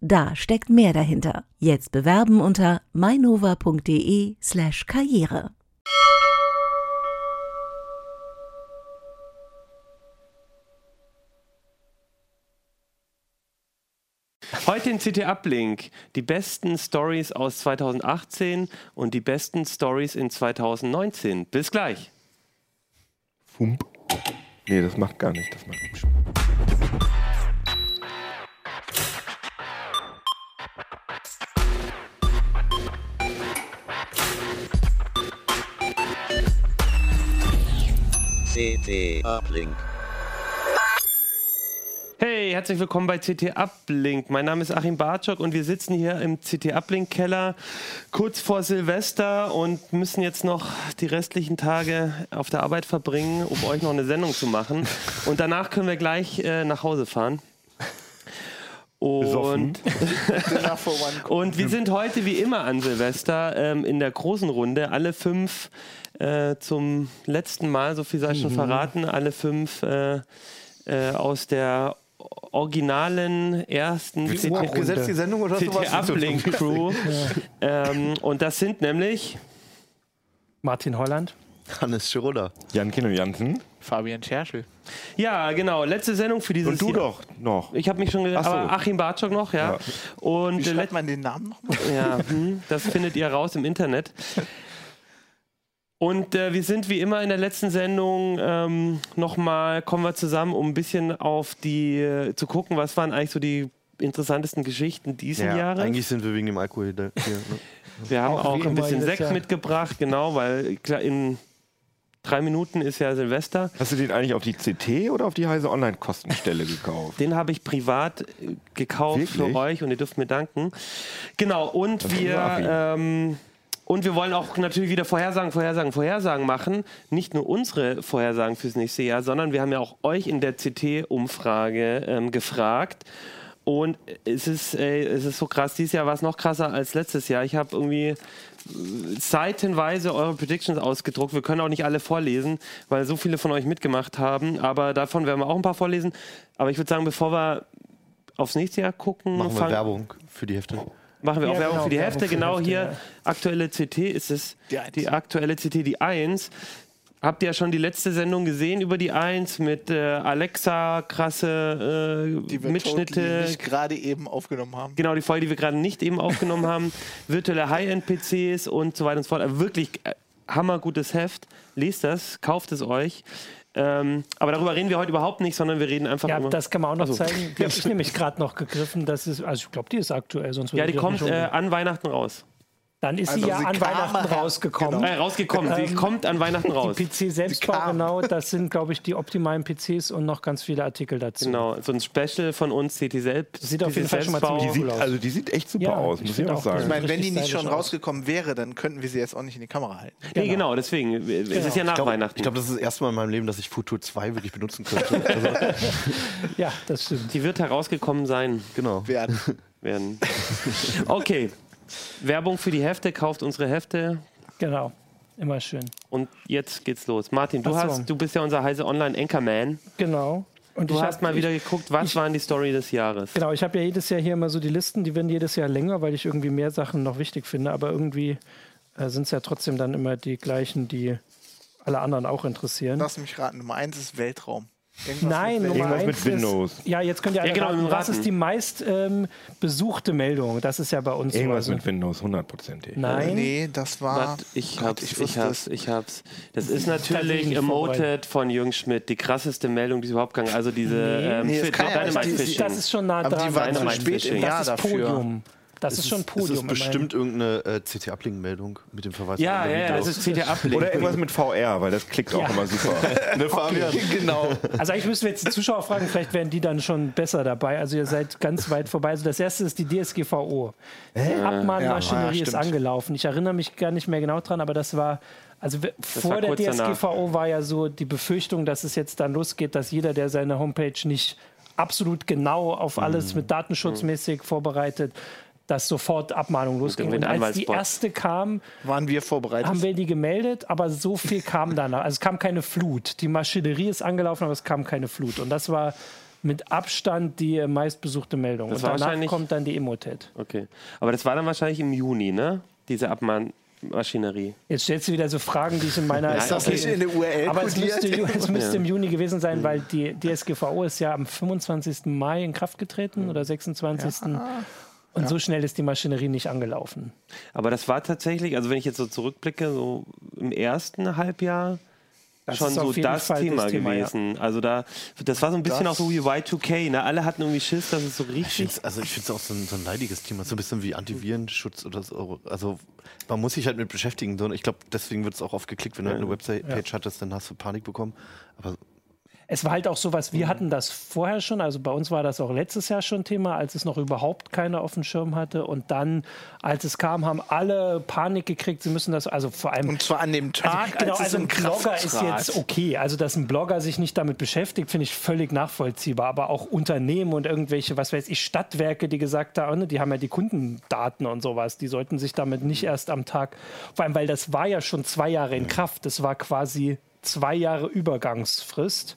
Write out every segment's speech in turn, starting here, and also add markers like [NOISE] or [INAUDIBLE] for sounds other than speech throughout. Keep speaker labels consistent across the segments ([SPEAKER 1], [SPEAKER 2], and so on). [SPEAKER 1] Da steckt mehr dahinter. Jetzt bewerben unter mainova.de slash karriere.
[SPEAKER 2] Heute in CT Uplink die besten Stories aus 2018 und die besten Stories in 2019. Bis gleich.
[SPEAKER 3] Fump. Nee, das macht gar nicht. Das macht nicht.
[SPEAKER 4] CT Uplink.
[SPEAKER 2] Hey, herzlich willkommen bei CT Uplink. Mein Name ist Achim Bartschok und wir sitzen hier im CT Uplink Keller kurz vor Silvester und müssen jetzt noch die restlichen Tage auf der Arbeit verbringen, um euch noch eine Sendung zu machen. Und danach können wir gleich äh, nach Hause fahren.
[SPEAKER 3] Besoffen.
[SPEAKER 2] Und, und wir sind heute wie immer an Silvester ähm, in der großen Runde, alle fünf äh, zum letzten Mal, so viel sei schon verraten, alle fünf äh, äh, aus der originalen ersten
[SPEAKER 3] Uhr gesetzt die Sendung oder sowas?
[SPEAKER 2] Uplink Crew. ähm, und das sind nämlich
[SPEAKER 5] Martin Holland.
[SPEAKER 4] Hannes Schroeder.
[SPEAKER 3] Jankin und Jansen.
[SPEAKER 6] Fabian Scherschel.
[SPEAKER 2] ja genau letzte Sendung für dieses
[SPEAKER 3] Und du
[SPEAKER 2] Jahr.
[SPEAKER 3] doch noch.
[SPEAKER 2] Ich habe mich schon
[SPEAKER 3] Ach
[SPEAKER 2] gedacht,
[SPEAKER 3] so.
[SPEAKER 2] aber Achim Bartschok noch, ja.
[SPEAKER 3] Ja.
[SPEAKER 2] Und
[SPEAKER 6] Wie
[SPEAKER 2] äh,
[SPEAKER 6] schreibt man den Namen nochmal?
[SPEAKER 2] Ja, hm, das findet ihr raus im Internet. Und äh, wir sind wie immer in der letzten Sendung ähm, nochmal, kommen wir zusammen, um ein bisschen auf die, äh, zu gucken, was waren eigentlich so die interessantesten Geschichten diesen Jahres.
[SPEAKER 4] Eigentlich sind wir wegen dem Alkohol da, hier. Ne?
[SPEAKER 2] Wir haben auch,
[SPEAKER 5] Auch wie
[SPEAKER 2] ein
[SPEAKER 5] immer
[SPEAKER 2] bisschen
[SPEAKER 5] jedes
[SPEAKER 2] Sekt
[SPEAKER 5] Jahr.
[SPEAKER 2] mitgebracht, genau, weil klar, in drei Minuten ist ja Silvester.
[SPEAKER 3] Hast du den eigentlich auf die CT oder auf die heise Online-Kostenstelle gekauft?
[SPEAKER 2] Den habe ich privat äh, gekauft für
[SPEAKER 3] Wirklich?
[SPEAKER 2] euch und ihr dürft mir danken. Genau, und
[SPEAKER 3] Das ist
[SPEAKER 2] wir.
[SPEAKER 3] brav, ja.
[SPEAKER 2] Ähm, und wir wollen auch natürlich wieder Vorhersagen, Vorhersagen, Vorhersagen machen. Nicht nur unsere Vorhersagen fürs nächste Jahr, sondern wir haben ja auch euch in der CT-Umfrage ähm, gefragt. Und es ist, äh, es ist so krass. Dieses Jahr war es noch krasser als letztes Jahr. Ich habe irgendwie äh, seitenweise eure Predictions ausgedruckt. Wir können auch nicht alle vorlesen, weil so viele von euch mitgemacht haben. Aber davon werden wir auch ein paar vorlesen. Aber ich würde sagen, bevor wir aufs nächste Jahr gucken,
[SPEAKER 4] Machen wir
[SPEAKER 2] fang-
[SPEAKER 4] Werbung für die Hefte.
[SPEAKER 2] machen wir auch Werbung
[SPEAKER 5] Ja, genau,
[SPEAKER 2] für die
[SPEAKER 5] Werbung
[SPEAKER 2] Hefte.
[SPEAKER 5] für die
[SPEAKER 2] Genau
[SPEAKER 5] Hefte,
[SPEAKER 2] hier,
[SPEAKER 5] ja.
[SPEAKER 2] aktuelle CT ist es.
[SPEAKER 6] Die Eins.
[SPEAKER 2] Die aktuelle CT, die 1. Habt ihr ja schon die letzte Sendung gesehen über die 1 mit äh, Alexa, krasse äh,
[SPEAKER 6] Die wir
[SPEAKER 2] Mitschnitte,
[SPEAKER 6] totally nicht gerade eben aufgenommen haben.
[SPEAKER 2] genau die Folge, die wir gerade nicht eben aufgenommen
[SPEAKER 5] [LAUGHS]
[SPEAKER 2] haben, virtuelle High-End-PCs und so weiter und so fort. Also wirklich äh, hammergutes Heft. Lest das, kauft es euch. Ähm, aber darüber reden wir heute überhaupt nicht, sondern wir reden einfach
[SPEAKER 5] Ja,
[SPEAKER 2] über.
[SPEAKER 5] das kann man auch
[SPEAKER 6] Also,
[SPEAKER 5] noch zeigen.
[SPEAKER 6] [LAUGHS]
[SPEAKER 5] Die habe ich nämlich gerade noch gegriffen. Das ist, also ich glaube, die ist aktuell, sonst
[SPEAKER 2] ja, die
[SPEAKER 5] würde ich auch
[SPEAKER 2] kommt
[SPEAKER 5] nicht
[SPEAKER 2] äh,
[SPEAKER 5] umgehen.
[SPEAKER 2] an Weihnachten raus.
[SPEAKER 5] Dann ist
[SPEAKER 6] Also
[SPEAKER 5] sie ja
[SPEAKER 6] sie
[SPEAKER 5] an
[SPEAKER 6] kam
[SPEAKER 5] Weihnachten
[SPEAKER 6] her-
[SPEAKER 5] rausgekommen.
[SPEAKER 2] Äh, rausgekommen, sie
[SPEAKER 5] Ähm,
[SPEAKER 2] kommt an Weihnachten raus.
[SPEAKER 5] Die PC Selbstbau,
[SPEAKER 6] kam.
[SPEAKER 5] genau. Das sind, glaube ich, die optimalen PCs und noch ganz viele Artikel dazu.
[SPEAKER 2] Genau, so ein Special von uns, CT selbst.
[SPEAKER 5] Sieht auf
[SPEAKER 2] CT
[SPEAKER 5] jeden Fall schon mal
[SPEAKER 2] Selbstbau.
[SPEAKER 3] [LAUGHS] Die
[SPEAKER 5] ziemlich
[SPEAKER 3] sieht,
[SPEAKER 5] cool aus.
[SPEAKER 3] also die sieht echt super
[SPEAKER 5] Ja,
[SPEAKER 3] aus,
[SPEAKER 5] ich
[SPEAKER 3] muss ich
[SPEAKER 5] find
[SPEAKER 3] auch
[SPEAKER 5] auch,
[SPEAKER 3] sagen.
[SPEAKER 6] Ich meine, wenn die nicht
[SPEAKER 5] Richtig
[SPEAKER 6] schon
[SPEAKER 5] stylisch aus.
[SPEAKER 6] rausgekommen wäre, dann könnten wir sie jetzt auch nicht in die Kamera halten.
[SPEAKER 2] Nee, genau, deswegen. Es ist ja nach
[SPEAKER 4] Ich glaube,
[SPEAKER 2] Weihnachten.
[SPEAKER 4] glaub, das ist das erste Mal in meinem Leben, dass ich Futur 2 wirklich benutzen [LAUGHS] könnte. Also,
[SPEAKER 5] Ja, das stimmt.
[SPEAKER 2] die wird herausgekommen sein
[SPEAKER 4] genau.
[SPEAKER 6] Werden.
[SPEAKER 5] [LAUGHS]
[SPEAKER 2] werden. Okay. Werbung für die Hefte, kauft unsere Hefte.
[SPEAKER 5] Genau. Immer schön.
[SPEAKER 2] Und jetzt geht's los. Martin, du,
[SPEAKER 5] Ach so.
[SPEAKER 2] hast, du bist ja unser heise Online-Anchorman.
[SPEAKER 5] Genau. Und
[SPEAKER 2] Du
[SPEAKER 5] ich
[SPEAKER 2] hast
[SPEAKER 5] hab-
[SPEAKER 2] mal wieder geguckt, was waren die Story des Jahres?
[SPEAKER 5] Genau, ich habe ja jedes Jahr hier immer so die Listen, die werden jedes Jahr länger, weil ich irgendwie mehr Sachen noch wichtig finde, aber irgendwie äh, sind es ja trotzdem dann immer die gleichen, die alle anderen auch interessieren.
[SPEAKER 6] Lass mich raten. Nummer eins ist Weltraum. Irgendwas mit
[SPEAKER 5] Nein, Nummer
[SPEAKER 6] Weltraum.
[SPEAKER 3] Irgendwas mit
[SPEAKER 5] eins
[SPEAKER 3] Windows.
[SPEAKER 5] Ist, ja, jetzt könnt ihr alle
[SPEAKER 2] Ja, genau,
[SPEAKER 5] raten, was
[SPEAKER 2] raten.
[SPEAKER 5] ist die meist ähm, besuchte Meldung? Das ist ja bei uns so.
[SPEAKER 3] Irgendwas
[SPEAKER 5] Also-
[SPEAKER 3] mit Windows, hundertprozentig.
[SPEAKER 5] Nein,
[SPEAKER 6] Nee, das war.
[SPEAKER 2] Warte, ich
[SPEAKER 6] Oh Gott,
[SPEAKER 2] hab's, ich,
[SPEAKER 6] wusste
[SPEAKER 2] hab's,
[SPEAKER 6] es.
[SPEAKER 2] ich hab's. Das ist
[SPEAKER 5] bin ich
[SPEAKER 2] natürlich
[SPEAKER 5] nicht
[SPEAKER 2] Emoted von Jürgen Schmidt. Die krasseste Meldung, die es überhaupt gegangen Also diese ähm,
[SPEAKER 6] Nee, das
[SPEAKER 2] Fit-
[SPEAKER 6] kann ja nicht-
[SPEAKER 2] Dynamite
[SPEAKER 6] die-
[SPEAKER 5] das
[SPEAKER 2] Phishing.
[SPEAKER 5] ist schon nah
[SPEAKER 6] Aber
[SPEAKER 5] dran.
[SPEAKER 6] die waren zu
[SPEAKER 2] Dynamite
[SPEAKER 6] spät im
[SPEAKER 2] Phishing.
[SPEAKER 6] Jahr
[SPEAKER 5] das ist
[SPEAKER 6] dafür.
[SPEAKER 5] Podium. Das ist, schon ein Podium.
[SPEAKER 4] Es ist bestimmt irgendeine äh, CT-Ablink-Meldung mit dem Verweis
[SPEAKER 2] Ja,
[SPEAKER 4] auf
[SPEAKER 2] ja, ja,
[SPEAKER 4] Video.
[SPEAKER 2] das ist CT-Uplink.
[SPEAKER 3] Oder irgendwas mit VR, weil das klickt auch immer
[SPEAKER 5] [LAUGHS]
[SPEAKER 3] super.
[SPEAKER 4] Ne, Fabian?
[SPEAKER 3] genau.
[SPEAKER 5] Ich mein, also eigentlich müssen wir jetzt die Zuschauer fragen, vielleicht wären die dann schon besser dabei. Also ihr seid ganz weit vorbei. Also das erste ist die DSGVO.
[SPEAKER 2] Äh,
[SPEAKER 5] Die Abmahnmaschinerie
[SPEAKER 6] Ja,
[SPEAKER 5] ist
[SPEAKER 6] stimmt.
[SPEAKER 5] angelaufen. Ich erinnere mich gar nicht mehr genau dran, aber das war. Also we- vor
[SPEAKER 2] war
[SPEAKER 5] der
[SPEAKER 2] kurz danach.
[SPEAKER 5] DSGVO war ja so die Befürchtung, dass es jetzt dann losgeht, dass jeder, der seine Homepage nicht absolut genau
[SPEAKER 2] Mhm.
[SPEAKER 5] auf alles mit datenschutzmäßig vorbereitet, dass sofort Abmahnung losging.
[SPEAKER 2] mit
[SPEAKER 5] Und als die
[SPEAKER 2] Anwaltsbots.
[SPEAKER 5] erste kam,
[SPEAKER 6] Waren wir vorbereitet?
[SPEAKER 5] haben wir die gemeldet, aber so viel kam danach. Also es kam keine Flut. Die Maschinerie ist angelaufen, aber es kam keine Flut. Und das war mit Abstand die meistbesuchte Meldung.
[SPEAKER 2] Das
[SPEAKER 5] Und
[SPEAKER 2] war
[SPEAKER 5] danach
[SPEAKER 2] wahrscheinlich-
[SPEAKER 5] kommt dann die Emotet.
[SPEAKER 2] Okay. Aber das war dann wahrscheinlich im Juni, ne? Diese Abmahnmaschinerie.
[SPEAKER 5] Jetzt stellst du wieder so Fragen, die ich in meiner...
[SPEAKER 2] Ist das
[SPEAKER 6] nicht in der
[SPEAKER 5] [LAUGHS]
[SPEAKER 6] URL
[SPEAKER 5] Aber es müsste,
[SPEAKER 6] kodiert?
[SPEAKER 5] ju- es müsste im Juni gewesen sein, weil die DSGVO ist ja am 25. Mai in Kraft getreten oder 26. Und so schnell ist die Maschinerie nicht angelaufen.
[SPEAKER 2] Aber das war tatsächlich, also wenn ich jetzt so zurückblicke, so im ersten Halbjahr
[SPEAKER 5] Das
[SPEAKER 2] schon
[SPEAKER 5] ist auf
[SPEAKER 2] so
[SPEAKER 5] jeden
[SPEAKER 2] das
[SPEAKER 5] Fall das
[SPEAKER 2] Thema,
[SPEAKER 5] Thema, ja.
[SPEAKER 2] gewesen. Also da, das war so ein bisschen
[SPEAKER 6] Das-
[SPEAKER 2] auch so wie Y2K, ne? Alle hatten irgendwie Schiss, dass es so richtig
[SPEAKER 4] Find's- Also ich finde es auch so ein, so ein leidiges Thema, so ein bisschen wie Antivirenschutz oder so. Also man muss sich halt mit beschäftigen. So. Ich glaube, deswegen wird es auch oft geklickt, wenn du halt eine Website-Page hattest, dann hast du Panik bekommen. Aber
[SPEAKER 5] Es war halt auch sowas, wir hatten das vorher schon, also bei uns war das auch letztes Jahr schon Thema, als es noch überhaupt keiner auf dem Schirm hatte. Und dann, als es kam, haben alle Panik gekriegt, sie müssen das, also vor allem.
[SPEAKER 6] Und zwar an dem Tag,
[SPEAKER 5] genau,
[SPEAKER 6] als es
[SPEAKER 5] also
[SPEAKER 6] in
[SPEAKER 5] ein
[SPEAKER 6] Kraft
[SPEAKER 5] Blogger ist
[SPEAKER 6] trat.
[SPEAKER 5] jetzt okay. Also, dass ein Blogger sich nicht damit beschäftigt, finde ich völlig nachvollziehbar. Aber auch Unternehmen und irgendwelche, was weiß ich, Stadtwerke, die gesagt haben, ne, die haben ja die Kundendaten und sowas, die sollten sich damit nicht erst am Tag. Vor allem, weil das war ja schon zwei Jahre in Kraft. Das war quasi zwei Jahre Übergangsfrist.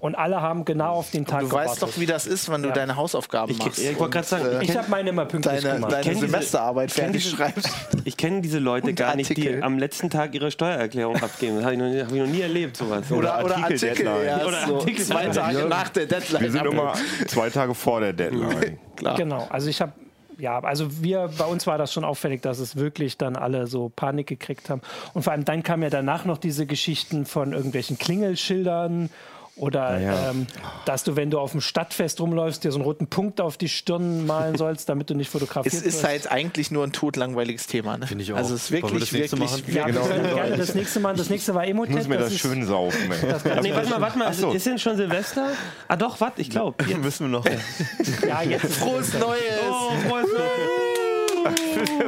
[SPEAKER 5] Und alle haben genau auf den Tag
[SPEAKER 6] Du
[SPEAKER 5] gewartet.
[SPEAKER 6] weißt doch, wie das ist, wenn du deine Hausaufgaben machst.
[SPEAKER 2] ich wollte gerade sagen,
[SPEAKER 6] und, äh,
[SPEAKER 5] ich habe meine immer pünktlich
[SPEAKER 6] deine,
[SPEAKER 5] gemacht.
[SPEAKER 6] deine
[SPEAKER 2] diese-
[SPEAKER 6] Semesterarbeit fertig
[SPEAKER 2] diese-
[SPEAKER 6] schreibst.
[SPEAKER 2] Ich kenne diese Leute
[SPEAKER 6] Und
[SPEAKER 2] gar nicht, die
[SPEAKER 6] Artikel.
[SPEAKER 2] am letzten Tag ihre Steuererklärung abgeben. Das habe ich, noch nie- hab ich noch nie erlebt, sowas.
[SPEAKER 6] Oder, oder Artikel,
[SPEAKER 3] Deadline.
[SPEAKER 6] erst
[SPEAKER 2] Oder
[SPEAKER 6] so
[SPEAKER 2] Artikel.
[SPEAKER 6] zwei Tage nach der Deadline.
[SPEAKER 3] Wir sind immer zwei Tage vor der
[SPEAKER 5] [LAUGHS]
[SPEAKER 3] Deadline.
[SPEAKER 6] klar.
[SPEAKER 5] Genau, also ich habe, ja, also wir, bei uns war das schon auffällig, dass es wirklich dann alle so Panik gekriegt haben. Und vor allem dann kamen ja danach noch diese Geschichten von irgendwelchen Klingelschildern. Oder ähm, dass du, wenn du auf dem Stadtfest rumläufst, dir so einen roten Punkt auf die Stirn malen sollst, damit du nicht fotografiert
[SPEAKER 6] Es ist
[SPEAKER 5] wirst.
[SPEAKER 6] halt eigentlich nur ein totlangweiliges Thema. Ne?
[SPEAKER 4] Finde ich auch.
[SPEAKER 6] Also es ist
[SPEAKER 4] Wollen wir
[SPEAKER 6] wirklich,
[SPEAKER 4] das nächste machen?
[SPEAKER 6] wirklich,
[SPEAKER 5] ja,
[SPEAKER 6] wirklich
[SPEAKER 5] wir können gerne das nächste Mal. Das nächste war
[SPEAKER 3] Ich muss
[SPEAKER 5] Emotet.
[SPEAKER 3] mir das
[SPEAKER 5] ist-
[SPEAKER 3] schön saufen, ey.
[SPEAKER 2] Nee, warte mal, warte mal. Ist denn schon Silvester? Ah doch, warte, ich glaube.
[SPEAKER 4] ja. müssen wir noch.
[SPEAKER 5] Ja,
[SPEAKER 3] [LAUGHS]
[SPEAKER 5] jetzt ist
[SPEAKER 6] Frohes Neues!
[SPEAKER 2] Oh, frohes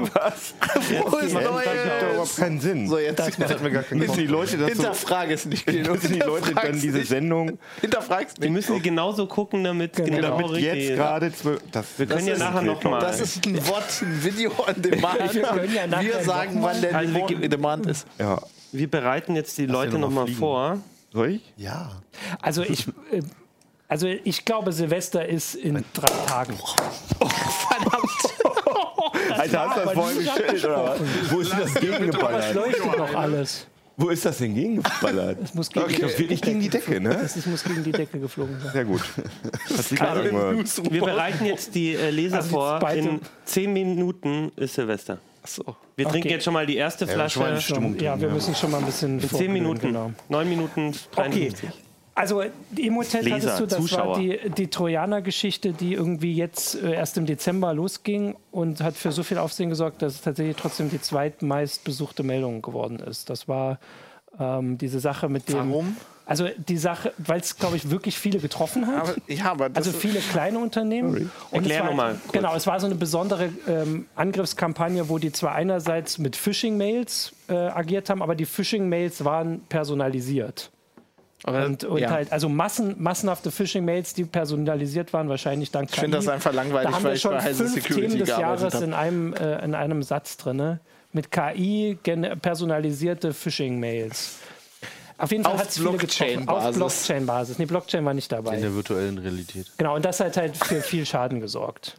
[SPEAKER 6] Frohes
[SPEAKER 3] Das macht doch
[SPEAKER 6] Neues!
[SPEAKER 3] überhaupt keinen Sinn.
[SPEAKER 6] So, jetzt
[SPEAKER 3] Müssen die Leute das [LAUGHS] so,
[SPEAKER 6] hinterfrage es nicht.
[SPEAKER 3] müssen die Leute dann diese Sendung
[SPEAKER 6] Hinterfragst
[SPEAKER 2] Wir
[SPEAKER 6] nicht.
[SPEAKER 2] müssen genauso gucken, damit es
[SPEAKER 5] Genau.
[SPEAKER 2] genau
[SPEAKER 3] damit
[SPEAKER 2] richtig
[SPEAKER 3] jetzt
[SPEAKER 2] ist.
[SPEAKER 3] gerade zwölf. Das,
[SPEAKER 2] Wir können ja nachher
[SPEAKER 6] Das
[SPEAKER 2] nochmal.
[SPEAKER 6] ist ein Wort, ein Video
[SPEAKER 5] [LAUGHS]
[SPEAKER 6] on demand.
[SPEAKER 5] Wir können ja nachher
[SPEAKER 6] Wir sagen,
[SPEAKER 5] nochmal.
[SPEAKER 6] wann der
[SPEAKER 2] Also
[SPEAKER 6] Video
[SPEAKER 2] wir-
[SPEAKER 6] on demand ist.
[SPEAKER 3] Ja.
[SPEAKER 2] Wir bereiten jetzt die Leute
[SPEAKER 4] noch
[SPEAKER 2] nochmal
[SPEAKER 4] mal fliegen.
[SPEAKER 2] vor.
[SPEAKER 3] Soll ich?
[SPEAKER 4] ja.
[SPEAKER 5] Also ich, äh, also ich glaube, Silvester ist in drei Tagen.
[SPEAKER 6] Oh,
[SPEAKER 5] [LAUGHS]
[SPEAKER 3] Alter, hast du das vorhin geschüttelt oder was? Wo ist denn das
[SPEAKER 5] Es
[SPEAKER 3] gegengeballert?
[SPEAKER 5] leuchtet noch alles.
[SPEAKER 3] Wo ist das denn gegengeballert?
[SPEAKER 5] Es muss gegen,
[SPEAKER 3] Okay, das geht nicht gegen die Decke, ne?
[SPEAKER 5] es muss gegen die Decke geflogen sein.
[SPEAKER 3] Sehr gut. Hat sich gerade angehört.
[SPEAKER 2] Wir bereiten jetzt die äh, Leser
[SPEAKER 5] Also die
[SPEAKER 2] vor.
[SPEAKER 5] zweite-
[SPEAKER 2] In zehn Minuten ist Silvester. Wir trinken
[SPEAKER 5] Okay.
[SPEAKER 2] jetzt schon mal die erste Flasche.
[SPEAKER 4] schon mal eine Stunde. Stimmung
[SPEAKER 5] ja, wir müssen schon mal ein bisschen.
[SPEAKER 2] in zehn Minuten.
[SPEAKER 5] Genau.
[SPEAKER 2] Neun Minuten
[SPEAKER 5] Okay.
[SPEAKER 2] 53.
[SPEAKER 5] Also Emotet
[SPEAKER 2] Leser,
[SPEAKER 5] hattest du, das
[SPEAKER 2] Zuschauer.
[SPEAKER 5] war die, die Trojaner-Geschichte, die irgendwie jetzt äh, erst im Dezember losging und hat für so viel Aufsehen gesorgt, dass es tatsächlich trotzdem die zweitmeistbesuchte Meldung geworden ist. Das war ähm, diese Sache mit dem.
[SPEAKER 6] Warum?
[SPEAKER 5] Also die Sache, weil es, glaube ich, wirklich viele getroffen hat.
[SPEAKER 6] Aber, ja, aber das
[SPEAKER 5] Also viele kleine Unternehmen. Und
[SPEAKER 2] Erklär
[SPEAKER 5] es war,
[SPEAKER 2] nochmal kurz.
[SPEAKER 5] Genau, es war so eine besondere ähm, Angriffskampagne, wo die zwar einerseits mit Phishing-Mails äh, agiert haben, aber die Phishing-Mails waren personalisiert. Und, und
[SPEAKER 6] ja.
[SPEAKER 5] halt, also massen, massenhafte Phishing-Mails, die personalisiert waren, wahrscheinlich dank Ich
[SPEAKER 6] finde das einfach langweilig,
[SPEAKER 5] da haben
[SPEAKER 6] weil
[SPEAKER 5] wir
[SPEAKER 6] ich
[SPEAKER 5] schon
[SPEAKER 6] bei Heise
[SPEAKER 5] fünf
[SPEAKER 6] Security
[SPEAKER 5] Themen des
[SPEAKER 6] gearbeitet
[SPEAKER 5] Jahres
[SPEAKER 6] habe.
[SPEAKER 5] in einem, äh, in einem Satz drin. Ne? Mit KI gen- personalisierte Phishing-Mails. Auf jeden Fall
[SPEAKER 6] Auf
[SPEAKER 5] hat es viele getroffen. Auf
[SPEAKER 6] Blockchain-Basis.
[SPEAKER 5] Blockchain-Basis. Nee, Blockchain war nicht dabei.
[SPEAKER 4] In der virtuellen Realität.
[SPEAKER 5] Genau, und das hat halt für viel Schaden gesorgt.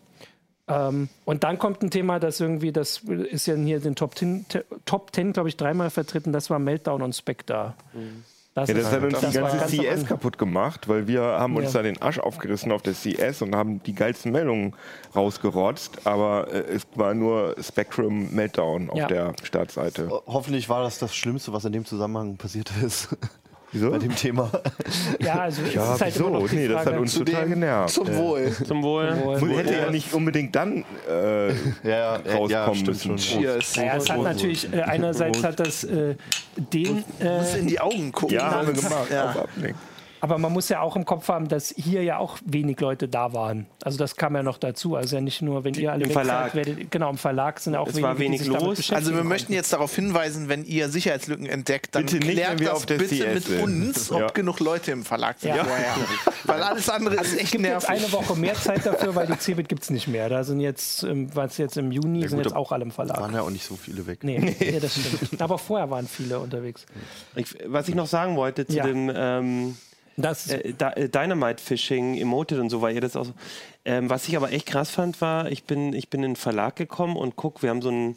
[SPEAKER 5] Ähm, und dann kommt ein Thema, das irgendwie, das ist ja hier in den Top 10, Te- Top 10 glaube ich, dreimal vertreten, das war Meltdown und Spectre. Das, halt
[SPEAKER 3] Ja, das hat uns
[SPEAKER 5] das
[SPEAKER 3] die
[SPEAKER 5] war
[SPEAKER 3] ganze
[SPEAKER 5] ganz am
[SPEAKER 3] CS
[SPEAKER 5] Anfang.
[SPEAKER 3] kaputt gemacht, weil wir haben uns
[SPEAKER 5] Ja.
[SPEAKER 3] da den Arsch aufgerissen auf der CS und haben die geilsten Meldungen rausgerotzt, aber äh, es war nur Spectrum Meltdown auf
[SPEAKER 5] Ja.
[SPEAKER 3] der Startseite.
[SPEAKER 4] [LAUGHS] Hoffentlich war das das Schlimmste, was in dem Zusammenhang passiert ist.
[SPEAKER 3] Wieso?
[SPEAKER 4] bei dem [LAUGHS] Thema.
[SPEAKER 5] Ja, also es
[SPEAKER 3] Ja,
[SPEAKER 5] ist halt immer
[SPEAKER 3] wieso?
[SPEAKER 5] noch die
[SPEAKER 3] Nee, das hat
[SPEAKER 5] Frage,
[SPEAKER 3] uns total
[SPEAKER 6] dem-
[SPEAKER 3] genervt.
[SPEAKER 5] äh,
[SPEAKER 6] Zum Wohl.
[SPEAKER 2] Zum Wohl.
[SPEAKER 5] wo-
[SPEAKER 3] Mu- Hätte ja nicht unbedingt dann äh,
[SPEAKER 4] [LAUGHS] Ja, ja,
[SPEAKER 3] rauskommen
[SPEAKER 4] ja stimmt
[SPEAKER 3] müssen.
[SPEAKER 4] schon.
[SPEAKER 6] Cheers.
[SPEAKER 5] Naja, es hat natürlich, äh, einerseits hat das äh, den, äh,
[SPEAKER 6] In die Augen gucken.
[SPEAKER 3] ja, haben wir gemacht. Auf Abnick.
[SPEAKER 5] aber man muss ja auch im Kopf haben, dass hier ja auch wenig Leute da waren. Also das kam ja noch dazu. Also ja nicht nur, wenn ihr alle
[SPEAKER 2] Im
[SPEAKER 5] weg
[SPEAKER 2] Verlag.
[SPEAKER 5] seid, werdet, genau, im Verlag sind auch
[SPEAKER 2] Es
[SPEAKER 5] wenige,
[SPEAKER 2] war wenig
[SPEAKER 5] die sich damit
[SPEAKER 2] los.
[SPEAKER 5] beschäftigen
[SPEAKER 6] Also wir
[SPEAKER 5] konnten.
[SPEAKER 6] möchten jetzt darauf hinweisen, wenn ihr Sicherheitslücken entdeckt, dann
[SPEAKER 3] Bitte nicht,
[SPEAKER 6] klärt
[SPEAKER 3] wenn wir
[SPEAKER 6] das
[SPEAKER 3] auf der
[SPEAKER 6] bitte
[SPEAKER 3] CS
[SPEAKER 6] mit
[SPEAKER 3] sind.
[SPEAKER 6] uns, ob
[SPEAKER 3] Ja.
[SPEAKER 6] genug Leute im Verlag sind.
[SPEAKER 5] Ja. Also,
[SPEAKER 6] vorher. Weil alles andere ist
[SPEAKER 5] Es
[SPEAKER 6] echt
[SPEAKER 5] gibt jetzt
[SPEAKER 6] nervig.
[SPEAKER 5] eine Woche mehr Zeit dafür,
[SPEAKER 6] [LAUGHS]
[SPEAKER 5] weil die CeBIT gibt es nicht mehr. Da sind jetzt, ähm, was jetzt im Juni, sind
[SPEAKER 4] gut,
[SPEAKER 5] jetzt
[SPEAKER 4] aber-
[SPEAKER 5] auch alle im Verlag.
[SPEAKER 4] Waren ja auch nicht so viele weg.
[SPEAKER 5] Nee,
[SPEAKER 4] [LAUGHS]
[SPEAKER 5] nee, das stimmt. Aber vorher waren viele unterwegs.
[SPEAKER 2] Ich, was ich noch sagen wollte zu
[SPEAKER 5] Ja.
[SPEAKER 2] dem ähm,
[SPEAKER 5] Das ist
[SPEAKER 2] äh, Di- äh, Dynamite-Phishing, Emoted und so, weil ihr das auch. so- Ähm, was ich aber echt krass fand, war, ich bin, ich bin in den Verlag gekommen und guck, wir haben so ein.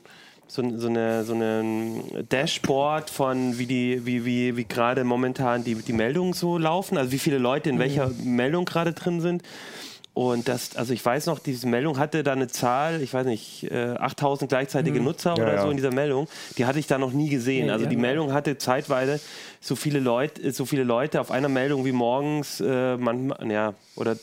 [SPEAKER 2] So, ein- so eine so ein Dashboard von wie die wie wie wie gerade momentan die die Meldungen so laufen also wie viele Leute in welcher Meldung gerade drin sind und das also ich weiß noch diese Meldung hatte da eine Zahl ich weiß nicht äh, 8000 gleichzeitige Nutzer oder
[SPEAKER 3] ja.
[SPEAKER 2] so in dieser Meldung die hatte ich da noch nie gesehen
[SPEAKER 5] Nee,
[SPEAKER 2] also
[SPEAKER 5] ja.
[SPEAKER 2] die Meldung hatte zeitweise so viele Leute, so viele Leute auf einer Meldung wie morgens, äh, manchmal, ja, oder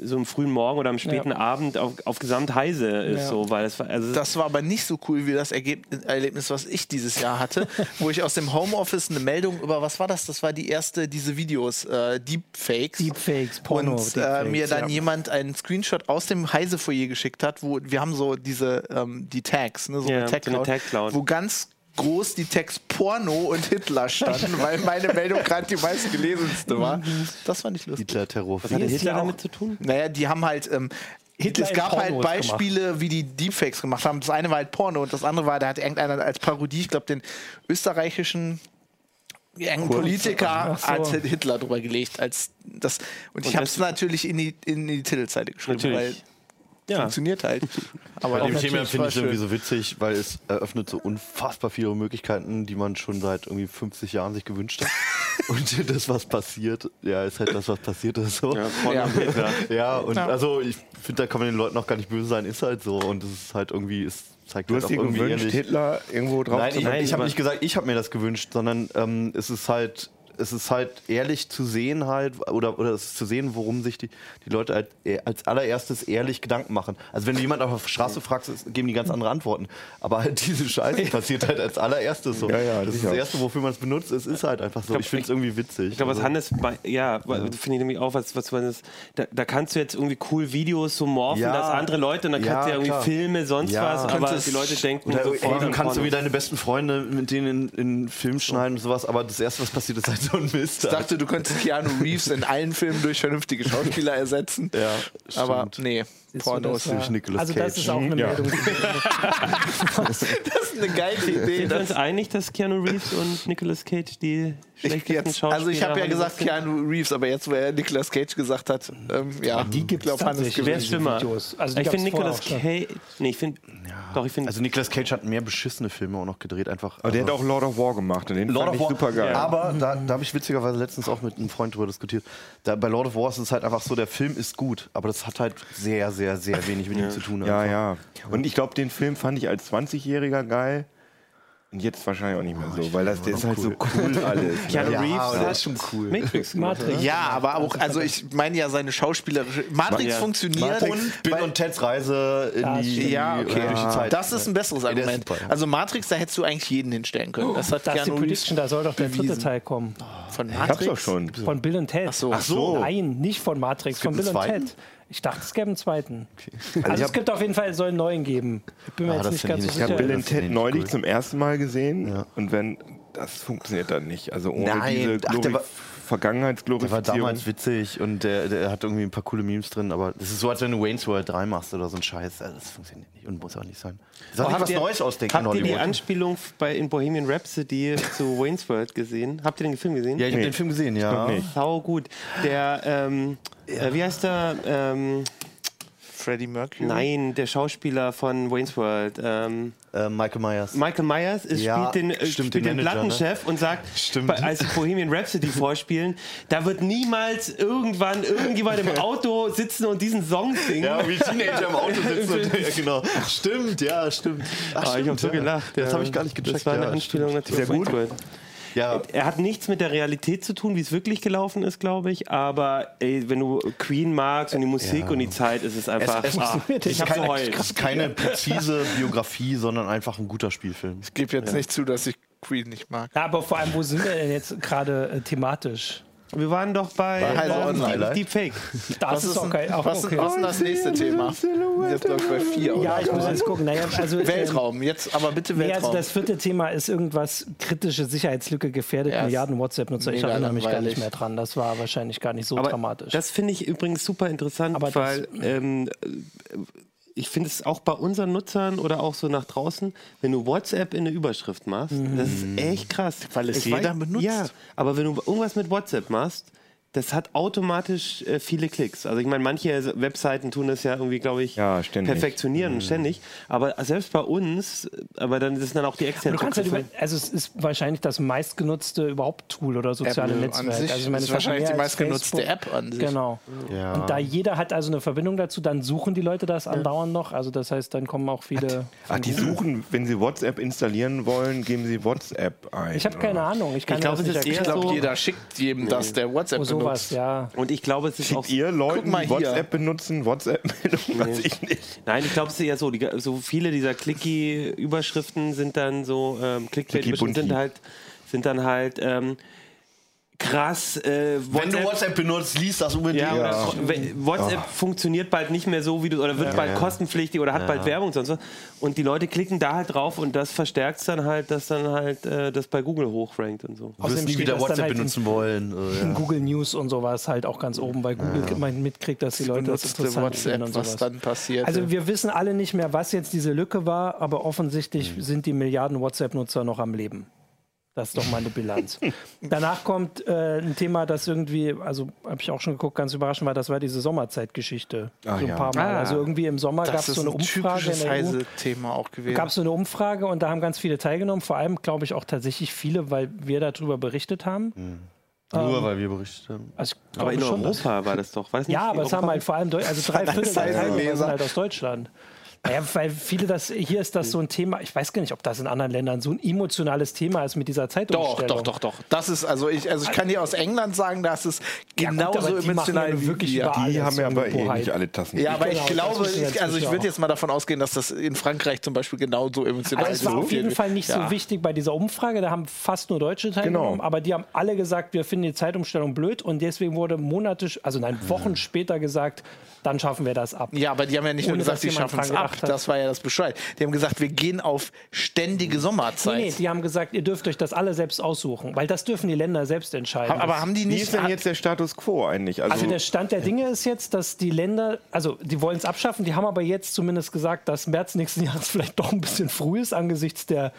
[SPEAKER 2] so im frühen Morgen oder am späten
[SPEAKER 5] Ja.
[SPEAKER 2] Abend auf, auf gesamt Heise ist
[SPEAKER 5] Ja.
[SPEAKER 2] so, weil es war- also
[SPEAKER 6] Das war aber nicht so cool wie das Ergebnis, Erlebnis, was ich dieses
[SPEAKER 5] [LAUGHS]
[SPEAKER 6] Jahr hatte, wo ich aus dem Homeoffice eine Meldung über, was war das? Das war die erste, diese Videos, äh, Deepfakes.
[SPEAKER 5] Deepfakes, Porno.
[SPEAKER 6] und äh, mir dann jemand einen Screenshot aus dem heise foyer geschickt hat, wo wir haben so diese ähm, die Tags, ne, so
[SPEAKER 2] Ja,
[SPEAKER 6] eine Tag
[SPEAKER 2] so eine
[SPEAKER 6] Cloud,
[SPEAKER 2] Tag-Cloud.
[SPEAKER 6] wo ganz groß die Tags Porno und Hitler standen, weil meine Meldung gerade die meistgelesenste war. Das war nicht lustig.
[SPEAKER 4] Hitler Terror.
[SPEAKER 2] hatte
[SPEAKER 5] ist
[SPEAKER 2] Hitler
[SPEAKER 5] ja auch-
[SPEAKER 2] damit zu tun?
[SPEAKER 6] Naja, die haben halt. Ähm,
[SPEAKER 5] Hitler
[SPEAKER 6] es
[SPEAKER 5] in
[SPEAKER 6] gab halt
[SPEAKER 5] Pornos
[SPEAKER 6] Beispiele, wie die Deepfakes gemacht haben. Das eine war halt Porno und das andere war, da hat irgendeiner als Parodie, ich glaube, den österreichischen irgendein Politiker
[SPEAKER 5] Ach so.
[SPEAKER 6] hat Hitler drüber gelegt. Als das. Und ich
[SPEAKER 2] Und
[SPEAKER 6] habe es
[SPEAKER 2] das-
[SPEAKER 6] natürlich in die, in die Titelzeile geschrieben, weil
[SPEAKER 2] Natürlich. Ah. Ja.
[SPEAKER 6] funktioniert halt.
[SPEAKER 4] Bei
[SPEAKER 6] Aber
[SPEAKER 4] dem Thema finde ich
[SPEAKER 6] natürlich
[SPEAKER 4] es
[SPEAKER 6] war
[SPEAKER 4] irgendwie
[SPEAKER 6] schön.
[SPEAKER 4] so witzig, weil es eröffnet so unfassbar viele Möglichkeiten, die man schon seit irgendwie 50 Jahren sich gewünscht [LAUGHS] hat. Und das, was passiert, ja, ist halt das, was passiert ist. So. [LAUGHS] Ja,
[SPEAKER 6] Ja.
[SPEAKER 4] und also ich finde, da kann man den Leuten auch gar nicht böse sein, ist halt so. Und es ist halt irgendwie, es zeigt
[SPEAKER 3] Du
[SPEAKER 4] halt
[SPEAKER 3] hast
[SPEAKER 4] auch
[SPEAKER 3] dir
[SPEAKER 4] irgendwie
[SPEAKER 3] gewünscht,
[SPEAKER 4] ehrlich-
[SPEAKER 3] Hitler irgendwo drauf
[SPEAKER 4] Nein,
[SPEAKER 3] zu
[SPEAKER 4] ich,
[SPEAKER 2] Nein,
[SPEAKER 4] ich habe
[SPEAKER 2] aber-
[SPEAKER 4] nicht gesagt, ich habe mir das gewünscht, sondern ähm, es ist halt, es ist halt ehrlich zu sehen halt oder oder es ist zu sehen, worum sich die, die Leute halt eh- als allererstes ehrlich Gedanken machen. Also wenn du jemanden auf der Straße fragst, es- geben die ganz andere Antworten. Aber halt diese [LAUGHS] Scheiße passiert halt als allererstes so.
[SPEAKER 3] Ja, ja,
[SPEAKER 4] das ist
[SPEAKER 3] sicher.
[SPEAKER 4] das erste, wofür man es benutzt. Es ist halt einfach so. Ich finde es irgendwie witzig. Also
[SPEAKER 2] Ich glaube, was Hannes, bei- ja, wa- finde ich nämlich auch, was, was man das, da, da kannst du jetzt irgendwie cool Videos so morphen,
[SPEAKER 4] Ja.
[SPEAKER 2] dass andere Leute, und dann
[SPEAKER 4] Ja,
[SPEAKER 2] kannst du ja irgendwie
[SPEAKER 4] klar.
[SPEAKER 2] Filme, sonst
[SPEAKER 4] Ja.
[SPEAKER 2] was, aber
[SPEAKER 6] Könntest-
[SPEAKER 2] die Leute denken
[SPEAKER 4] Oder, ey,
[SPEAKER 2] sofort
[SPEAKER 4] du
[SPEAKER 2] an
[SPEAKER 4] kannst du
[SPEAKER 2] Pornos.
[SPEAKER 4] wie deine besten Freunde mit denen in, in Film schneiden und sowas, aber das erste, was passiert, ist halt so ein Mist.
[SPEAKER 6] Ich dachte, du könntest Keanu Reeves in allen Filmen durch vernünftige Schauspieler ersetzen.
[SPEAKER 4] Ja,
[SPEAKER 6] aber
[SPEAKER 4] stimmt.
[SPEAKER 6] nee, Pornos.
[SPEAKER 5] das war-
[SPEAKER 4] nämlich Nicolas
[SPEAKER 5] Also das
[SPEAKER 4] Cage.
[SPEAKER 5] ist auch eine
[SPEAKER 3] Ja.
[SPEAKER 5] Meldung.
[SPEAKER 4] [LAUGHS]
[SPEAKER 6] [LAUGHS] Das ist eine geile
[SPEAKER 2] [LAUGHS]
[SPEAKER 6] Idee.
[SPEAKER 2] Sind wir uns einig, dass Keanu Reeves und Nicolas Cage die
[SPEAKER 6] Ich
[SPEAKER 2] schlechtesten
[SPEAKER 6] jetzt,
[SPEAKER 2] Schauspieler
[SPEAKER 6] also ich habe ja
[SPEAKER 2] Hollywoods
[SPEAKER 6] gesagt
[SPEAKER 2] sind?
[SPEAKER 6] Keanu Reeves, aber jetzt, wo er Nicolas Cage gesagt hat, ähm, ja, die gibt es
[SPEAKER 2] Wer ist schlimmer?
[SPEAKER 5] Videos. Also die
[SPEAKER 2] ich finde
[SPEAKER 5] gab's vorher
[SPEAKER 2] Nicolas
[SPEAKER 5] auch schon.
[SPEAKER 2] Cage. Nee, ich finde. Doch, ich finde.
[SPEAKER 4] Also Nicolas Cage hat mehr beschissene Filme auch noch gedreht, einfach. Also
[SPEAKER 3] Aber der hat auch Lord of War gemacht und den
[SPEAKER 4] Lord
[SPEAKER 3] fand
[SPEAKER 4] of
[SPEAKER 3] ich
[SPEAKER 4] War.
[SPEAKER 3] super geil.
[SPEAKER 4] Aber da, da habe ich witzigerweise letztens auch mit einem Freund drüber diskutiert. Da, bei Lord of War ist es halt einfach so, der Film ist gut, aber das hat halt sehr, sehr, sehr wenig mit ihm zu tun.
[SPEAKER 3] Ja,
[SPEAKER 4] einfach.
[SPEAKER 3] ja. Und ich glaube, den Film fand ich als 20-Jähriger geil. Und jetzt wahrscheinlich auch nicht
[SPEAKER 4] Oh,
[SPEAKER 3] mehr so, weil das der ist halt so
[SPEAKER 4] [LAUGHS]
[SPEAKER 3] cool alles. ne?
[SPEAKER 2] Keanu Reeves
[SPEAKER 4] aber
[SPEAKER 2] hat
[SPEAKER 4] das ist halt schon cool.
[SPEAKER 2] Matrix gemacht.
[SPEAKER 5] Matrix.
[SPEAKER 6] Ja, aber auch, also ich meine ja seine schauspielerische. Matrix
[SPEAKER 2] Ja.
[SPEAKER 6] funktioniert.
[SPEAKER 4] Und Bill
[SPEAKER 6] weil-
[SPEAKER 4] und Teds Reise in
[SPEAKER 5] das
[SPEAKER 4] die,
[SPEAKER 5] stimmt.
[SPEAKER 6] ja, okay.
[SPEAKER 4] äh, durch die Zeit.
[SPEAKER 6] Das ist ein besseres
[SPEAKER 4] der ist
[SPEAKER 6] Argument.
[SPEAKER 4] super, ja.
[SPEAKER 6] Also Matrix, da hättest du eigentlich jeden hinstellen können. Das hat
[SPEAKER 5] Das ist die
[SPEAKER 6] Keanu Reeves
[SPEAKER 5] Prediction, da soll doch der dritte
[SPEAKER 6] bewiesen.
[SPEAKER 5] Teil kommen.
[SPEAKER 6] von
[SPEAKER 3] Ich hab's
[SPEAKER 6] Matrix.
[SPEAKER 3] doch schon.
[SPEAKER 5] Von Bill und Ted. Ach
[SPEAKER 6] so. Ach
[SPEAKER 4] so.
[SPEAKER 5] Nein, nicht von Matrix, von Bill
[SPEAKER 4] gibt
[SPEAKER 5] und
[SPEAKER 4] einen
[SPEAKER 5] Ted. Ich dachte, es gäbe einen zweiten. Also, es gibt auf jeden Fall, es soll einen neuen geben. Ich bin mir
[SPEAKER 4] Ah,
[SPEAKER 5] jetzt
[SPEAKER 4] das
[SPEAKER 5] nicht
[SPEAKER 4] find
[SPEAKER 5] ganz
[SPEAKER 4] ich
[SPEAKER 3] Ich
[SPEAKER 5] so
[SPEAKER 4] nicht.
[SPEAKER 5] sicher.
[SPEAKER 3] habe
[SPEAKER 4] Ja,
[SPEAKER 3] Bill
[SPEAKER 4] das
[SPEAKER 3] und
[SPEAKER 4] finde
[SPEAKER 3] Ted
[SPEAKER 4] ich
[SPEAKER 3] neulich
[SPEAKER 4] cool.
[SPEAKER 3] zum ersten Mal gesehen und wenn das funktioniert dann nicht. Also ohne
[SPEAKER 4] Nein,
[SPEAKER 3] diese
[SPEAKER 4] ach, der
[SPEAKER 3] Glorif
[SPEAKER 4] war- Der war
[SPEAKER 3] Vergangenheitsglorifizierung.
[SPEAKER 4] damals witzig und der, der hat irgendwie ein paar coole Memes drin, aber das ist so, als wenn du Wayne's World 3 machst oder so ein Scheiß. Also das funktioniert nicht und muss auch nicht sein. Soll
[SPEAKER 2] Habt
[SPEAKER 4] ich was
[SPEAKER 2] ihr-
[SPEAKER 4] Neues ausdenken in
[SPEAKER 2] Habt ihr die
[SPEAKER 4] Hollywood?
[SPEAKER 2] Anspielung bei, in Bohemian Rhapsody zu Wayne's World gesehen? Habt ihr den Film gesehen?
[SPEAKER 4] Ja, ich habe
[SPEAKER 3] Nee.
[SPEAKER 4] den Film gesehen, ja.
[SPEAKER 3] nicht.
[SPEAKER 2] Sau gut. Der, ähm, äh, wie heißt der? Ähm,
[SPEAKER 6] Freddie Mercury.
[SPEAKER 2] nein, der Schauspieler von Wayne's World. Ähm,
[SPEAKER 4] Äh, Michael Myers.
[SPEAKER 2] Michael Myers ist,
[SPEAKER 4] Ja,
[SPEAKER 2] spielt den, äh,
[SPEAKER 4] stimmt,
[SPEAKER 2] spielt
[SPEAKER 4] den
[SPEAKER 2] den,
[SPEAKER 4] Manager, ne?
[SPEAKER 2] Plattenchef und sagt,
[SPEAKER 4] Stimmt.
[SPEAKER 2] bei, als sie Bohemian
[SPEAKER 4] [LAUGHS]
[SPEAKER 2] Rhapsody vorspielen, da wird niemals irgendwann irgendjemand
[SPEAKER 4] [LAUGHS]
[SPEAKER 2] im Auto sitzen und diesen Song singen.
[SPEAKER 4] Ja, wie Teenager im Auto sitzen und [LAUGHS] ja, genau. Stimmt, ja, stimmt. Ach,
[SPEAKER 2] Ah, ich
[SPEAKER 4] stimmt,
[SPEAKER 2] habe so
[SPEAKER 4] ja.
[SPEAKER 2] gelacht.
[SPEAKER 4] Das
[SPEAKER 2] ja.
[SPEAKER 4] habe ich gar nicht gecheckt.
[SPEAKER 2] Das war eine
[SPEAKER 4] ja,
[SPEAKER 2] Anspielung natürlich.
[SPEAKER 3] Ist ja
[SPEAKER 2] auf
[SPEAKER 3] gut.
[SPEAKER 2] Wayne's World.
[SPEAKER 4] Ja.
[SPEAKER 2] Er hat nichts mit der Realität zu tun, wie es wirklich gelaufen ist, glaube ich. Aber ey, wenn du Queen magst und die Musik und die Zeit, ist es einfach.
[SPEAKER 4] Es- es-
[SPEAKER 2] ah, ich habe
[SPEAKER 4] keine,
[SPEAKER 2] geheult.
[SPEAKER 4] ist keine präzise Biografie, sondern einfach ein guter Spielfilm.
[SPEAKER 6] Ich gebe jetzt nicht zu, dass ich Queen nicht mag.
[SPEAKER 5] Ja, aber vor allem, wo sind wir denn jetzt gerade äh, thematisch?
[SPEAKER 2] Wir waren doch bei
[SPEAKER 4] Bei ne?
[SPEAKER 6] Heise
[SPEAKER 2] ähm,
[SPEAKER 6] Online.
[SPEAKER 2] Deep- Deepfake.
[SPEAKER 5] Das ist okay. Auch
[SPEAKER 6] was,
[SPEAKER 5] okay.
[SPEAKER 6] was ist das nächste Thema? Jetzt glaube ich bei vier.
[SPEAKER 5] ja,
[SPEAKER 6] oder?
[SPEAKER 5] ich muss jetzt gucken.
[SPEAKER 6] [LAUGHS]
[SPEAKER 5] Naja, also, ähm,
[SPEAKER 6] Weltraum, jetzt aber bitte
[SPEAKER 5] Nee, also
[SPEAKER 6] Weltraum.
[SPEAKER 5] das vierte Thema ist irgendwas kritische Sicherheitslücke gefährdet
[SPEAKER 6] Ja, ist
[SPEAKER 5] Milliarden WhatsApp-Nutzer. Ich
[SPEAKER 6] mega
[SPEAKER 5] erinnere mich gar
[SPEAKER 6] langweilig.
[SPEAKER 5] nicht mehr dran. Das war wahrscheinlich gar nicht so
[SPEAKER 2] Aber
[SPEAKER 5] dramatisch.
[SPEAKER 2] Das finde ich übrigens super interessant,
[SPEAKER 5] Aber das-
[SPEAKER 2] weil ähm, ich finde es auch bei unseren Nutzern oder auch so nach draußen, wenn du WhatsApp in eine Überschrift machst, das ist echt krass. Weil
[SPEAKER 6] es jeder benutzt.
[SPEAKER 2] Ja, aber wenn du irgendwas mit WhatsApp machst, das hat automatisch äh, viele Klicks. Also ich meine, manche Webseiten tun das ja irgendwie, glaube ich,
[SPEAKER 3] Ja, ständig.
[SPEAKER 2] perfektionieren ständig. Aber selbst bei uns, äh, aber dann sind dann auch die externen
[SPEAKER 5] du kannst halt über,
[SPEAKER 2] Zugriffsmöglichkeiten.
[SPEAKER 5] also es ist wahrscheinlich das meistgenutzte überhaupt Tool oder soziale
[SPEAKER 6] Apple
[SPEAKER 5] Netzwerk.
[SPEAKER 6] an sich
[SPEAKER 5] also ich meine,
[SPEAKER 6] ist
[SPEAKER 5] es hat
[SPEAKER 6] wahrscheinlich
[SPEAKER 5] mehr
[SPEAKER 6] die
[SPEAKER 5] als
[SPEAKER 6] meistgenutzte
[SPEAKER 5] Facebook.
[SPEAKER 6] App an sich.
[SPEAKER 5] Genau.
[SPEAKER 4] Ja.
[SPEAKER 5] Und da jeder hat also eine Verbindung dazu, dann suchen die Leute das andauernd noch. Also das heißt, dann kommen auch viele.
[SPEAKER 3] Ach, die suchen, wenn sie WhatsApp installieren wollen, geben sie WhatsApp ein.
[SPEAKER 5] Ich habe keine Ahnung. Ich kann
[SPEAKER 2] Ich
[SPEAKER 5] dir
[SPEAKER 2] glaube,
[SPEAKER 5] das
[SPEAKER 2] es ist
[SPEAKER 5] nicht
[SPEAKER 2] eher
[SPEAKER 6] Ich
[SPEAKER 5] erklären.
[SPEAKER 6] glaube,
[SPEAKER 2] so-
[SPEAKER 6] jeder schickt jedem das, der WhatsApp
[SPEAKER 5] Oh, sowas,
[SPEAKER 6] benutzt.
[SPEAKER 5] ja.
[SPEAKER 2] Und ich glaube, es ist auch
[SPEAKER 3] Schickt ihr Leuten,
[SPEAKER 6] mal
[SPEAKER 3] die
[SPEAKER 6] hier.
[SPEAKER 3] WhatsApp benutzen, WhatsApp-Meldungen? Weiß ich nicht.
[SPEAKER 2] Nein, ich glaube, es ist ja so. Die, so viele dieser Clicky-Überschriften sind dann so, ähm, Clickbait-Überschriften
[SPEAKER 3] Clicky-Bunti.
[SPEAKER 2] sind halt, sind dann halt ähm, krass. Äh,
[SPEAKER 4] Wenn du WhatsApp benutzt, liest das unbedingt.
[SPEAKER 2] ja, oder
[SPEAKER 4] Ja.
[SPEAKER 2] Fro- wenn- WhatsApp funktioniert bald nicht mehr so, wie du, oder wird bald kostenpflichtig oder hat bald Werbung und sonst was. Und die Leute klicken da halt drauf und das verstärkt dann halt, dass dann halt äh, das bei Google hochrankt und so.
[SPEAKER 4] Du wirst
[SPEAKER 5] Außerdem
[SPEAKER 4] nie
[SPEAKER 5] steht
[SPEAKER 4] wieder
[SPEAKER 5] das dann
[SPEAKER 4] WhatsApp
[SPEAKER 5] halt in-
[SPEAKER 4] benutzen wollen. Äh, ja.
[SPEAKER 5] Google News und sowas halt auch ganz oben, weil Google immer mitkriegt, dass die Leute das
[SPEAKER 6] Benutzte
[SPEAKER 5] interessant finden und
[SPEAKER 6] WhatsApp, was
[SPEAKER 5] sowas.
[SPEAKER 6] dann passiert.
[SPEAKER 5] Also wir wissen alle nicht mehr, was jetzt diese Lücke war, aber offensichtlich
[SPEAKER 6] Mhm.
[SPEAKER 5] sind die Milliarden WhatsApp-Nutzer noch am Leben. Das ist doch meine Bilanz.
[SPEAKER 6] [LAUGHS]
[SPEAKER 5] Danach kommt äh, ein Thema, das irgendwie, also habe ich auch schon geguckt, ganz überraschend war, das war diese Sommerzeitgeschichte. So ein
[SPEAKER 3] ja.
[SPEAKER 5] paar Mal.
[SPEAKER 2] Ah.
[SPEAKER 5] also irgendwie im Sommer gab es
[SPEAKER 6] das ist
[SPEAKER 5] so eine
[SPEAKER 6] ein
[SPEAKER 5] Umfrage in
[SPEAKER 6] typisches
[SPEAKER 5] der EU
[SPEAKER 6] heise Thema auch gewesen.
[SPEAKER 5] gab es so eine Umfrage und da haben ganz viele teilgenommen, vor allem glaube ich auch tatsächlich viele, weil wir darüber berichtet haben.
[SPEAKER 6] Hm.
[SPEAKER 4] Nur weil wir berichtet haben.
[SPEAKER 5] Also ich
[SPEAKER 2] Aber
[SPEAKER 5] glaube
[SPEAKER 2] in
[SPEAKER 5] schon, dass-
[SPEAKER 2] Europa war das doch. War das nicht
[SPEAKER 5] Ja,
[SPEAKER 2] in
[SPEAKER 5] aber es haben
[SPEAKER 2] Europa?
[SPEAKER 5] halt vor allem Deu also drei Viertel der Teilnehmer sind halt aus Deutschland. Naja, weil viele das, hier ist das so ein Thema, ich weiß gar nicht, ob das in anderen Ländern so ein emotionales Thema ist mit dieser
[SPEAKER 6] doch,
[SPEAKER 5] Zeitumstellung.
[SPEAKER 6] doch, doch, doch. Das ist, also ich, also ich kann hier aus England sagen, das ist
[SPEAKER 5] Ja, gut,
[SPEAKER 6] genauso
[SPEAKER 5] aber die machen ja
[SPEAKER 6] emotional
[SPEAKER 5] nun
[SPEAKER 6] wie
[SPEAKER 5] wirklich
[SPEAKER 6] wir.
[SPEAKER 5] überall
[SPEAKER 3] Die
[SPEAKER 5] jetzt
[SPEAKER 3] haben ja aber eh
[SPEAKER 5] irgendwo
[SPEAKER 3] nicht
[SPEAKER 5] Hype.
[SPEAKER 3] alle Tassen.
[SPEAKER 6] Ja, aber
[SPEAKER 5] Genau,
[SPEAKER 6] ich
[SPEAKER 5] das
[SPEAKER 6] glaube,
[SPEAKER 5] wissen wir
[SPEAKER 6] ich, also
[SPEAKER 5] inzwischen
[SPEAKER 6] ich würde
[SPEAKER 5] auch.
[SPEAKER 6] jetzt mal davon ausgehen, dass das in Frankreich zum Beispiel genauso emotional
[SPEAKER 5] Also es war
[SPEAKER 6] wie
[SPEAKER 5] auf jeden
[SPEAKER 6] wir.
[SPEAKER 5] Fall nicht
[SPEAKER 6] ja.
[SPEAKER 5] so wichtig bei dieser Umfrage. Da haben fast nur Deutsche teilgenommen,
[SPEAKER 3] Genau.
[SPEAKER 5] aber die haben alle gesagt, wir finden die Zeitumstellung blöd und deswegen wurde Monate, also nein, Wochen später gesagt, dann schaffen wir das ab.
[SPEAKER 6] Hm. Ja, aber die haben ja nicht nur
[SPEAKER 5] Ohne,
[SPEAKER 6] gesagt,
[SPEAKER 5] dass
[SPEAKER 6] sie
[SPEAKER 5] jemand
[SPEAKER 6] schaffen es
[SPEAKER 5] dran
[SPEAKER 6] ab.
[SPEAKER 5] gedacht hat.
[SPEAKER 6] Das war ja das Bescheid. Die haben gesagt, wir gehen auf ständige Sommerzeit.
[SPEAKER 5] Nee, nee, die haben gesagt, ihr dürft euch das alle selbst aussuchen, weil das dürfen die Länder selbst entscheiden.
[SPEAKER 6] aber haben die
[SPEAKER 3] Wie
[SPEAKER 6] nicht
[SPEAKER 3] ist denn jetzt der Status quo eigentlich? Also,
[SPEAKER 5] also der Stand der Dinge ist jetzt, dass die Länder, also die wollen es abschaffen, die haben aber jetzt zumindest gesagt, dass März nächsten [LAUGHS] Jahres vielleicht doch ein bisschen früh ist angesichts der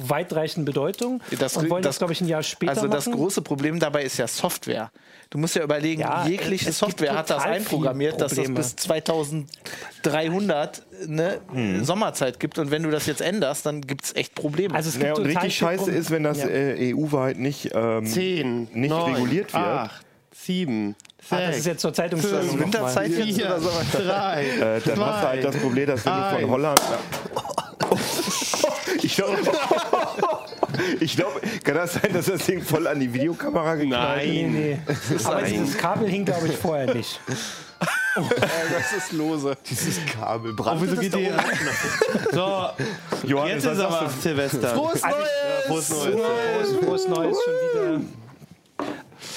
[SPEAKER 5] weitreichenden Bedeutung und wollen das, glaube ich, ein Jahr später
[SPEAKER 6] Also das
[SPEAKER 5] machen.
[SPEAKER 6] große Problem dabei ist ja Software. Du musst ja überlegen,
[SPEAKER 5] Ja,
[SPEAKER 6] jegliche
[SPEAKER 5] es gibt
[SPEAKER 6] Software hat das
[SPEAKER 5] total viele
[SPEAKER 6] einprogrammiert, dass es
[SPEAKER 5] Probleme.
[SPEAKER 6] bis 2300 eine Sommerzeit gibt. Und wenn du das jetzt änderst, dann gibt es echt Probleme.
[SPEAKER 5] Also es gibt
[SPEAKER 3] naja, und
[SPEAKER 5] total
[SPEAKER 3] richtig
[SPEAKER 5] viele
[SPEAKER 3] scheiße
[SPEAKER 5] Grund-
[SPEAKER 3] ist, wenn das
[SPEAKER 5] Ja.
[SPEAKER 3] äh, EU-weit nicht, ähm,
[SPEAKER 2] Zehn,
[SPEAKER 3] nicht
[SPEAKER 2] neun,
[SPEAKER 3] reguliert wird.
[SPEAKER 2] Acht, sieben, sechs,
[SPEAKER 5] Ah, das ist jetzt zur Zeitumstellung.
[SPEAKER 6] Fünf.
[SPEAKER 5] noch mal. Also
[SPEAKER 6] Winterzeit jetzt
[SPEAKER 2] vier,
[SPEAKER 6] oder sowas?
[SPEAKER 2] drei,
[SPEAKER 3] Äh, dann hast du halt das Problem, dass wenn du
[SPEAKER 2] Eins.
[SPEAKER 3] von
[SPEAKER 6] [LAUGHS]
[SPEAKER 3] Holland. ich glaube, ich glaub, kann das sein, dass das Ding voll an die Videokamera geknallt
[SPEAKER 5] Nee,
[SPEAKER 2] Nein.
[SPEAKER 5] nee. Aber dieses Kabel hing, glaube ich, vorher nicht.
[SPEAKER 6] das ist lose.
[SPEAKER 4] Dieses Kabel brannte
[SPEAKER 2] Wieso geht die? So, jetzt
[SPEAKER 3] Johannes,
[SPEAKER 2] ist
[SPEAKER 3] was sagst
[SPEAKER 2] aber Silvester.
[SPEAKER 6] Frohes Neues!
[SPEAKER 5] Frohes, frohes Neues schon wieder.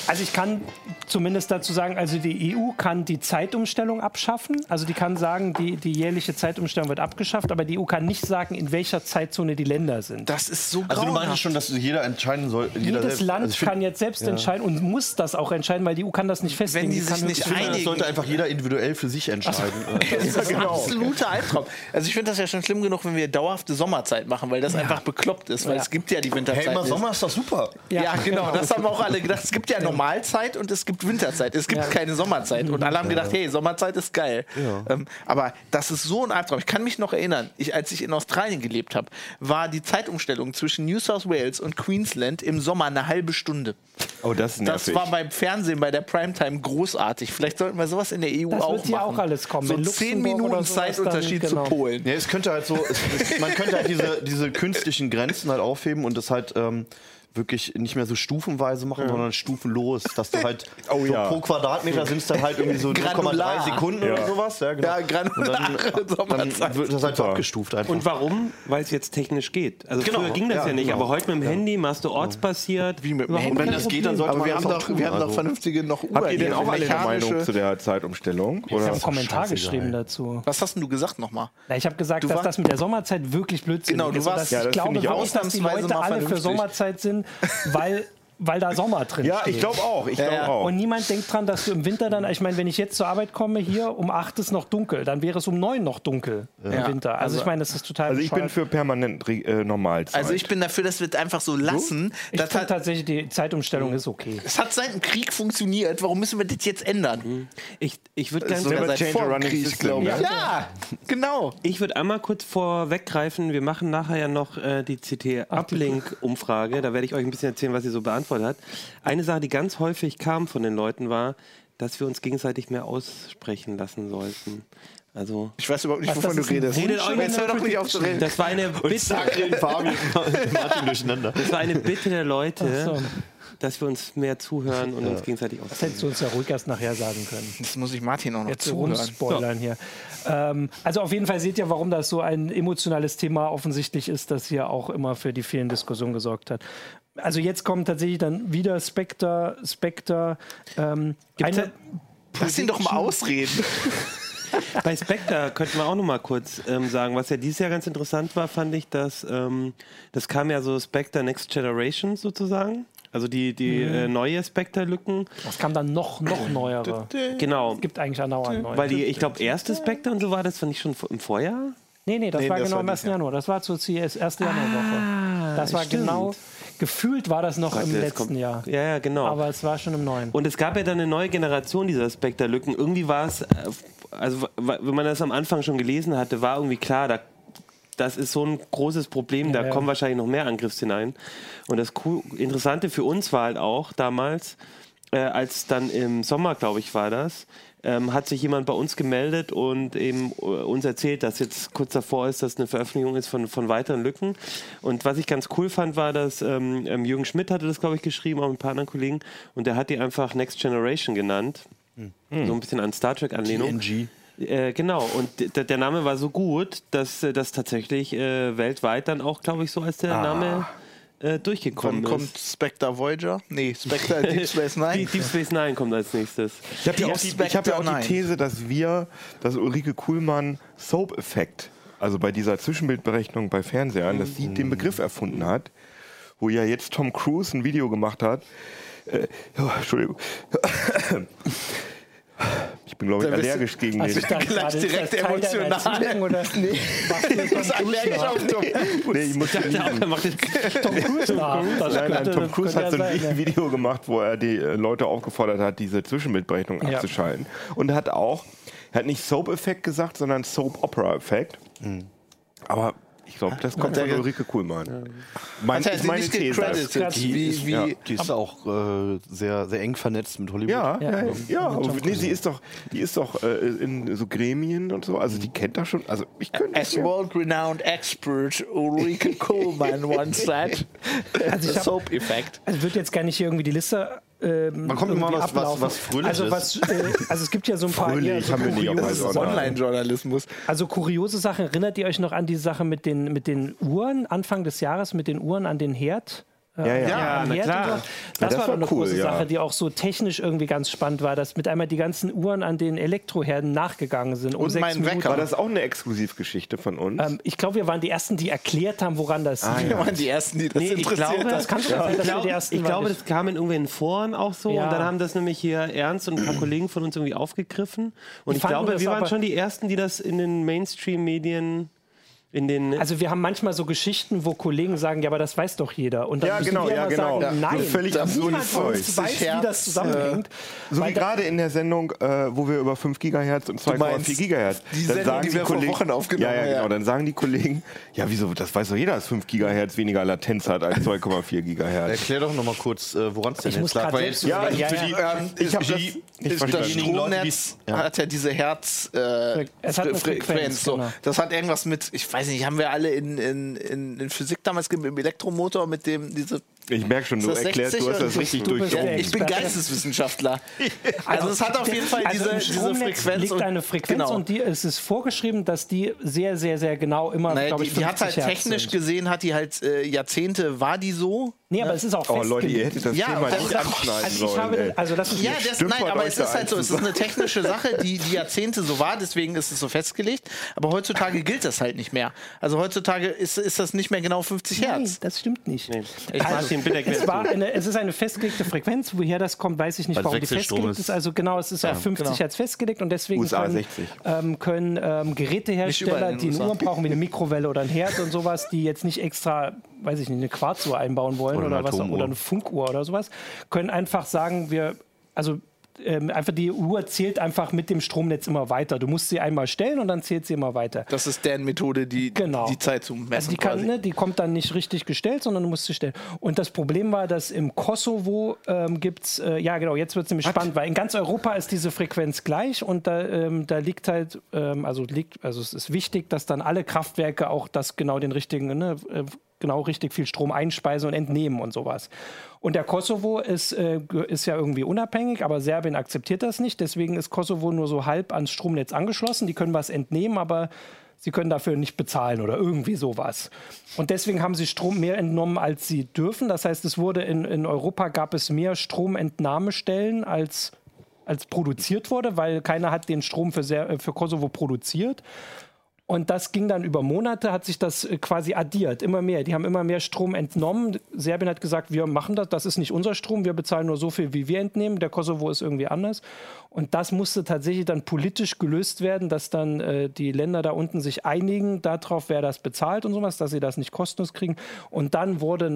[SPEAKER 5] Also ich kann zumindest dazu sagen, also die EU kann die Zeitumstellung abschaffen. Also die kann sagen, die, die jährliche Zeitumstellung wird abgeschafft, aber die EU kann nicht sagen, in welcher Zeitzone die Länder sind.
[SPEAKER 6] Das ist so
[SPEAKER 4] Also du
[SPEAKER 6] grauenhaft.
[SPEAKER 4] meinst schon, dass jeder entscheiden soll. jeder
[SPEAKER 5] Jedes
[SPEAKER 4] selbst-
[SPEAKER 5] Land
[SPEAKER 4] also ich find,
[SPEAKER 5] kann jetzt selbst entscheiden und muss das auch entscheiden, weil die EU kann das nicht festlegen.
[SPEAKER 6] die
[SPEAKER 5] kann
[SPEAKER 6] sich nicht
[SPEAKER 5] wirklich-
[SPEAKER 6] einigen.
[SPEAKER 4] Das sollte einfach jeder individuell für sich entscheiden. [LAUGHS] Äh,
[SPEAKER 6] Das ist ein absoluter Albtraum. Also ich finde das ja schon schlimm genug, wenn wir dauerhafte Sommerzeit machen, weil das einfach bekloppt ist, weil
[SPEAKER 5] Ja.
[SPEAKER 6] es gibt ja die Winterzeit. nicht.
[SPEAKER 4] ist doch super.
[SPEAKER 6] Ja,
[SPEAKER 5] Ja,
[SPEAKER 6] genau,
[SPEAKER 5] genau.
[SPEAKER 6] das haben auch alle gedacht. Es gibt ja Normalzeit und es gibt Winterzeit. Es gibt
[SPEAKER 5] Ja.
[SPEAKER 6] keine Sommerzeit. Und alle haben gedacht, hey, Sommerzeit ist geil. Ähm, aber das ist so ein Albtraum. Ich kann mich noch erinnern, ich, als ich in Australien gelebt habe, war die Zeitumstellung zwischen New South Wales und Queensland im Sommer eine halbe Stunde.
[SPEAKER 3] Oh, das ist
[SPEAKER 6] Das
[SPEAKER 3] nervig.
[SPEAKER 6] war beim Fernsehen, bei der Primetime großartig. Vielleicht sollten wir sowas in der EU
[SPEAKER 5] Das
[SPEAKER 6] auch
[SPEAKER 5] wird
[SPEAKER 6] machen.
[SPEAKER 5] hier auch alles kommen.
[SPEAKER 6] So
[SPEAKER 5] In
[SPEAKER 6] 10
[SPEAKER 5] Luxemburg oder
[SPEAKER 6] Minuten
[SPEAKER 5] sowas dann,
[SPEAKER 6] Zeitunterschied
[SPEAKER 5] genau.
[SPEAKER 6] zu Polen.
[SPEAKER 4] Ja, es könnte halt so, es, es, man könnte halt diese, diese künstlichen Grenzen halt aufheben und das halt ähm, wirklich nicht mehr so stufenweise machen, sondern stufenlos, dass du halt
[SPEAKER 3] [LAUGHS] Oh
[SPEAKER 4] so
[SPEAKER 3] ja.
[SPEAKER 4] pro Quadratmeter sind es dann halt irgendwie so
[SPEAKER 6] Granular.
[SPEAKER 4] 0,3 Sekunden oder sowas. Ja, genau.
[SPEAKER 6] Ja, granulare [LAUGHS]
[SPEAKER 4] und dann, dann
[SPEAKER 6] Sommerzeit.
[SPEAKER 4] wird das halt so
[SPEAKER 3] Super.
[SPEAKER 4] abgestuft einfach.
[SPEAKER 2] Und warum? Weil es jetzt technisch geht. Also
[SPEAKER 4] Genau.
[SPEAKER 2] früher ging das ja,
[SPEAKER 4] Ja,
[SPEAKER 2] nicht,
[SPEAKER 4] genau.
[SPEAKER 2] aber heute mit dem Handy machst du ortsbasiert.
[SPEAKER 6] Wie mit dem
[SPEAKER 2] Überhaupt
[SPEAKER 6] Handy.
[SPEAKER 2] kein
[SPEAKER 4] Wenn das geht,
[SPEAKER 2] Problem.
[SPEAKER 4] dann sollte
[SPEAKER 6] Aber
[SPEAKER 4] man
[SPEAKER 6] wir
[SPEAKER 4] das
[SPEAKER 6] haben doch, wir haben doch
[SPEAKER 4] also.
[SPEAKER 6] vernünftige noch Uhren.
[SPEAKER 3] Habt ihr denn
[SPEAKER 6] hier,
[SPEAKER 3] auch alle eine Meinung zu
[SPEAKER 6] mechanische-
[SPEAKER 3] der Zeitumstellung?
[SPEAKER 5] Ich
[SPEAKER 3] Oder?
[SPEAKER 5] habe einen Kommentar
[SPEAKER 4] scheißegal.
[SPEAKER 5] geschrieben dazu.
[SPEAKER 6] Was hast denn du gesagt nochmal?
[SPEAKER 5] Na, ich habe gesagt,
[SPEAKER 6] Du
[SPEAKER 5] dass
[SPEAKER 6] war-
[SPEAKER 5] das mit der Sommerzeit wirklich blödsinnig
[SPEAKER 6] Genau, du
[SPEAKER 5] ist. und dass
[SPEAKER 6] warst- Ja,
[SPEAKER 5] ich
[SPEAKER 3] das
[SPEAKER 5] glaube,
[SPEAKER 3] finde ich auch.
[SPEAKER 5] wirklich, dass die
[SPEAKER 6] Ausnahmsweise
[SPEAKER 5] Leute
[SPEAKER 6] mal
[SPEAKER 5] alle für
[SPEAKER 6] vernünftig.
[SPEAKER 5] Sommerzeit sind, weil, weil da Sommer drin
[SPEAKER 3] Ja,
[SPEAKER 5] steht.
[SPEAKER 3] ich glaube auch. Ich glaube
[SPEAKER 6] ja.
[SPEAKER 3] auch.
[SPEAKER 5] Und niemand denkt dran, dass du im Winter dann, ich meine, wenn ich jetzt zur Arbeit komme, hier um 8 ist noch dunkel, dann wäre es um 9 noch dunkel im
[SPEAKER 6] Ja.
[SPEAKER 5] Winter. Also, ich meine, das ist total
[SPEAKER 3] also ich bin
[SPEAKER 5] bescheuert.
[SPEAKER 3] für permanent re- äh, Normalzeit.
[SPEAKER 6] Also ich bin dafür, dass wir es einfach so lassen.
[SPEAKER 5] Ich
[SPEAKER 6] Das
[SPEAKER 5] finde
[SPEAKER 6] hat,
[SPEAKER 5] tatsächlich, die Zeitumstellung ist okay.
[SPEAKER 6] es hat seit dem Krieg funktioniert. Warum müssen wir das jetzt ändern?
[SPEAKER 2] Ich, ich würde gerne
[SPEAKER 6] Das ist sogar
[SPEAKER 3] never
[SPEAKER 6] seit
[SPEAKER 3] change
[SPEAKER 6] vor
[SPEAKER 3] a
[SPEAKER 6] dem
[SPEAKER 3] running
[SPEAKER 6] Krieg,
[SPEAKER 3] system,
[SPEAKER 6] glaube ich.
[SPEAKER 3] ne?
[SPEAKER 6] Ja, genau.
[SPEAKER 2] Ich würde einmal kurz vorweggreifen, wir machen nachher ja noch äh, die CT-Uplink-Umfrage. Da werde ich euch ein bisschen erzählen, was ihr so beantwortet habt. Eine Sache, die ganz häufig kam von den Leuten, war, dass wir uns gegenseitig mehr aussprechen lassen sollten. Also,
[SPEAKER 6] Ich weiß überhaupt nicht,
[SPEAKER 5] Was,
[SPEAKER 6] wovon du
[SPEAKER 5] das ist ein
[SPEAKER 6] redest.
[SPEAKER 5] Redet
[SPEAKER 6] Jetzt
[SPEAKER 2] euch mal
[SPEAKER 6] hör doch nicht auf zu reden.
[SPEAKER 2] das war eine Bitte,
[SPEAKER 4] Sacrillen Fabian und Martin durcheinander.
[SPEAKER 2] das war [LAUGHS] eine Bitte der Leute,
[SPEAKER 5] Ach so.
[SPEAKER 2] dass wir uns mehr zuhören und uns gegenseitig
[SPEAKER 5] Das
[SPEAKER 2] aussprechen.
[SPEAKER 5] hättest du uns ja ruhig erst nachher sagen können.
[SPEAKER 6] Das muss ich Martin auch noch
[SPEAKER 5] Jetzt
[SPEAKER 6] zuhören.
[SPEAKER 5] rumspoilern hier. Ähm, also auf jeden Fall seht ihr, warum das so ein emotionales Thema offensichtlich ist, das hier auch immer für die vielen Diskussionen gesorgt hat. Also jetzt kommen tatsächlich dann wieder Spectre, Spectre. Ähm, eine,
[SPEAKER 6] Lass ihn doch mal ausreden.
[SPEAKER 2] Bei Spectre könnten wir auch noch mal kurz ähm, sagen, was ja dieses Jahr ganz interessant war, fand ich, dass ähm, das kam ja so Spectre Next Generation sozusagen. Also die, die äh, neue Spectre-Lücken.
[SPEAKER 5] was kam dann noch, noch neuere?
[SPEAKER 2] Genau.
[SPEAKER 5] Äh, Gibt eigentlich andauernd neue.
[SPEAKER 2] Weil die, ich glaube, erste Spectre und so war das, fand ich schon vor- im Vorjahr.
[SPEAKER 5] Nee, nee, das
[SPEAKER 6] Nee,
[SPEAKER 5] war
[SPEAKER 6] das
[SPEAKER 5] genau
[SPEAKER 6] war
[SPEAKER 5] im 1.
[SPEAKER 6] dieses Jahr. Ah,
[SPEAKER 5] Januar. Das war zur CS, 1. Januarwoche. Das war
[SPEAKER 2] stimmt.
[SPEAKER 5] genau, gefühlt war das noch im
[SPEAKER 2] Das
[SPEAKER 5] letzten
[SPEAKER 2] kommt-
[SPEAKER 5] Jahr.
[SPEAKER 2] Ja, ja, genau.
[SPEAKER 5] Aber es war schon im neuen.
[SPEAKER 2] Und es gab ja dann eine neue Generation dieser Spectre-Lücken. Irgendwie war es, äh, also w- w- wenn man das am Anfang schon gelesen hatte, war irgendwie klar, da, das ist so ein großes Problem, da
[SPEAKER 5] Ja, ja.
[SPEAKER 2] kommen wahrscheinlich noch mehr Angriffshinein. Und das Coo- Interessante für uns war halt auch damals, äh, als dann im Sommer, glaube ich, war das, ähm, hat sich jemand bei uns gemeldet und eben äh, uns erzählt, dass jetzt kurz davor ist, dass eine Veröffentlichung ist von, von weiteren Lücken. Und was ich ganz cool fand, war, dass ähm, ähm, Jürgen Schmidt hatte das, glaube ich, geschrieben, auch mit ein paar anderen Kollegen, und der hat die einfach Next Generation genannt.
[SPEAKER 5] Hm.
[SPEAKER 2] So ein bisschen an Star Trek-Anlehnung.
[SPEAKER 4] TNG.
[SPEAKER 2] Äh, genau, und d- d- der Name war so gut, dass äh, das tatsächlich äh, weltweit dann auch, glaube ich, so als der Name äh, durchgekommen
[SPEAKER 6] Wann Ah. kommt
[SPEAKER 2] ist.
[SPEAKER 6] Spectre Voyager? Nee, Spectre [LAUGHS] Deep
[SPEAKER 2] [LAUGHS]
[SPEAKER 6] Space
[SPEAKER 2] Die-
[SPEAKER 6] Nine.
[SPEAKER 2] Deep Space Nine kommt als nächstes.
[SPEAKER 3] Ich habe ja
[SPEAKER 6] Die
[SPEAKER 3] auch, die, ich
[SPEAKER 6] Spectre
[SPEAKER 3] hab ja auch
[SPEAKER 6] Nine.
[SPEAKER 3] die These, dass wir, dass Ulrike Kuhlmann Soap-Effekt, also bei dieser Zwischenbildberechnung bei Fernsehern, dass sie den Begriff erfunden hat, wo ja jetzt Tom Cruise ein Video gemacht hat. Äh, oh, Entschuldigung. Ich bin, glaube ich,
[SPEAKER 6] Da bist du-
[SPEAKER 3] allergisch gegen
[SPEAKER 5] Hast
[SPEAKER 6] Also
[SPEAKER 3] den.
[SPEAKER 5] du Also dann
[SPEAKER 6] Gleich
[SPEAKER 5] gerade- ist das
[SPEAKER 6] direkt
[SPEAKER 5] Teil deiner
[SPEAKER 6] emotional.
[SPEAKER 5] Erzählung,
[SPEAKER 6] [LAUGHS]
[SPEAKER 5] Oder? Nee.
[SPEAKER 6] Das ist allergisch auf Tom.
[SPEAKER 3] [LAUGHS] Nee, ich
[SPEAKER 2] [LAUGHS]
[SPEAKER 3] muss
[SPEAKER 2] Ja, auch, er macht jetzt
[SPEAKER 5] Tom Cruise nach. Ah, Das
[SPEAKER 3] Nein, nein,
[SPEAKER 5] könnte-
[SPEAKER 3] Tom Cruise
[SPEAKER 5] könnte
[SPEAKER 3] hat so
[SPEAKER 5] ja
[SPEAKER 3] ein
[SPEAKER 5] sein, ne? ja.
[SPEAKER 3] Video gemacht, wo er die äh, Leute aufgefordert hat, diese Zwischenbildberechnung
[SPEAKER 5] Ja.
[SPEAKER 3] abzuschalten. Und hat auch, er hat nicht Soap-Effekt gesagt, sondern Soap-Opera-Effekt. Aber ich glaube, das kommt von
[SPEAKER 6] der-
[SPEAKER 3] Ulrike Kuhlmann. Mein,
[SPEAKER 6] Hat er
[SPEAKER 3] ist
[SPEAKER 6] sie
[SPEAKER 3] meine
[SPEAKER 6] nicht
[SPEAKER 3] These.
[SPEAKER 6] gecredited?
[SPEAKER 5] Die
[SPEAKER 6] Wie, wie,
[SPEAKER 3] ja.
[SPEAKER 4] Die ist auch äh, sehr, sehr eng vernetzt mit Hollywood.
[SPEAKER 3] Ja, ja, ja.
[SPEAKER 5] Ja.
[SPEAKER 3] aber nee, sie ist doch, die ist doch äh, in so Gremien und so, also die kennt das schon. Also ich könnte
[SPEAKER 6] As
[SPEAKER 3] das mir-
[SPEAKER 6] world-renowned expert
[SPEAKER 5] [LAUGHS]
[SPEAKER 6] Ulrike Coleman once said,
[SPEAKER 5] Also ich hab-
[SPEAKER 6] soap effect.
[SPEAKER 5] Also wird jetzt gar nicht hier irgendwie die Liste. Ähm,
[SPEAKER 4] Man kommt immer
[SPEAKER 5] irgendwie
[SPEAKER 4] was- was-
[SPEAKER 5] ablaufen.
[SPEAKER 4] was Fröhliches.
[SPEAKER 5] also, was, äh, also es gibt ja so ein paar eher
[SPEAKER 3] Fröhlich
[SPEAKER 5] so
[SPEAKER 3] haben wir nicht auf
[SPEAKER 5] kuriose
[SPEAKER 3] Eis
[SPEAKER 5] Sachen.
[SPEAKER 6] Online-Journalismus.
[SPEAKER 5] Also kuriose Sachen. Erinnert ihr euch noch an die Sache mit den, mit den Uhren, Anfang des Jahres mit den Uhren an den Herd?
[SPEAKER 3] Ja,
[SPEAKER 5] Äh,
[SPEAKER 3] ja.
[SPEAKER 2] Ja,
[SPEAKER 5] am
[SPEAKER 2] na
[SPEAKER 5] Herd
[SPEAKER 2] klar.
[SPEAKER 5] und so. Das,
[SPEAKER 3] das
[SPEAKER 5] war doch
[SPEAKER 3] war
[SPEAKER 5] eine
[SPEAKER 3] cool,
[SPEAKER 5] große
[SPEAKER 3] ja.
[SPEAKER 5] Sache, die auch so technisch irgendwie ganz spannend war, dass mit einmal die ganzen Uhren an den Elektroherden nachgegangen sind. Um
[SPEAKER 6] Und
[SPEAKER 5] sechs
[SPEAKER 6] mein
[SPEAKER 5] Minuten.
[SPEAKER 6] Wecker.
[SPEAKER 3] War das auch eine Exklusivgeschichte von uns? Ah,
[SPEAKER 5] Ähm, ich glaube, wir waren die Ersten, die erklärt haben, woran das liegt.
[SPEAKER 6] Wir waren die Ersten, die das
[SPEAKER 2] Nee, ich
[SPEAKER 6] interessiert
[SPEAKER 2] glaube,
[SPEAKER 6] hat.
[SPEAKER 5] Das kann schon sein,
[SPEAKER 2] Ich
[SPEAKER 5] dass wir die
[SPEAKER 2] glaube,
[SPEAKER 5] Ersten
[SPEAKER 2] ich
[SPEAKER 5] waren.
[SPEAKER 2] glaube, das kam in irgendwelchen Foren auch so.
[SPEAKER 5] Ja.
[SPEAKER 2] Und dann haben das nämlich hier Ernst und ein paar Kollegen von uns irgendwie aufgegriffen. Und
[SPEAKER 5] Die
[SPEAKER 2] ich
[SPEAKER 5] fanden
[SPEAKER 2] glaube,
[SPEAKER 5] das
[SPEAKER 2] wir waren
[SPEAKER 5] aber-
[SPEAKER 2] schon die Ersten, die das in den Mainstream-Medien, in den.
[SPEAKER 5] Also wir haben manchmal so Geschichten, wo Kollegen sagen, ja, aber das weiß doch jeder. Und dann
[SPEAKER 3] Ja,
[SPEAKER 5] müssen
[SPEAKER 3] genau,
[SPEAKER 5] wir
[SPEAKER 3] ja,
[SPEAKER 5] immer
[SPEAKER 3] genau.
[SPEAKER 5] sagen,
[SPEAKER 3] Ja.
[SPEAKER 5] nein,
[SPEAKER 3] So völlig
[SPEAKER 5] niemand
[SPEAKER 3] absurdes
[SPEAKER 5] von uns
[SPEAKER 3] Zeug.
[SPEAKER 5] weiß, wie das
[SPEAKER 6] Scherz,
[SPEAKER 5] zusammenhängt.
[SPEAKER 3] So wie
[SPEAKER 5] Weil da-
[SPEAKER 3] gerade in der Sendung, äh, wo wir über 5 Gigahertz und
[SPEAKER 6] meinst
[SPEAKER 3] 2,4 Gigahertz.
[SPEAKER 6] die Sendung, die wir vor Wochen aufgenommen
[SPEAKER 3] ja, ja, genau.
[SPEAKER 6] haben.
[SPEAKER 3] Dann sagen die Kollegen, ja, wieso, das weiß doch jeder, dass 5 Gigahertz weniger Latenz hat als 2,4 Gigahertz.
[SPEAKER 4] Erklär doch nochmal kurz, äh, woran es denn
[SPEAKER 5] Ich muss
[SPEAKER 4] jetzt lag.
[SPEAKER 5] grad
[SPEAKER 4] Weil
[SPEAKER 5] selbst
[SPEAKER 4] jetzt
[SPEAKER 5] überlegen. Ja,
[SPEAKER 4] für
[SPEAKER 5] ja.
[SPEAKER 4] die,
[SPEAKER 6] Ähm,
[SPEAKER 4] ist
[SPEAKER 3] ich hab
[SPEAKER 4] für die,
[SPEAKER 3] das-
[SPEAKER 6] Ist das
[SPEAKER 4] diejenigen Leute,
[SPEAKER 6] Stromnetz
[SPEAKER 4] die's- ja.
[SPEAKER 6] hat ja diese Herz äh,
[SPEAKER 5] Es hat eine
[SPEAKER 6] Fre-
[SPEAKER 5] Frequenz,
[SPEAKER 6] so.
[SPEAKER 5] genau.
[SPEAKER 6] Das hat irgendwas mit, ich weiß nicht, haben wir alle in, in, in, in Physik damals ge- im Elektromotor mit dem diese
[SPEAKER 3] Ich merke schon,
[SPEAKER 6] Ist
[SPEAKER 3] du
[SPEAKER 6] das
[SPEAKER 3] erklärst,
[SPEAKER 6] 60
[SPEAKER 3] du hast das
[SPEAKER 6] oder-
[SPEAKER 3] richtig
[SPEAKER 5] Du bist
[SPEAKER 3] durchdrungen.
[SPEAKER 5] der
[SPEAKER 6] Ich bin
[SPEAKER 5] Experte.
[SPEAKER 6] Geisteswissenschaftler.
[SPEAKER 5] [LAUGHS]
[SPEAKER 6] Also, es hat auf jeden Fall
[SPEAKER 5] Also
[SPEAKER 6] diese,
[SPEAKER 5] im
[SPEAKER 6] diese
[SPEAKER 5] Stromnetz
[SPEAKER 6] Frequenz.
[SPEAKER 5] liegt
[SPEAKER 6] und-
[SPEAKER 5] eine Frequenz
[SPEAKER 6] genau.
[SPEAKER 5] und die, es ist vorgeschrieben, dass die sehr, sehr, sehr genau immer,
[SPEAKER 6] Naja,
[SPEAKER 5] glaube
[SPEAKER 6] die,
[SPEAKER 5] ich,
[SPEAKER 6] die hat
[SPEAKER 5] 50
[SPEAKER 6] halt
[SPEAKER 5] Hertz
[SPEAKER 6] technisch
[SPEAKER 5] sind.
[SPEAKER 6] gesehen, hat die halt äh, Jahrzehnte, war die so.
[SPEAKER 5] Nee, aber es ist auch
[SPEAKER 3] Oh Leute, ihr
[SPEAKER 5] festgelegt.
[SPEAKER 3] hättet das
[SPEAKER 6] Ja,
[SPEAKER 3] Thema
[SPEAKER 6] das
[SPEAKER 3] nicht
[SPEAKER 6] ist-
[SPEAKER 3] anschneiden
[SPEAKER 5] also ich
[SPEAKER 3] sollen.
[SPEAKER 5] habe,
[SPEAKER 3] ey.
[SPEAKER 5] also das ist
[SPEAKER 6] Ja, das,
[SPEAKER 3] Stimmt,
[SPEAKER 6] nein,
[SPEAKER 3] Leute,
[SPEAKER 6] aber
[SPEAKER 3] euch
[SPEAKER 6] es
[SPEAKER 3] da
[SPEAKER 6] ist halt so, es ist eine technische Sache,
[SPEAKER 3] [LAUGHS]
[SPEAKER 6] die die Jahrzehnte so war, deswegen ist es so festgelegt. Aber heutzutage gilt das halt nicht mehr. Also heutzutage ist, ist das nicht mehr genau 50
[SPEAKER 5] Nee,
[SPEAKER 6] Herz.
[SPEAKER 5] das stimmt nicht.
[SPEAKER 2] Ich Martin, bitte erklär
[SPEAKER 5] Es, war
[SPEAKER 2] zu.
[SPEAKER 5] eine, es ist eine festgelegte Frequenz, woher das kommt, weiß ich nicht,
[SPEAKER 4] Weil es
[SPEAKER 5] warum die
[SPEAKER 4] Wechselstrom
[SPEAKER 5] festgelegt
[SPEAKER 4] ist.
[SPEAKER 5] ist. Also genau, es ist ja, 50
[SPEAKER 6] genau.
[SPEAKER 5] Hertz festgelegt und deswegen
[SPEAKER 3] USA
[SPEAKER 5] können,
[SPEAKER 3] 60.
[SPEAKER 5] ähm, können ähm,
[SPEAKER 6] überall
[SPEAKER 5] Gerätehersteller,
[SPEAKER 6] in den
[SPEAKER 5] die eine
[SPEAKER 6] USA.
[SPEAKER 5] Uhr brauchen, wie eine Mikrowelle oder ein Herd und sowas, die jetzt nicht extra, weiß ich nicht, eine Quarzuhr einbauen wollen
[SPEAKER 4] Oder
[SPEAKER 5] oder,
[SPEAKER 4] eine
[SPEAKER 5] was auch,
[SPEAKER 4] Atomuhr.
[SPEAKER 5] oder eine Funkuhr oder sowas, können einfach sagen, wir, also ähm, einfach die Uhr zählt einfach mit dem Stromnetz immer weiter. Du musst sie einmal stellen und dann zählt sie immer weiter.
[SPEAKER 6] Das ist deren Methode, die
[SPEAKER 5] Genau.
[SPEAKER 6] die Zeit zu messen.
[SPEAKER 5] Also die, kann,
[SPEAKER 6] quasi.
[SPEAKER 5] ne, die kommt dann nicht richtig gestellt, sondern du musst sie stellen. Und das Problem war, dass im Kosovo ähm, gibt es, äh, ja genau, jetzt wird es nämlich spannend, weil in ganz Europa ist diese Frequenz gleich und da, ähm, da liegt halt, ähm, also, liegt, also es ist wichtig, dass dann alle Kraftwerke auch das genau den richtigen, ne, äh, genau richtig viel Strom einspeisen und entnehmen und sowas. Und der Kosovo ist, äh, ge- ist ja irgendwie unabhängig, aber Serbien akzeptiert das nicht. Deswegen ist Kosovo nur so halb ans Stromnetz angeschlossen. Die können was entnehmen, aber sie können dafür nicht bezahlen oder irgendwie sowas. Und deswegen haben sie Strom mehr entnommen, als sie dürfen. Das heißt, es wurde in, in Europa gab es mehr Stromentnahmestellen als als produziert wurde, weil keiner hat den Strom für, Ser äh, für Kosovo produziert. Und das ging dann über Monate, hat sich das äh, quasi addiert, immer mehr. Die haben immer mehr Strom entnommen. Serbien hat gesagt, wir machen das, das ist nicht unser Strom, wir bezahlen nur so viel, wie wir entnehmen. Der Kosovo ist irgendwie anders. Und das musste tatsächlich dann politisch gelöst werden, dass dann äh, die Länder da unten sich einigen darauf, wer das bezahlt und sowas, dass sie das nicht kostenlos kriegen. Und dann wurde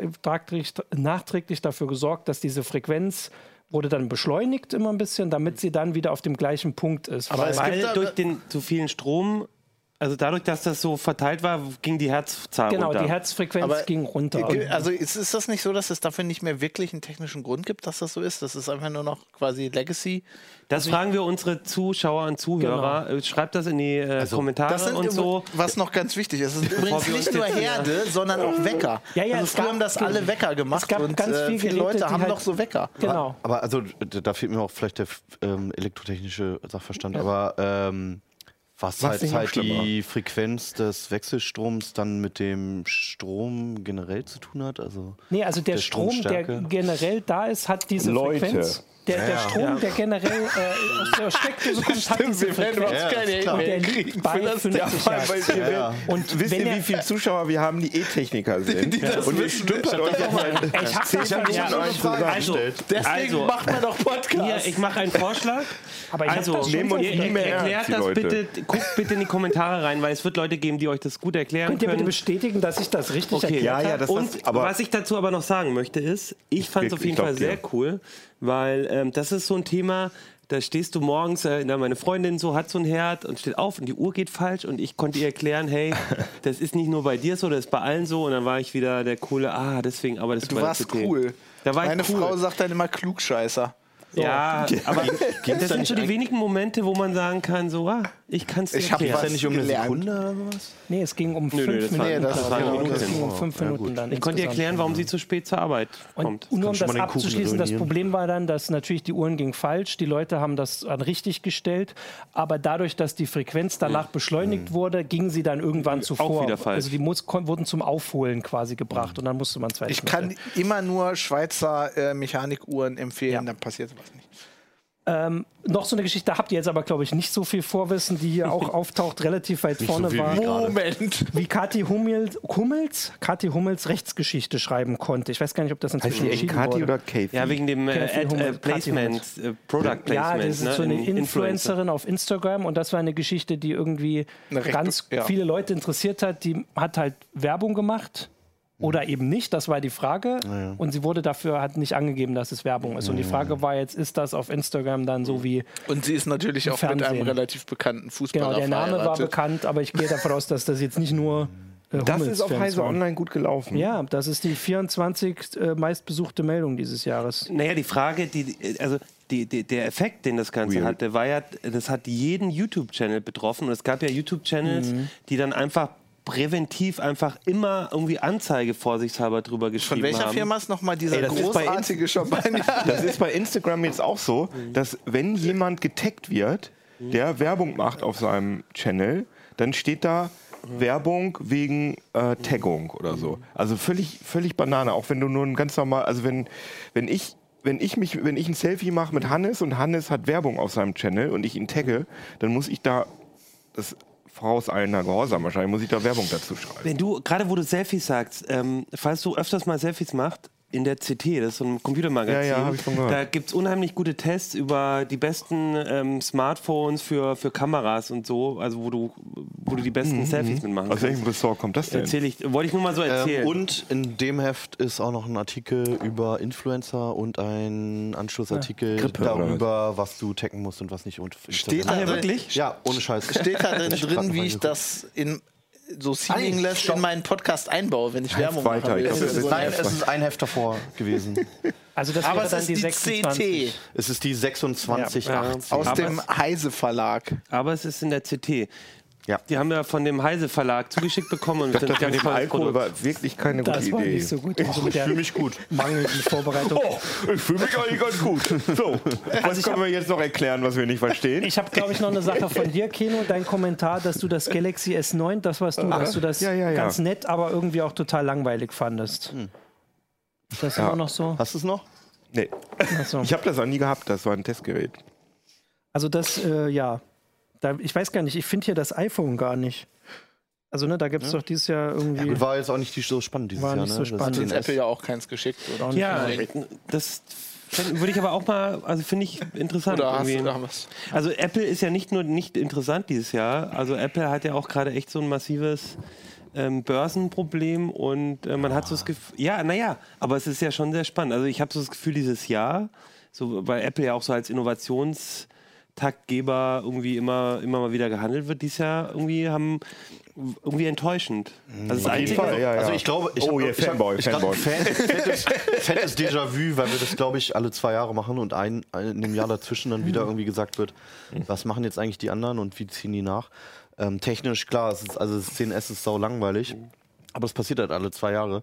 [SPEAKER 5] nachträglich, nachträglich dafür gesorgt, dass diese Frequenz wurde dann beschleunigt immer ein bisschen, damit sie dann wieder auf dem gleichen Punkt ist.
[SPEAKER 2] Aber
[SPEAKER 5] Weil-
[SPEAKER 2] es
[SPEAKER 6] Weil
[SPEAKER 2] gibt
[SPEAKER 6] da-
[SPEAKER 2] durch den zu vielen Strom, also dadurch, dass das so verteilt war, ging die Herzzahl
[SPEAKER 5] Genau,
[SPEAKER 2] runter.
[SPEAKER 5] die Herzfrequenz
[SPEAKER 6] Aber-
[SPEAKER 5] ging runter.
[SPEAKER 6] Ge- Also ist, ist das nicht so, dass es dafür nicht mehr wirklich einen technischen Grund gibt, dass das so ist? Das ist einfach nur noch quasi Legacy.
[SPEAKER 5] Also
[SPEAKER 2] Das fragen wir unsere Zuschauer und Zuhörer.
[SPEAKER 5] Genau.
[SPEAKER 2] Äh, Schreibt das in die äh,
[SPEAKER 3] Also,
[SPEAKER 2] Kommentare
[SPEAKER 6] Das sind
[SPEAKER 2] und
[SPEAKER 6] übr-
[SPEAKER 2] so.
[SPEAKER 6] was noch ganz wichtig ist. Es sind übrigens
[SPEAKER 2] wir uns
[SPEAKER 6] nicht nur
[SPEAKER 2] jetzt-
[SPEAKER 6] Herde, sondern auch Wecker.
[SPEAKER 5] Ja, ja,
[SPEAKER 6] also
[SPEAKER 5] es
[SPEAKER 6] früher
[SPEAKER 5] gab-
[SPEAKER 6] haben das alle Wecker gemacht
[SPEAKER 5] es gab
[SPEAKER 6] und
[SPEAKER 5] ganz
[SPEAKER 6] äh,
[SPEAKER 5] viel
[SPEAKER 6] viele
[SPEAKER 5] Geräte,
[SPEAKER 6] Leute
[SPEAKER 5] die
[SPEAKER 6] haben
[SPEAKER 5] halt-
[SPEAKER 6] noch so Wecker.
[SPEAKER 5] genau.
[SPEAKER 4] Aber also, d- da fehlt mir auch vielleicht der f- ähm, elektrotechnische Sachverstand. Aber ähm, was,
[SPEAKER 3] ist
[SPEAKER 4] halt,
[SPEAKER 3] denn
[SPEAKER 4] halt
[SPEAKER 3] noch
[SPEAKER 4] die Frequenz des Wechselstroms dann mit dem Strom generell zu tun hat? Also,
[SPEAKER 5] Nee, also der, Strom, der
[SPEAKER 4] Stromstärke?
[SPEAKER 5] generell da ist, hat diese
[SPEAKER 3] Leute.
[SPEAKER 5] Frequenz. Der, der Strom, der generell äh, aus der Steckdose kommt, hat diese Frequenz.
[SPEAKER 4] Ja, ist
[SPEAKER 6] keine
[SPEAKER 4] klar.
[SPEAKER 5] Und der liegt bei 50
[SPEAKER 3] Weil, weil
[SPEAKER 5] Hertz.
[SPEAKER 3] ihr,
[SPEAKER 5] Und
[SPEAKER 3] Wisst
[SPEAKER 5] wenn
[SPEAKER 3] ihr,
[SPEAKER 5] er-
[SPEAKER 3] wie viele Zuschauer wir haben, die E-Techniker sind? und ihr stümpert euch auf einen
[SPEAKER 5] Ey, Ich hab das schon
[SPEAKER 3] Minuten
[SPEAKER 5] ja,
[SPEAKER 3] euch zusammen.
[SPEAKER 2] Also,
[SPEAKER 6] Deswegen
[SPEAKER 2] also
[SPEAKER 6] macht man doch
[SPEAKER 2] hier,
[SPEAKER 6] Podcasts.
[SPEAKER 2] ich mache einen
[SPEAKER 5] [LAUGHS]
[SPEAKER 2] Vorschlag.
[SPEAKER 5] aber ich
[SPEAKER 2] Also,
[SPEAKER 5] hab das schon
[SPEAKER 3] nehmen wir uns
[SPEAKER 5] so
[SPEAKER 3] nie
[SPEAKER 2] ihr
[SPEAKER 5] erklärt.
[SPEAKER 3] mehr
[SPEAKER 2] erklärt
[SPEAKER 3] ernst, die
[SPEAKER 2] das
[SPEAKER 3] Leute.
[SPEAKER 2] bitte, guckt bitte in die Kommentare rein, weil es wird Leute geben, die euch das gut erklären
[SPEAKER 5] Könnt ihr bitte
[SPEAKER 2] können.
[SPEAKER 5] bestätigen, dass ich das richtig erklärt
[SPEAKER 3] Ja, ja,
[SPEAKER 5] habe?
[SPEAKER 3] das
[SPEAKER 2] Und
[SPEAKER 3] hast, aber
[SPEAKER 2] was ich dazu aber noch sagen möchte, ist, ich fand es auf
[SPEAKER 3] ich
[SPEAKER 2] jeden
[SPEAKER 3] glaub
[SPEAKER 2] Fall
[SPEAKER 3] dir.
[SPEAKER 2] sehr cool, weil ähm, das ist so ein Thema, da stehst du morgens, äh, na, meine Freundin so hat so ein Herd und steht auf und die Uhr geht falsch und ich konnte ihr erklären,
[SPEAKER 3] [LAUGHS]
[SPEAKER 2] hey, das ist nicht nur bei dir so, das ist bei allen so und dann war ich wieder der coole, ah, deswegen, aber das
[SPEAKER 6] Du
[SPEAKER 2] war
[SPEAKER 6] warst
[SPEAKER 2] okay.
[SPEAKER 6] cool.
[SPEAKER 2] Da war ich
[SPEAKER 6] Meine
[SPEAKER 2] cool.
[SPEAKER 6] Frau sagt dann immer Klugscheißer. [LAUGHS]
[SPEAKER 2] Ja, aber das sind so die wenigen Momente, wo man sagen kann, so, ah, ich kann es dir
[SPEAKER 6] Ich hab
[SPEAKER 2] erklären.
[SPEAKER 4] ist
[SPEAKER 6] was-
[SPEAKER 4] ja nicht um eine
[SPEAKER 6] gelernt.
[SPEAKER 4] Sekunde oder sowas?
[SPEAKER 5] Nee, es ging um
[SPEAKER 2] nö,
[SPEAKER 5] fünf
[SPEAKER 2] das war-
[SPEAKER 5] Minuten.
[SPEAKER 6] das war
[SPEAKER 5] genau,
[SPEAKER 6] Minuten.
[SPEAKER 5] es ging um fünf Minuten dann.
[SPEAKER 2] Ich konnte ihr
[SPEAKER 5] insgesamt.
[SPEAKER 2] erklären, warum sie zu spät zur Arbeit kommt.
[SPEAKER 5] Und nur um
[SPEAKER 4] schon
[SPEAKER 5] das
[SPEAKER 4] mal den Kuchen
[SPEAKER 5] abzuschließen, das
[SPEAKER 4] ruinieren.
[SPEAKER 5] Problem war dann, dass natürlich die Uhren gingen falsch, die Leute haben das dann richtig gestellt, aber dadurch, dass die Frequenz danach beschleunigt wurde, ging sie dann irgendwann zuvor.
[SPEAKER 2] wieder falsch.
[SPEAKER 5] Also die Mus kon- wurden zum Aufholen quasi gebracht und dann musste man zwei
[SPEAKER 6] Ich kann immer nur Schweizer äh, Mechanikuhren empfehlen, dann passiert sowas nicht.
[SPEAKER 5] Noch so eine Geschichte, da habt ihr jetzt aber, glaube ich, nicht so viel Vorwissen, die hier auch auftaucht, relativ weit vorne
[SPEAKER 4] viel wie
[SPEAKER 5] war.
[SPEAKER 4] gerade.
[SPEAKER 6] Moment.
[SPEAKER 5] Wie Kathi Hummels, Hummels, Kathi Hummels Rechtsgeschichte schreiben konnte. Ich weiß gar nicht, ob das
[SPEAKER 3] heißt
[SPEAKER 5] inzwischen
[SPEAKER 3] die echt
[SPEAKER 5] entschieden
[SPEAKER 3] Kati
[SPEAKER 5] wurde.
[SPEAKER 3] oder Kathy?
[SPEAKER 2] Ja, wegen dem äh,
[SPEAKER 5] Kathy
[SPEAKER 2] Ad, äh,
[SPEAKER 5] Hummels, Kathy
[SPEAKER 2] Placement,
[SPEAKER 5] Hummels.
[SPEAKER 2] äh, Product Placement.
[SPEAKER 5] Ja, das ist
[SPEAKER 2] ne?
[SPEAKER 5] so eine
[SPEAKER 2] in-
[SPEAKER 5] Influencerin auf Instagram und das war eine Geschichte, die irgendwie
[SPEAKER 6] Eine recht-
[SPEAKER 5] ganz
[SPEAKER 6] ja.
[SPEAKER 5] viele Leute interessiert hat. Die hat halt Werbung gemacht
[SPEAKER 3] Mhm.
[SPEAKER 5] oder eben nicht, das war die Frage.
[SPEAKER 3] Ah,
[SPEAKER 5] Und sie wurde dafür, hat nicht angegeben, dass es Werbung ist. Und
[SPEAKER 3] Mhm.
[SPEAKER 5] die Frage war jetzt, ist das auf Instagram dann so wie,
[SPEAKER 6] Und sie Mhm. ist natürlich auch mit einem
[SPEAKER 5] Fernsehen.
[SPEAKER 6] relativ bekannten Fußballer
[SPEAKER 5] genau, der Name war
[SPEAKER 6] verheiratet.
[SPEAKER 5] bekannt, aber ich gehe davon aus, dass das jetzt nicht nur äh,
[SPEAKER 3] das ist auf
[SPEAKER 5] Hummels-Fans
[SPEAKER 3] Heise
[SPEAKER 5] waren.
[SPEAKER 3] Online gut gelaufen.
[SPEAKER 5] Ja, das ist die 24 äh, meistbesuchte Meldung dieses Jahres.
[SPEAKER 2] Naja, die Frage, die, also die, die, der Effekt, den das Ganze
[SPEAKER 3] Weird.
[SPEAKER 5] Mhm.
[SPEAKER 2] hatte, war ja, das hat jeden YouTube-Channel betroffen. Und es gab ja YouTube-Channels, die dann einfach präventiv einfach immer irgendwie Anzeige vorsichtshalber drüber geschrieben
[SPEAKER 6] Von welcher
[SPEAKER 2] haben.
[SPEAKER 6] Firma ist nochmal dieser
[SPEAKER 3] Ey, das ist bei
[SPEAKER 6] großartige Champagner?
[SPEAKER 3] Das ist bei Instagram jetzt auch so, dass wenn jemand getaggt wird, der Werbung macht auf seinem Channel, dann steht da Werbung wegen äh, Taggung oder so. Also völlig, völlig Banane. Auch wenn du nur ein ganz normal, also wenn, wenn ich wenn ich mich, wenn ich ein Selfie mache mit Hannes und Hannes hat Werbung auf seinem Channel und ich ihn tagge, dann muss ich da das vorauseilender Gehorsam wahrscheinlich, muss ich da Werbung dazu schreiben.
[SPEAKER 2] Wenn du, gerade wo du Selfies sagst, ähm, falls du öfters mal Selfies machst, in der CT, das ist so ein Computermagazin,
[SPEAKER 3] Ja, ja, hab ich schon gehört.
[SPEAKER 2] da gibt es unheimlich gute Tests über die besten ähm, Smartphones für, für Kameras und so, also wo du, wo du die besten
[SPEAKER 3] Mhm,
[SPEAKER 2] Selfies mitmachen
[SPEAKER 3] Aus welchem
[SPEAKER 2] kannst.
[SPEAKER 3] Ressort kommt das denn?
[SPEAKER 2] Erzähl ich, wollte ich nur mal so erzählen.
[SPEAKER 4] Ähm, und in dem Heft ist auch noch ein Artikel über Influencer und ein Anschlussartikel darüber, was du tacken musst und was nicht. Und
[SPEAKER 6] Steht da,
[SPEAKER 4] Instagram.
[SPEAKER 6] drin,
[SPEAKER 4] Ja, ohne Scheiß.
[SPEAKER 6] steht da drin,
[SPEAKER 4] Ich hab grad
[SPEAKER 6] drin,
[SPEAKER 4] mal
[SPEAKER 6] wie ich
[SPEAKER 4] geguckt.
[SPEAKER 6] das in so seamless in meinen Podcast einbaue, wenn ich Werbung
[SPEAKER 3] Halt weiter,
[SPEAKER 6] mache.
[SPEAKER 3] ich
[SPEAKER 6] Das
[SPEAKER 3] glaub,
[SPEAKER 6] ist
[SPEAKER 3] das
[SPEAKER 6] so
[SPEAKER 3] ist-
[SPEAKER 6] ein-
[SPEAKER 4] Nein, es ist ein Heft davor gewesen. [LAUGHS]
[SPEAKER 5] Also das
[SPEAKER 6] Aber
[SPEAKER 5] wäre
[SPEAKER 6] es
[SPEAKER 5] dann
[SPEAKER 6] ist
[SPEAKER 5] die
[SPEAKER 6] die
[SPEAKER 5] 26.
[SPEAKER 6] CT
[SPEAKER 4] es ist die 2680.
[SPEAKER 2] Ja,
[SPEAKER 6] aus
[SPEAKER 2] Aber
[SPEAKER 6] dem Heise Verlag.
[SPEAKER 2] Aber es ist in der CT.
[SPEAKER 4] Ja.
[SPEAKER 2] Die haben wir von dem Heise Verlag zugeschickt bekommen. Und
[SPEAKER 3] Ich dachte, mit dem
[SPEAKER 2] tolles
[SPEAKER 3] Alkohol
[SPEAKER 2] Produkt.
[SPEAKER 3] war wirklich keine gute
[SPEAKER 5] Das war
[SPEAKER 3] Idee.
[SPEAKER 5] nicht so gut. Also mit
[SPEAKER 4] Ich
[SPEAKER 5] der
[SPEAKER 4] fühle mich gut.
[SPEAKER 5] mangelnden Vorbereitung.
[SPEAKER 6] Oh.
[SPEAKER 3] Oh, ich fühle mich eigentlich ganz gut.
[SPEAKER 5] [LAUGHS]
[SPEAKER 3] So, was können wir jetzt noch erklären, was wir nicht verstehen?
[SPEAKER 5] Also Ich habe, glaube ich, noch eine
[SPEAKER 3] [LAUGHS]
[SPEAKER 5] Sache von dir, Keno. Dein Kommentar, dass du das Galaxy S9, das warst du, dass du das
[SPEAKER 3] ja, ja, ja.
[SPEAKER 5] ganz nett, aber irgendwie auch total langweilig fandest.
[SPEAKER 4] Hm.
[SPEAKER 5] Ist das immer noch so?
[SPEAKER 4] Hast du es noch?
[SPEAKER 3] nee.
[SPEAKER 5] Ach so.
[SPEAKER 3] ich habe das auch nie gehabt, das war ein Testgerät.
[SPEAKER 5] Also das, äh, ja. Da, ich weiß gar nicht, ich finde hier das iPhone gar nicht. Also, ne, da gibt es doch dieses Jahr irgendwie.
[SPEAKER 4] Gut, war jetzt auch nicht die- so spannend dieses
[SPEAKER 5] War
[SPEAKER 4] Jahr.
[SPEAKER 5] nicht
[SPEAKER 4] ne?
[SPEAKER 5] so
[SPEAKER 4] Das ist
[SPEAKER 5] spannend.
[SPEAKER 6] Hat uns
[SPEAKER 4] den
[SPEAKER 6] Apple ja auch keins geschickt. Oder,
[SPEAKER 5] auch nicht
[SPEAKER 2] Ja,
[SPEAKER 5] unbedingt.
[SPEAKER 2] das fänd- würde ich aber auch mal, also finde ich interessant.
[SPEAKER 6] oder hast du
[SPEAKER 2] irgendwie.
[SPEAKER 6] da was?
[SPEAKER 2] Also Apple ist ja nicht nur nicht interessant dieses Jahr. Also Apple hat ja auch gerade echt so ein massives ähm, Börsenproblem und äh, man hat so das Gefühl, ja, naja, aber es ist ja schon sehr spannend. Also ich habe so das Gefühl, dieses Jahr, so, weil Apple ja auch so als Innovationstaktgeber irgendwie immer, immer mal wieder gehandelt wird, dieses Jahr irgendwie haben irgendwie enttäuschend.
[SPEAKER 4] Mhm.
[SPEAKER 2] Also das Einzige,
[SPEAKER 3] Fall, ja, ja.
[SPEAKER 4] Also ich glaube, ich
[SPEAKER 3] oh,
[SPEAKER 4] hab-
[SPEAKER 3] ja,
[SPEAKER 4] ich hab-
[SPEAKER 3] Fanboy,
[SPEAKER 4] ich glaub,
[SPEAKER 3] Fanboy.
[SPEAKER 4] Fan- fettes, [LAUGHS] fettes Déjà-vu, weil wir das, glaube ich, alle zwei Jahre machen und ein, ein, in dem Jahr dazwischen dann wieder irgendwie gesagt wird, was machen jetzt eigentlich die anderen und wie ziehen die nach. Ähm, technisch, klar, es ist, also das 10S ist sau langweilig, aber es passiert halt alle zwei Jahre.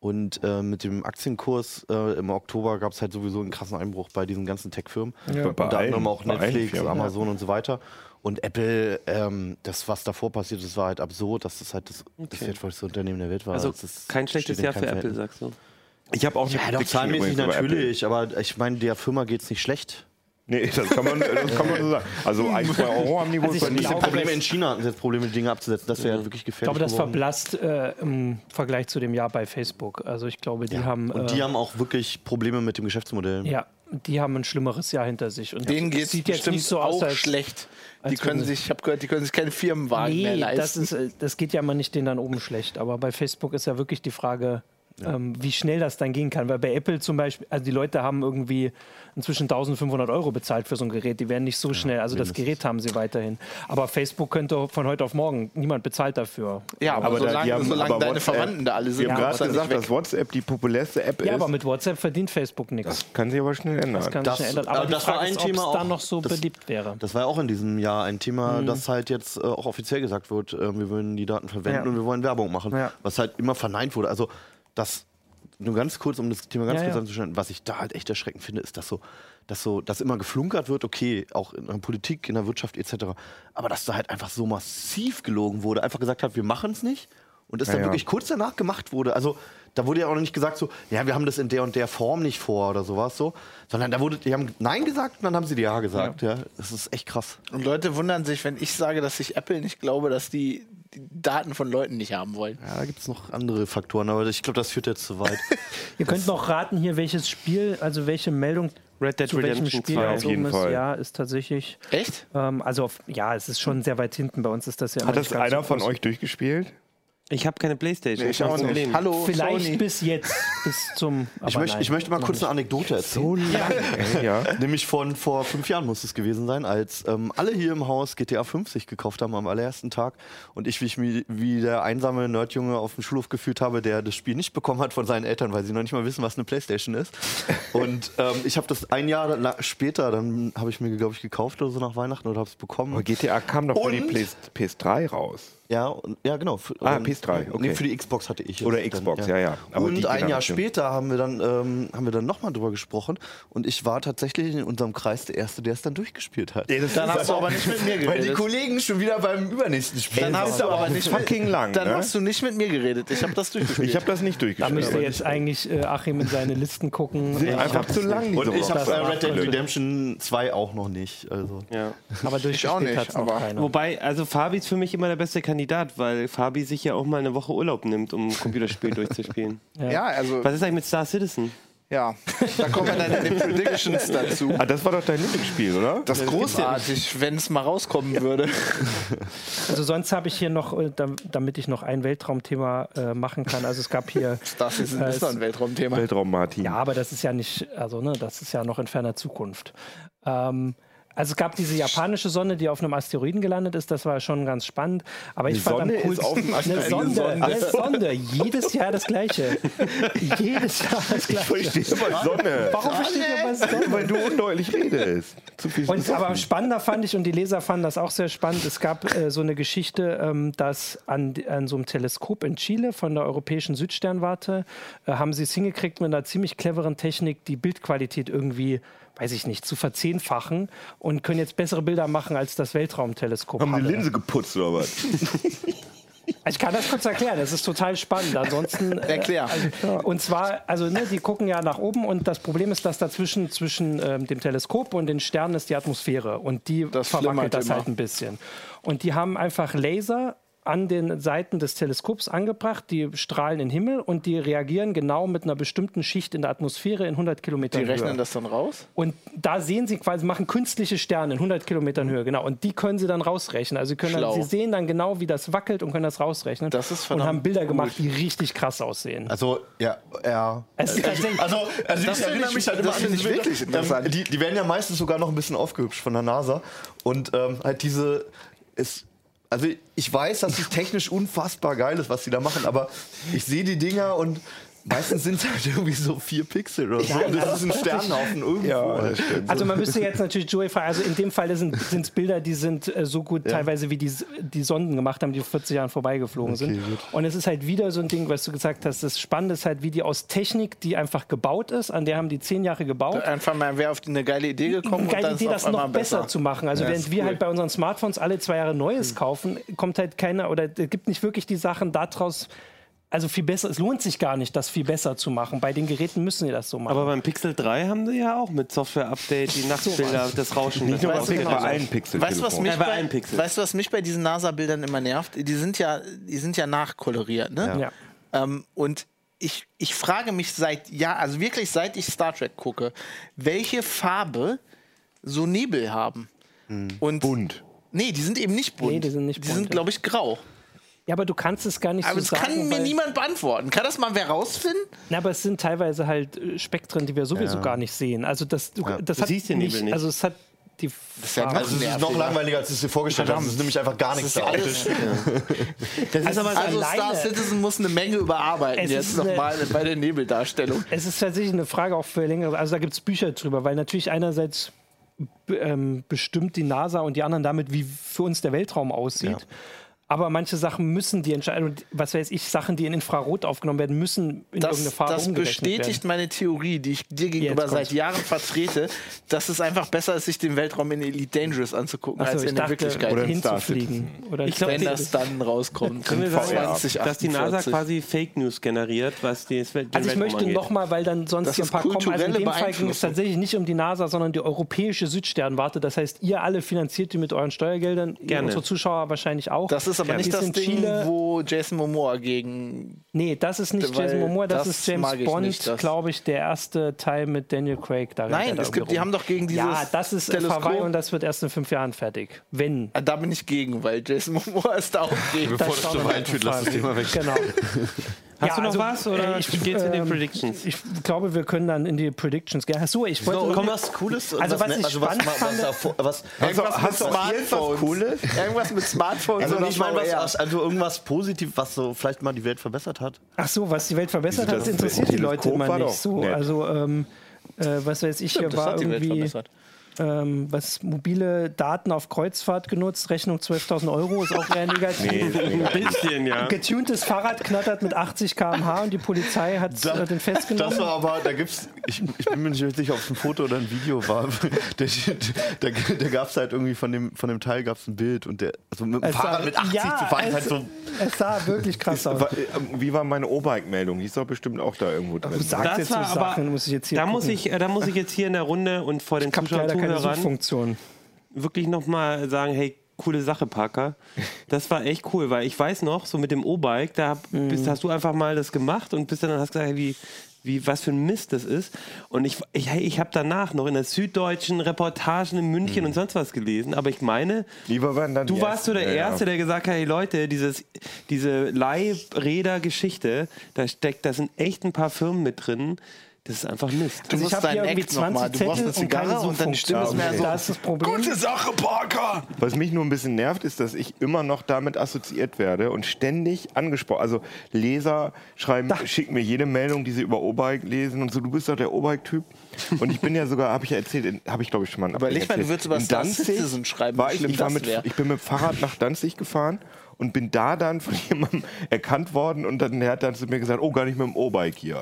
[SPEAKER 4] Und äh, mit dem Aktienkurs äh, im Oktober gab es halt sowieso einen krassen Einbruch bei diesen ganzen Tech-Firmen.
[SPEAKER 3] Ja. Bei
[SPEAKER 4] Unter anderem
[SPEAKER 3] allen-
[SPEAKER 4] auch
[SPEAKER 3] bei allen
[SPEAKER 4] Netflix,
[SPEAKER 3] Firmen.
[SPEAKER 4] Amazon und so weiter. Und Apple, ähm, das, was davor passiert ist, war halt absurd, dass das halt das, das wertvollste Unternehmen der Welt war.
[SPEAKER 2] also
[SPEAKER 4] Das ist-
[SPEAKER 2] kein schlechtes
[SPEAKER 4] steht in
[SPEAKER 2] Jahr
[SPEAKER 4] keinem
[SPEAKER 2] für Apple,
[SPEAKER 4] Verhältnis.
[SPEAKER 2] sagst du.
[SPEAKER 3] Ich habe auch eine
[SPEAKER 4] Ja, doch,
[SPEAKER 3] Prediction
[SPEAKER 4] zahlenmäßig
[SPEAKER 3] übrigens über
[SPEAKER 4] natürlich, aber ich meine, der Firma geht es nicht schlecht.
[SPEAKER 3] Apple. Nee, das kann man, das kann man so sagen. Also ein, zwei Euro am Niveau
[SPEAKER 5] Also ich
[SPEAKER 3] ist nicht
[SPEAKER 5] glaube-
[SPEAKER 4] Probleme in China hatten sie jetzt Probleme, die Dinge abzusetzen. Das wäre ja wirklich
[SPEAKER 5] Ich
[SPEAKER 4] gefährlich.
[SPEAKER 5] glaube, das
[SPEAKER 4] geworden.
[SPEAKER 5] verblasst äh, im Vergleich zu dem Jahr bei Facebook. Also ich glaube, die haben.
[SPEAKER 4] Und
[SPEAKER 5] äh,
[SPEAKER 4] die haben auch wirklich Probleme mit dem Geschäftsmodell.
[SPEAKER 5] ja, die haben ein schlimmeres Jahr hinter sich. Und
[SPEAKER 6] Denen
[SPEAKER 5] das
[SPEAKER 6] geht es bestimmt auch schlecht. Die
[SPEAKER 5] als
[SPEAKER 6] können
[SPEAKER 5] wenn-
[SPEAKER 6] sich, ich habe gehört, die können sich keine Firmenwagen mehr
[SPEAKER 5] Nee,
[SPEAKER 6] leisten.
[SPEAKER 5] das, ist, äh, das geht ja mal nicht den dann oben schlecht. Aber bei Facebook ist ja wirklich die Frage, ähm, wie schnell das dann gehen kann. Weil bei Apple zum Beispiel, also die Leute haben irgendwie inzwischen 1500 Euro bezahlt für so ein Gerät. Die werden nicht so schnell. Also das Gerät haben sie weiterhin. Aber Facebook könnte von heute auf morgen, niemand bezahlt dafür.
[SPEAKER 6] ja, aber,
[SPEAKER 3] Aber da- die
[SPEAKER 6] solange,
[SPEAKER 3] haben-
[SPEAKER 6] solange
[SPEAKER 3] aber
[SPEAKER 6] deine
[SPEAKER 3] WhatsApp-
[SPEAKER 6] Verwandten da alle sind,
[SPEAKER 3] Wir haben gerade
[SPEAKER 6] kommst du da
[SPEAKER 3] gesagt,
[SPEAKER 6] nicht
[SPEAKER 3] dass
[SPEAKER 6] weg.
[SPEAKER 3] WhatsApp die populärste App
[SPEAKER 5] Ja,
[SPEAKER 3] ist.
[SPEAKER 5] aber mit WhatsApp verdient Facebook nichts.
[SPEAKER 3] kann sich aber schnell ändern.
[SPEAKER 5] Das kann
[SPEAKER 4] das-
[SPEAKER 5] sich ändern. Aber
[SPEAKER 4] aber
[SPEAKER 5] die
[SPEAKER 4] das war
[SPEAKER 5] Frage
[SPEAKER 4] ein
[SPEAKER 5] ist, ob
[SPEAKER 4] Thema
[SPEAKER 5] es da
[SPEAKER 4] auch.
[SPEAKER 5] noch so
[SPEAKER 4] Das-
[SPEAKER 5] beliebt wäre.
[SPEAKER 4] Das war ja auch in diesem Jahr ein Thema,
[SPEAKER 5] Mhm.
[SPEAKER 4] das halt jetzt äh, auch offiziell gesagt wird, äh, wir würden die Daten verwenden
[SPEAKER 5] Ja.
[SPEAKER 4] und wir wollen Werbung machen.
[SPEAKER 5] Ja.
[SPEAKER 4] Was halt immer verneint wurde. Also das, nur ganz kurz, um das Thema ganz
[SPEAKER 5] Ja,
[SPEAKER 4] kurz
[SPEAKER 5] ja.
[SPEAKER 4] anzuschneiden, was ich da halt echt erschreckend finde, ist, dass so, dass so, dass immer geflunkert wird, okay, auch in der Politik, in der Wirtschaft etc. Aber dass da halt einfach so massiv gelogen wurde, einfach gesagt hat, wir machen es nicht. Und das
[SPEAKER 3] Ja,
[SPEAKER 4] dann
[SPEAKER 3] ja.
[SPEAKER 4] wirklich kurz danach gemacht wurde. Also da wurde ja auch noch nicht gesagt so, ja, wir haben das in der und der Form nicht vor oder sowas so, sondern da wurde, die haben Nein gesagt und dann haben sie Ja gesagt. Ja, das ist echt krass.
[SPEAKER 6] Und Leute wundern sich, wenn ich sage, dass ich Apple nicht glaube, dass die, die Daten von Leuten nicht haben wollen.
[SPEAKER 4] Ja, da gibt es noch andere Faktoren, aber ich glaube, das führt jetzt zu [LAUGHS] weit.
[SPEAKER 5] Ihr könnt noch raten hier, welches Spiel, also welche Meldung
[SPEAKER 2] Red Dead
[SPEAKER 5] zu welchem
[SPEAKER 2] Redemption
[SPEAKER 5] Spiel
[SPEAKER 2] 2
[SPEAKER 5] jetzt
[SPEAKER 3] auf jeden
[SPEAKER 5] oben ist.
[SPEAKER 3] Fall.
[SPEAKER 5] Ja, ist tatsächlich.
[SPEAKER 6] Echt?
[SPEAKER 5] Ähm, also auf, ja, es ist schon sehr weit hinten. Bei uns ist das ja. immer
[SPEAKER 3] Hat das
[SPEAKER 5] nicht ganz
[SPEAKER 3] einer
[SPEAKER 5] so
[SPEAKER 3] von
[SPEAKER 5] groß.
[SPEAKER 3] euch durchgespielt?
[SPEAKER 2] Ich habe keine Playstation. das ist das Problem.
[SPEAKER 6] Hallo,
[SPEAKER 5] Vielleicht
[SPEAKER 6] Sony.
[SPEAKER 5] [LAUGHS] bis jetzt, bis zum.
[SPEAKER 4] ich,
[SPEAKER 5] aber
[SPEAKER 4] möchte,
[SPEAKER 5] nein.
[SPEAKER 4] ich möchte mal kurz eine Anekdote erzählen.
[SPEAKER 3] [LAUGHS] Ja.
[SPEAKER 4] Nämlich von vor fünf Jahren muss es gewesen sein, als ähm, alle hier im Haus GTA 50 gekauft haben am allerersten Tag und ich mich wie, wie der einsame Nerdjunge auf dem Schulhof gefühlt habe, der das Spiel nicht bekommen hat von seinen Eltern, weil sie noch nicht mal wissen, was eine Playstation ist. Und ähm, ich habe das ein Jahr la- später, dann habe ich mir, glaube ich, gekauft oder so nach Weihnachten oder habe es bekommen.
[SPEAKER 3] Aber GTA kam doch für die
[SPEAKER 4] Und?
[SPEAKER 3] PS, PS3 raus.
[SPEAKER 4] Ja, und, ja genau. Für,
[SPEAKER 3] Ah,
[SPEAKER 4] ähm,
[SPEAKER 3] PS3, okay.
[SPEAKER 4] Nee, für die Xbox hatte ich. es
[SPEAKER 3] Oder Xbox, ja, ja. Aber die
[SPEAKER 4] und ein Jahr
[SPEAKER 3] Generation.
[SPEAKER 4] später haben wir dann, ähm, haben wir dann nochmal drüber gesprochen und ich war tatsächlich in unserem Kreis der Erste, der es dann durchgespielt hat.
[SPEAKER 6] Dann hast du aber nicht mit mir
[SPEAKER 4] Weil die
[SPEAKER 6] geredet.
[SPEAKER 4] Kollegen schon wieder beim übernächsten Spiel
[SPEAKER 6] Dann hast
[SPEAKER 4] waren.
[SPEAKER 6] du aber nicht
[SPEAKER 3] fucking
[SPEAKER 6] mit,
[SPEAKER 3] lang,
[SPEAKER 6] Dann
[SPEAKER 3] ne?
[SPEAKER 6] hast du nicht mit mir geredet. Ich habe das durchgespielt.
[SPEAKER 3] Ich habe das nicht
[SPEAKER 5] Da
[SPEAKER 3] durchgespielt.
[SPEAKER 5] müsste
[SPEAKER 3] aber
[SPEAKER 5] jetzt eigentlich äh, Achim in seine Listen gucken.
[SPEAKER 3] die sind
[SPEAKER 5] Äh,
[SPEAKER 3] einfach zu lang, diese
[SPEAKER 4] Und ich
[SPEAKER 3] Woche.
[SPEAKER 4] habe äh, Red Dead
[SPEAKER 5] Absolut.
[SPEAKER 4] Redemption 2 auch noch nicht. Also.
[SPEAKER 2] Ja.
[SPEAKER 5] aber
[SPEAKER 6] auch
[SPEAKER 5] durchgespielt
[SPEAKER 6] nicht,
[SPEAKER 5] hat es noch
[SPEAKER 6] aber-
[SPEAKER 5] keiner.
[SPEAKER 2] Wobei, also Fabi ist für mich immer der beste Kandidat, weil Fabi sich ja auch mal eine Woche Urlaub nimmt, um ein Computerspiel
[SPEAKER 3] [LAUGHS]
[SPEAKER 2] durchzuspielen.
[SPEAKER 6] ja, also,
[SPEAKER 2] Was ist eigentlich mit Star Citizen?
[SPEAKER 6] ja. Da kommen wir dann in den Predictions dazu.
[SPEAKER 3] Ah, das war doch dein Lieblingsspiel, oder?
[SPEAKER 6] Das ist großartig, wenn es mal rauskommen würde.
[SPEAKER 5] Also sonst habe ich hier noch, äh, dam- damit ich noch ein Weltraumthema äh, machen kann. Also es gab hier.
[SPEAKER 6] Das ist ein,
[SPEAKER 5] Äh,
[SPEAKER 6] ist doch ein Weltraumthema.
[SPEAKER 3] Weltraum Martin.
[SPEAKER 5] Ja, aber das ist ja nicht, also ne, das ist ja noch in ferner Zukunft. Ähm, also es gab diese japanische Sonne, die auf einem Asteroiden gelandet ist, das war schon ganz spannend. Aber ich fand
[SPEAKER 3] Sonne
[SPEAKER 5] am
[SPEAKER 3] ist
[SPEAKER 5] coolsten
[SPEAKER 3] auf dem
[SPEAKER 5] eine
[SPEAKER 3] Asteroiden.
[SPEAKER 5] Sonde, eine Sonde, jedes Jahr
[SPEAKER 3] [LAUGHS]
[SPEAKER 5] das gleiche. jedes Jahr das gleiche.
[SPEAKER 3] Verstehst du mal Sonne?
[SPEAKER 5] Warum versteht ihr was Sonne?
[SPEAKER 3] Weil du undeutlich redest. Zu viel
[SPEAKER 5] Und, aber spannender fand ich, und die Leser fanden das auch sehr spannend, es gab äh, so eine Geschichte, ähm, dass an, an so einem Teleskop in Chile von der Europäischen Südsternwarte äh, haben sie es hingekriegt, mit einer ziemlich cleveren Technik die Bildqualität irgendwie, weiß ich nicht, zu verzehnfachen und können jetzt bessere Bilder machen als das Weltraumteleskop.
[SPEAKER 3] haben die
[SPEAKER 5] hatte. Also
[SPEAKER 3] Linse geputzt oder was?
[SPEAKER 5] Ich kann das kurz erklären, das ist total spannend. Ansonsten. äh,
[SPEAKER 6] Erklär.
[SPEAKER 5] Also, und zwar, also ne, die gucken ja nach oben und das Problem ist, dass dazwischen zwischen ähm, dem Teleskop und den Sternen ist die Atmosphäre und die
[SPEAKER 6] Das flimmert
[SPEAKER 5] verwackelt das
[SPEAKER 6] immer.
[SPEAKER 5] halt ein bisschen. Und die haben einfach Laser an den Seiten des Teleskops angebracht, die strahlen in den Himmel und die reagieren genau mit einer bestimmten Schicht in der Atmosphäre in 100 Kilometern
[SPEAKER 6] Die
[SPEAKER 5] Höhe.
[SPEAKER 6] rechnen das dann raus?
[SPEAKER 5] Und da sehen sie quasi, machen künstliche Sterne in 100 Kilometern Höhe, genau. Und die können sie dann rausrechnen. Also sie, können dann,
[SPEAKER 6] Schlau.
[SPEAKER 5] sie sehen dann genau, wie das wackelt und können das rausrechnen.
[SPEAKER 6] Das ist
[SPEAKER 5] und
[SPEAKER 6] verdammt
[SPEAKER 5] haben Bilder gemacht, die richtig krass aussehen.
[SPEAKER 4] Also, ja, ja.
[SPEAKER 5] Es ist tatsächlich-
[SPEAKER 4] also, also
[SPEAKER 6] Das
[SPEAKER 4] ich erinnere
[SPEAKER 6] finde
[SPEAKER 4] mich
[SPEAKER 6] ich-
[SPEAKER 4] halt immer
[SPEAKER 6] das
[SPEAKER 4] an
[SPEAKER 6] finde
[SPEAKER 4] diese
[SPEAKER 6] ich
[SPEAKER 4] Bilder.
[SPEAKER 6] wirklich interessant.
[SPEAKER 4] Ähm, die, die werden ja meistens sogar noch ein bisschen aufgehübscht von der NASA. Und ähm, halt diese, ist, also ich weiß, dass es technisch unfassbar geil ist, was die da machen, aber ich sehe die Dinger und meistens sind es halt irgendwie so vier Pixel oder so. Und das ist ein Sternhaufen irgendwo.
[SPEAKER 3] das stimmt.
[SPEAKER 5] Also man müsste jetzt natürlich Joey fragen, also in dem Fall sind es Bilder, die sind äh, so gut teilweise, wie die, S- die Sonden gemacht haben, die vor 40 Jahren vorbeigeflogen sind. Und es ist halt wieder so ein Ding, was du gesagt hast, das Spannende ist halt, wie die aus Technik, die einfach gebaut ist, an der haben die zehn Jahre gebaut.
[SPEAKER 6] Einfach mal, wäre auf eine geile Idee gekommen.
[SPEAKER 5] eine
[SPEAKER 6] und
[SPEAKER 5] geile
[SPEAKER 6] dann
[SPEAKER 5] Idee,
[SPEAKER 6] ist
[SPEAKER 5] das
[SPEAKER 6] auf einmal
[SPEAKER 5] noch besser, zu machen. Also während wir halt bei unseren Smartphones alle zwei Jahre
[SPEAKER 6] Hm.
[SPEAKER 5] Neues kaufen, kommt halt keiner oder es gibt nicht wirklich die Sachen daraus. Also viel besser, es lohnt sich gar nicht, das viel besser zu machen. Bei den Geräten müssen die das so machen.
[SPEAKER 2] Aber beim Pixel 3 haben sie ja auch mit Software-Update die Nachtbilder, das Rauschen. Nicht
[SPEAKER 3] nur bei Pixel, bei allen Pixel.
[SPEAKER 6] Weißt du, was mich
[SPEAKER 2] Ja, bei
[SPEAKER 6] bei,
[SPEAKER 2] einem Pixel.
[SPEAKER 6] weißt du, was mich bei diesen NASA-Bildern immer nervt? Die sind ja, die sind ja nachkoloriert, ne?
[SPEAKER 5] ja.
[SPEAKER 6] Ähm, und ich, ich frage mich seit, ja, also wirklich seit ich Star Trek gucke, welche Farbe so Nebel haben. Und
[SPEAKER 3] Bunt.
[SPEAKER 6] Nee, die sind eben nicht bunt.
[SPEAKER 5] Nee, die sind nicht
[SPEAKER 6] Die
[SPEAKER 5] bunt,
[SPEAKER 6] sind,
[SPEAKER 5] ja.
[SPEAKER 6] glaube ich, grau.
[SPEAKER 5] ja, aber du kannst es gar nicht
[SPEAKER 6] Aber
[SPEAKER 5] so
[SPEAKER 6] das
[SPEAKER 5] sagen.
[SPEAKER 6] kann mir
[SPEAKER 5] weil-
[SPEAKER 6] niemand beantworten. Kann das mal wer rausfinden?
[SPEAKER 5] Na, aber es sind teilweise halt äh, Spektren, die wir sowieso gar nicht sehen. Also das, du, das
[SPEAKER 2] Du
[SPEAKER 5] hat
[SPEAKER 2] siehst den Nebel nicht.
[SPEAKER 5] Also es hat die
[SPEAKER 6] ist ja
[SPEAKER 5] Farbe-
[SPEAKER 6] noch-
[SPEAKER 4] Also es ist noch
[SPEAKER 6] Nervig,
[SPEAKER 4] langweiliger, als ich es dir vorgestellt habe. Es ist nämlich einfach gar nichts da.
[SPEAKER 5] das ist aber
[SPEAKER 6] Also
[SPEAKER 5] alleine-
[SPEAKER 6] Star Citizen muss eine Menge überarbeiten
[SPEAKER 5] Es
[SPEAKER 6] jetzt
[SPEAKER 5] ist eine-
[SPEAKER 6] nochmal bei der Nebeldarstellung.
[SPEAKER 5] Es ist tatsächlich eine Frage auch für längere. Also da gibt es Bücher drüber, weil natürlich einerseits b- ähm, bestimmt die NASA und die anderen damit, wie für uns der Weltraum aussieht. Aber manche Sachen müssen die entscheiden. und Was weiß ich, Sachen, die in Infrarot aufgenommen werden, müssen in irgendeine
[SPEAKER 6] Das,
[SPEAKER 5] Farbe
[SPEAKER 6] das
[SPEAKER 5] umgerechnet
[SPEAKER 6] bestätigt
[SPEAKER 5] werden.
[SPEAKER 6] meine Theorie, die ich dir gegenüber
[SPEAKER 5] Jetzt
[SPEAKER 6] seit
[SPEAKER 5] kommt's.
[SPEAKER 6] Jahren vertrete, dass es einfach besser ist, sich den Weltraum in Elite Dangerous anzugucken,
[SPEAKER 5] Achso,
[SPEAKER 6] als
[SPEAKER 5] ich
[SPEAKER 6] in der
[SPEAKER 5] dachte,
[SPEAKER 6] Wirklichkeit.
[SPEAKER 3] Oder in Star
[SPEAKER 5] hinzufliegen. Oder ich
[SPEAKER 6] wenn das dann rauskommt.
[SPEAKER 2] Können wir
[SPEAKER 6] in
[SPEAKER 2] sagen, dass die
[SPEAKER 6] 2048.
[SPEAKER 2] NASA quasi Fake News generiert, was die den
[SPEAKER 5] Also ich
[SPEAKER 2] Weltraum
[SPEAKER 5] möchte
[SPEAKER 2] angeht.
[SPEAKER 5] nochmal, weil dann sonst
[SPEAKER 6] Das
[SPEAKER 5] hier ein
[SPEAKER 6] ist
[SPEAKER 5] paar kommen. Also in
[SPEAKER 6] kulturelle
[SPEAKER 5] dem Fall ging es
[SPEAKER 6] Beeinflussung.
[SPEAKER 5] tatsächlich nicht um die NASA, sondern die europäische Südsternwarte. Das heißt, ihr alle finanziert die mit euren Steuergeldern, ihr
[SPEAKER 2] Gerne.
[SPEAKER 5] unsere Zuschauer wahrscheinlich auch.
[SPEAKER 6] Das ist aber
[SPEAKER 5] Die
[SPEAKER 6] nicht
[SPEAKER 5] ist
[SPEAKER 6] das
[SPEAKER 5] in
[SPEAKER 6] Ding,
[SPEAKER 5] Chile.
[SPEAKER 6] wo Jason Momoa gegen.
[SPEAKER 5] Nee, das ist nicht
[SPEAKER 6] Weil
[SPEAKER 5] Jason Momoa, das,
[SPEAKER 6] das
[SPEAKER 5] ist
[SPEAKER 6] mag
[SPEAKER 5] James
[SPEAKER 6] ich nicht,
[SPEAKER 5] Bond,
[SPEAKER 6] das-
[SPEAKER 5] glaube ich, der erste Teil mit Daniel Craig. Da rennt er
[SPEAKER 6] Nein,
[SPEAKER 5] da
[SPEAKER 6] es gibt,
[SPEAKER 5] irgendwie
[SPEAKER 6] die
[SPEAKER 5] rum.
[SPEAKER 6] haben doch gegen dieses.
[SPEAKER 5] Ja, das ist
[SPEAKER 6] Teleskop-
[SPEAKER 5] Hawaii und das wird erst in fünf Jahren fertig. Wenn.
[SPEAKER 6] Ah, Da bin ich gegen, weil Jason [LAUGHS] Momoa ist da auch gegen.
[SPEAKER 4] Bevor das
[SPEAKER 5] schauen
[SPEAKER 4] zu
[SPEAKER 5] wir
[SPEAKER 4] weit führt, lass das Thema weg.
[SPEAKER 5] Genau.
[SPEAKER 2] Hast
[SPEAKER 5] Ja,
[SPEAKER 2] du noch
[SPEAKER 5] also,
[SPEAKER 2] was oder
[SPEAKER 5] äh,
[SPEAKER 2] ich,
[SPEAKER 5] ich-
[SPEAKER 2] geht's in den
[SPEAKER 5] ähm,
[SPEAKER 2] Predictions?
[SPEAKER 5] Ich glaube, wir können dann in die Predictions gehen. Achso, ich wollte.
[SPEAKER 4] Komm, was Cooles.
[SPEAKER 5] Also was
[SPEAKER 4] ne-
[SPEAKER 5] ich spannend
[SPEAKER 4] was,
[SPEAKER 5] fand-
[SPEAKER 4] davor- was,
[SPEAKER 3] hast du auch irgendwas Cooles?
[SPEAKER 6] Irgendwas mit Smartphones.
[SPEAKER 4] Also,
[SPEAKER 6] oder
[SPEAKER 4] ich meine,
[SPEAKER 6] VR.
[SPEAKER 4] was, also irgendwas positiv, was so vielleicht mal die Welt verbessert hat.
[SPEAKER 5] Ach so, was die Welt verbessert
[SPEAKER 3] Wieso
[SPEAKER 5] hat,
[SPEAKER 3] das
[SPEAKER 5] das interessiert die Leute
[SPEAKER 3] Teleskop
[SPEAKER 5] immer
[SPEAKER 3] war
[SPEAKER 5] nicht
[SPEAKER 3] doch
[SPEAKER 5] so.
[SPEAKER 3] nett.
[SPEAKER 5] Also, ähm, äh, was weiß ich, hier
[SPEAKER 6] das
[SPEAKER 5] war
[SPEAKER 6] hat die Welt
[SPEAKER 5] irgendwie.
[SPEAKER 6] verbessert.
[SPEAKER 5] ähm, was mobile Daten auf Kreuzfahrt genutzt, Rechnung 12.000 Euro, ist auch eher
[SPEAKER 2] [LAUGHS]
[SPEAKER 5] negativ.
[SPEAKER 2] Ein bisschen, ja.
[SPEAKER 5] Getuntes Fahrrad knattert mit 80 km/h und die Polizei hat äh, den festgenommen.
[SPEAKER 4] Das war aber, da gibt's, ich, ich bin mir nicht sicher, ob es ein Foto oder ein Video war. [LAUGHS] Da, da, da gab es halt irgendwie von dem, von dem Teil gab's ein Bild und der, also mit dem
[SPEAKER 5] Es
[SPEAKER 4] Fahrrad
[SPEAKER 5] sah-
[SPEAKER 4] mit 80
[SPEAKER 5] ja,
[SPEAKER 4] zu fahren, ist
[SPEAKER 5] es,
[SPEAKER 4] halt so.
[SPEAKER 5] es sah wirklich krass aus.
[SPEAKER 3] Wa- äh, Wie war meine O-Bike-Meldung? Die ist doch bestimmt auch da irgendwo drin.
[SPEAKER 5] Sagt
[SPEAKER 2] Das
[SPEAKER 5] jetzt
[SPEAKER 2] war
[SPEAKER 5] so
[SPEAKER 2] aber-
[SPEAKER 5] Sachen, muss ich jetzt hier
[SPEAKER 2] Da muss,
[SPEAKER 5] gucken.
[SPEAKER 2] ich, äh, da muss ich jetzt hier in der Runde und vor den
[SPEAKER 5] ich hab
[SPEAKER 2] Zuschauern
[SPEAKER 5] leider keine
[SPEAKER 2] Zuhörern
[SPEAKER 5] Suchfunktion.
[SPEAKER 2] wirklich nochmal sagen, hey, coole Sache, Parker. Das war echt cool, weil ich weiß noch, so mit dem O-Bike, da hab, bist, hast du einfach mal das gemacht und bist dann und hast gesagt, hey, wie, wie, was für ein Mist das ist. Und ich, ich, hey, ich habe danach noch in der Süddeutschen Reportagen in München und sonst was gelesen, aber ich meine,
[SPEAKER 3] Lieber waren dann
[SPEAKER 2] Du
[SPEAKER 3] die
[SPEAKER 2] warst so der
[SPEAKER 3] Ersten, ja,
[SPEAKER 2] Erste, der gesagt hat, hey Leute, dieses, diese Leihräder-Geschichte, da steckt, da sind echt ein paar Firmen mit drin. Das ist einfach Mist.
[SPEAKER 5] Also
[SPEAKER 6] Du
[SPEAKER 5] ich
[SPEAKER 6] musst
[SPEAKER 5] habe hier
[SPEAKER 6] deinen
[SPEAKER 5] irgendwie
[SPEAKER 6] Act nochmal.
[SPEAKER 5] 20
[SPEAKER 6] Du brauchst
[SPEAKER 5] Zettel
[SPEAKER 6] eine
[SPEAKER 5] und keine
[SPEAKER 6] Zigarre und dann
[SPEAKER 5] Suchfunktion.
[SPEAKER 6] stimmt's mehr so.
[SPEAKER 5] Da ist das Problem.
[SPEAKER 6] Gute Sache, Parker!
[SPEAKER 3] Was mich nur ein bisschen nervt, ist, dass ich immer noch damit assoziiert werde und ständig angesprochen. Also Leser schreiben, schicken mir jede Meldung, die sie über O-Bike lesen und so. Du bist doch der O-Bike-Typ. Und ich bin ja sogar, habe ich ja erzählt, habe ich glaube ich schon mal. in-
[SPEAKER 6] Überleg mal, du würdest über
[SPEAKER 3] In
[SPEAKER 6] Star
[SPEAKER 3] Danzig
[SPEAKER 6] Citizen schreiben,
[SPEAKER 3] War
[SPEAKER 6] wie
[SPEAKER 3] ich,
[SPEAKER 6] schlimm
[SPEAKER 3] ich, war
[SPEAKER 6] das
[SPEAKER 3] mit,
[SPEAKER 6] wär.
[SPEAKER 3] ich bin mit dem Fahrrad nach Danzig gefahren und bin da dann von [LAUGHS] jemandem erkannt worden und dann der hat dann zu mir gesagt, oh, gar nicht mit dem O-Bike
[SPEAKER 6] [LAUGHS]
[SPEAKER 3] hier.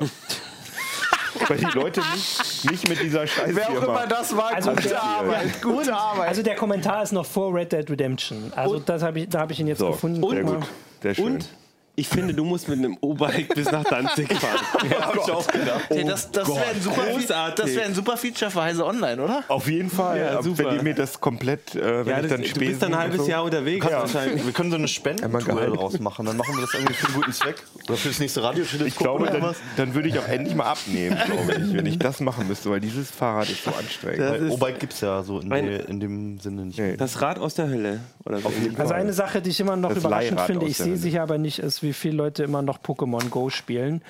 [SPEAKER 3] Weil die Leute nicht, nicht mit dieser Scheiße
[SPEAKER 6] Wer auch immer das war,
[SPEAKER 5] Also
[SPEAKER 6] gute
[SPEAKER 5] der-
[SPEAKER 6] Arbeit, gute Arbeit.
[SPEAKER 5] Also der Kommentar ist noch vor Red Dead Redemption. Also das hab ich, da habe ich ihn jetzt
[SPEAKER 3] So,
[SPEAKER 5] gefunden.
[SPEAKER 3] sehr
[SPEAKER 5] Guck mal.
[SPEAKER 3] gut. Sehr schön.
[SPEAKER 2] Und ich finde, du musst mit einem O-Bike bis nach Danzig
[SPEAKER 6] [LAUGHS]
[SPEAKER 2] fahren. Oh
[SPEAKER 4] Ja, hab ich auch gedacht.
[SPEAKER 6] Ey, das das wäre ein, super Fe-
[SPEAKER 2] großartig.
[SPEAKER 6] das wär ein super Feature für Heise Online, oder?
[SPEAKER 3] Auf jeden Fall.
[SPEAKER 2] Ja,
[SPEAKER 3] also,
[SPEAKER 2] super.
[SPEAKER 3] Wenn ihr mir das komplett, äh, wenn
[SPEAKER 2] Ja,
[SPEAKER 3] ich
[SPEAKER 2] das,
[SPEAKER 3] dann
[SPEAKER 2] du
[SPEAKER 3] Spesen
[SPEAKER 2] bist dann ein halbes
[SPEAKER 3] und so-
[SPEAKER 2] Jahr unterwegs wahrscheinlich.
[SPEAKER 4] Wir können so eine Spendentour
[SPEAKER 3] geil.
[SPEAKER 4] draus machen. Dann machen wir das irgendwie für einen guten Zweck. Oder für das nächste Radioschilder.
[SPEAKER 3] Ich glaube, dann, dann würde ich auch endlich mal abnehmen, glaube ich, wenn ich das machen müsste, weil dieses Fahrrad ist so anstrengend.
[SPEAKER 4] Weil Obike gibt es ja so in,
[SPEAKER 2] Ein-
[SPEAKER 4] der- in dem Sinne nicht.
[SPEAKER 3] Nee.
[SPEAKER 2] Das Rad aus der Hölle. Oder so.
[SPEAKER 5] Also eine Sache, die ich immer noch
[SPEAKER 3] Das
[SPEAKER 5] überraschend
[SPEAKER 3] Leihrad
[SPEAKER 5] finde,
[SPEAKER 3] aus
[SPEAKER 5] ich
[SPEAKER 3] der
[SPEAKER 5] sehe
[SPEAKER 3] Hölle.
[SPEAKER 5] sie hier aber nicht, ist, wie viele Leute immer noch Pokémon Go spielen.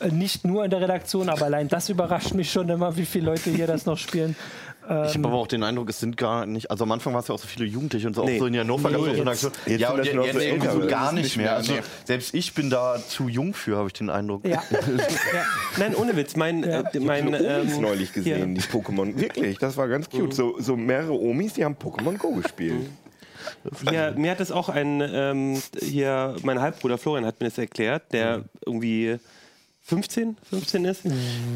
[SPEAKER 5] Äh, Nicht nur in der Redaktion, aber allein das überrascht mich schon immer, wie viele Leute hier das noch spielen.
[SPEAKER 4] Ich habe aber auch den Eindruck, es sind gar nicht. Also am Anfang waren es ja auch so viele Jugendliche und so,
[SPEAKER 2] Nee.
[SPEAKER 4] auch so in Hannover gab es auch so eine Aktion.
[SPEAKER 3] Jetzt
[SPEAKER 4] Ja,
[SPEAKER 3] sind
[SPEAKER 4] und
[SPEAKER 3] das
[SPEAKER 4] jetzt,
[SPEAKER 3] nur
[SPEAKER 4] jetzt
[SPEAKER 3] so
[SPEAKER 4] irgendwie
[SPEAKER 3] Ältere.
[SPEAKER 4] so gar
[SPEAKER 6] Das ist
[SPEAKER 4] nicht
[SPEAKER 6] nicht
[SPEAKER 4] mehr.
[SPEAKER 6] mehr,
[SPEAKER 4] Also,
[SPEAKER 6] nee.
[SPEAKER 4] selbst ich bin da zu jung für, habe ich den Eindruck.
[SPEAKER 5] Ja. ja.
[SPEAKER 2] Nein, ohne Witz. Mein, äh, mein
[SPEAKER 3] Meine Omis
[SPEAKER 2] ähm,
[SPEAKER 3] neulich gesehen, die Pokémon. Wirklich, das war ganz
[SPEAKER 2] Mhm.
[SPEAKER 3] cute. So, so mehrere Omis, die haben Pokémon Go gespielt.
[SPEAKER 2] Hier, mir hat das auch ein, ähm, hier, mein Halbbruder Florian hat mir das erklärt, der irgendwie 15, 15 ist.
[SPEAKER 6] Mhm.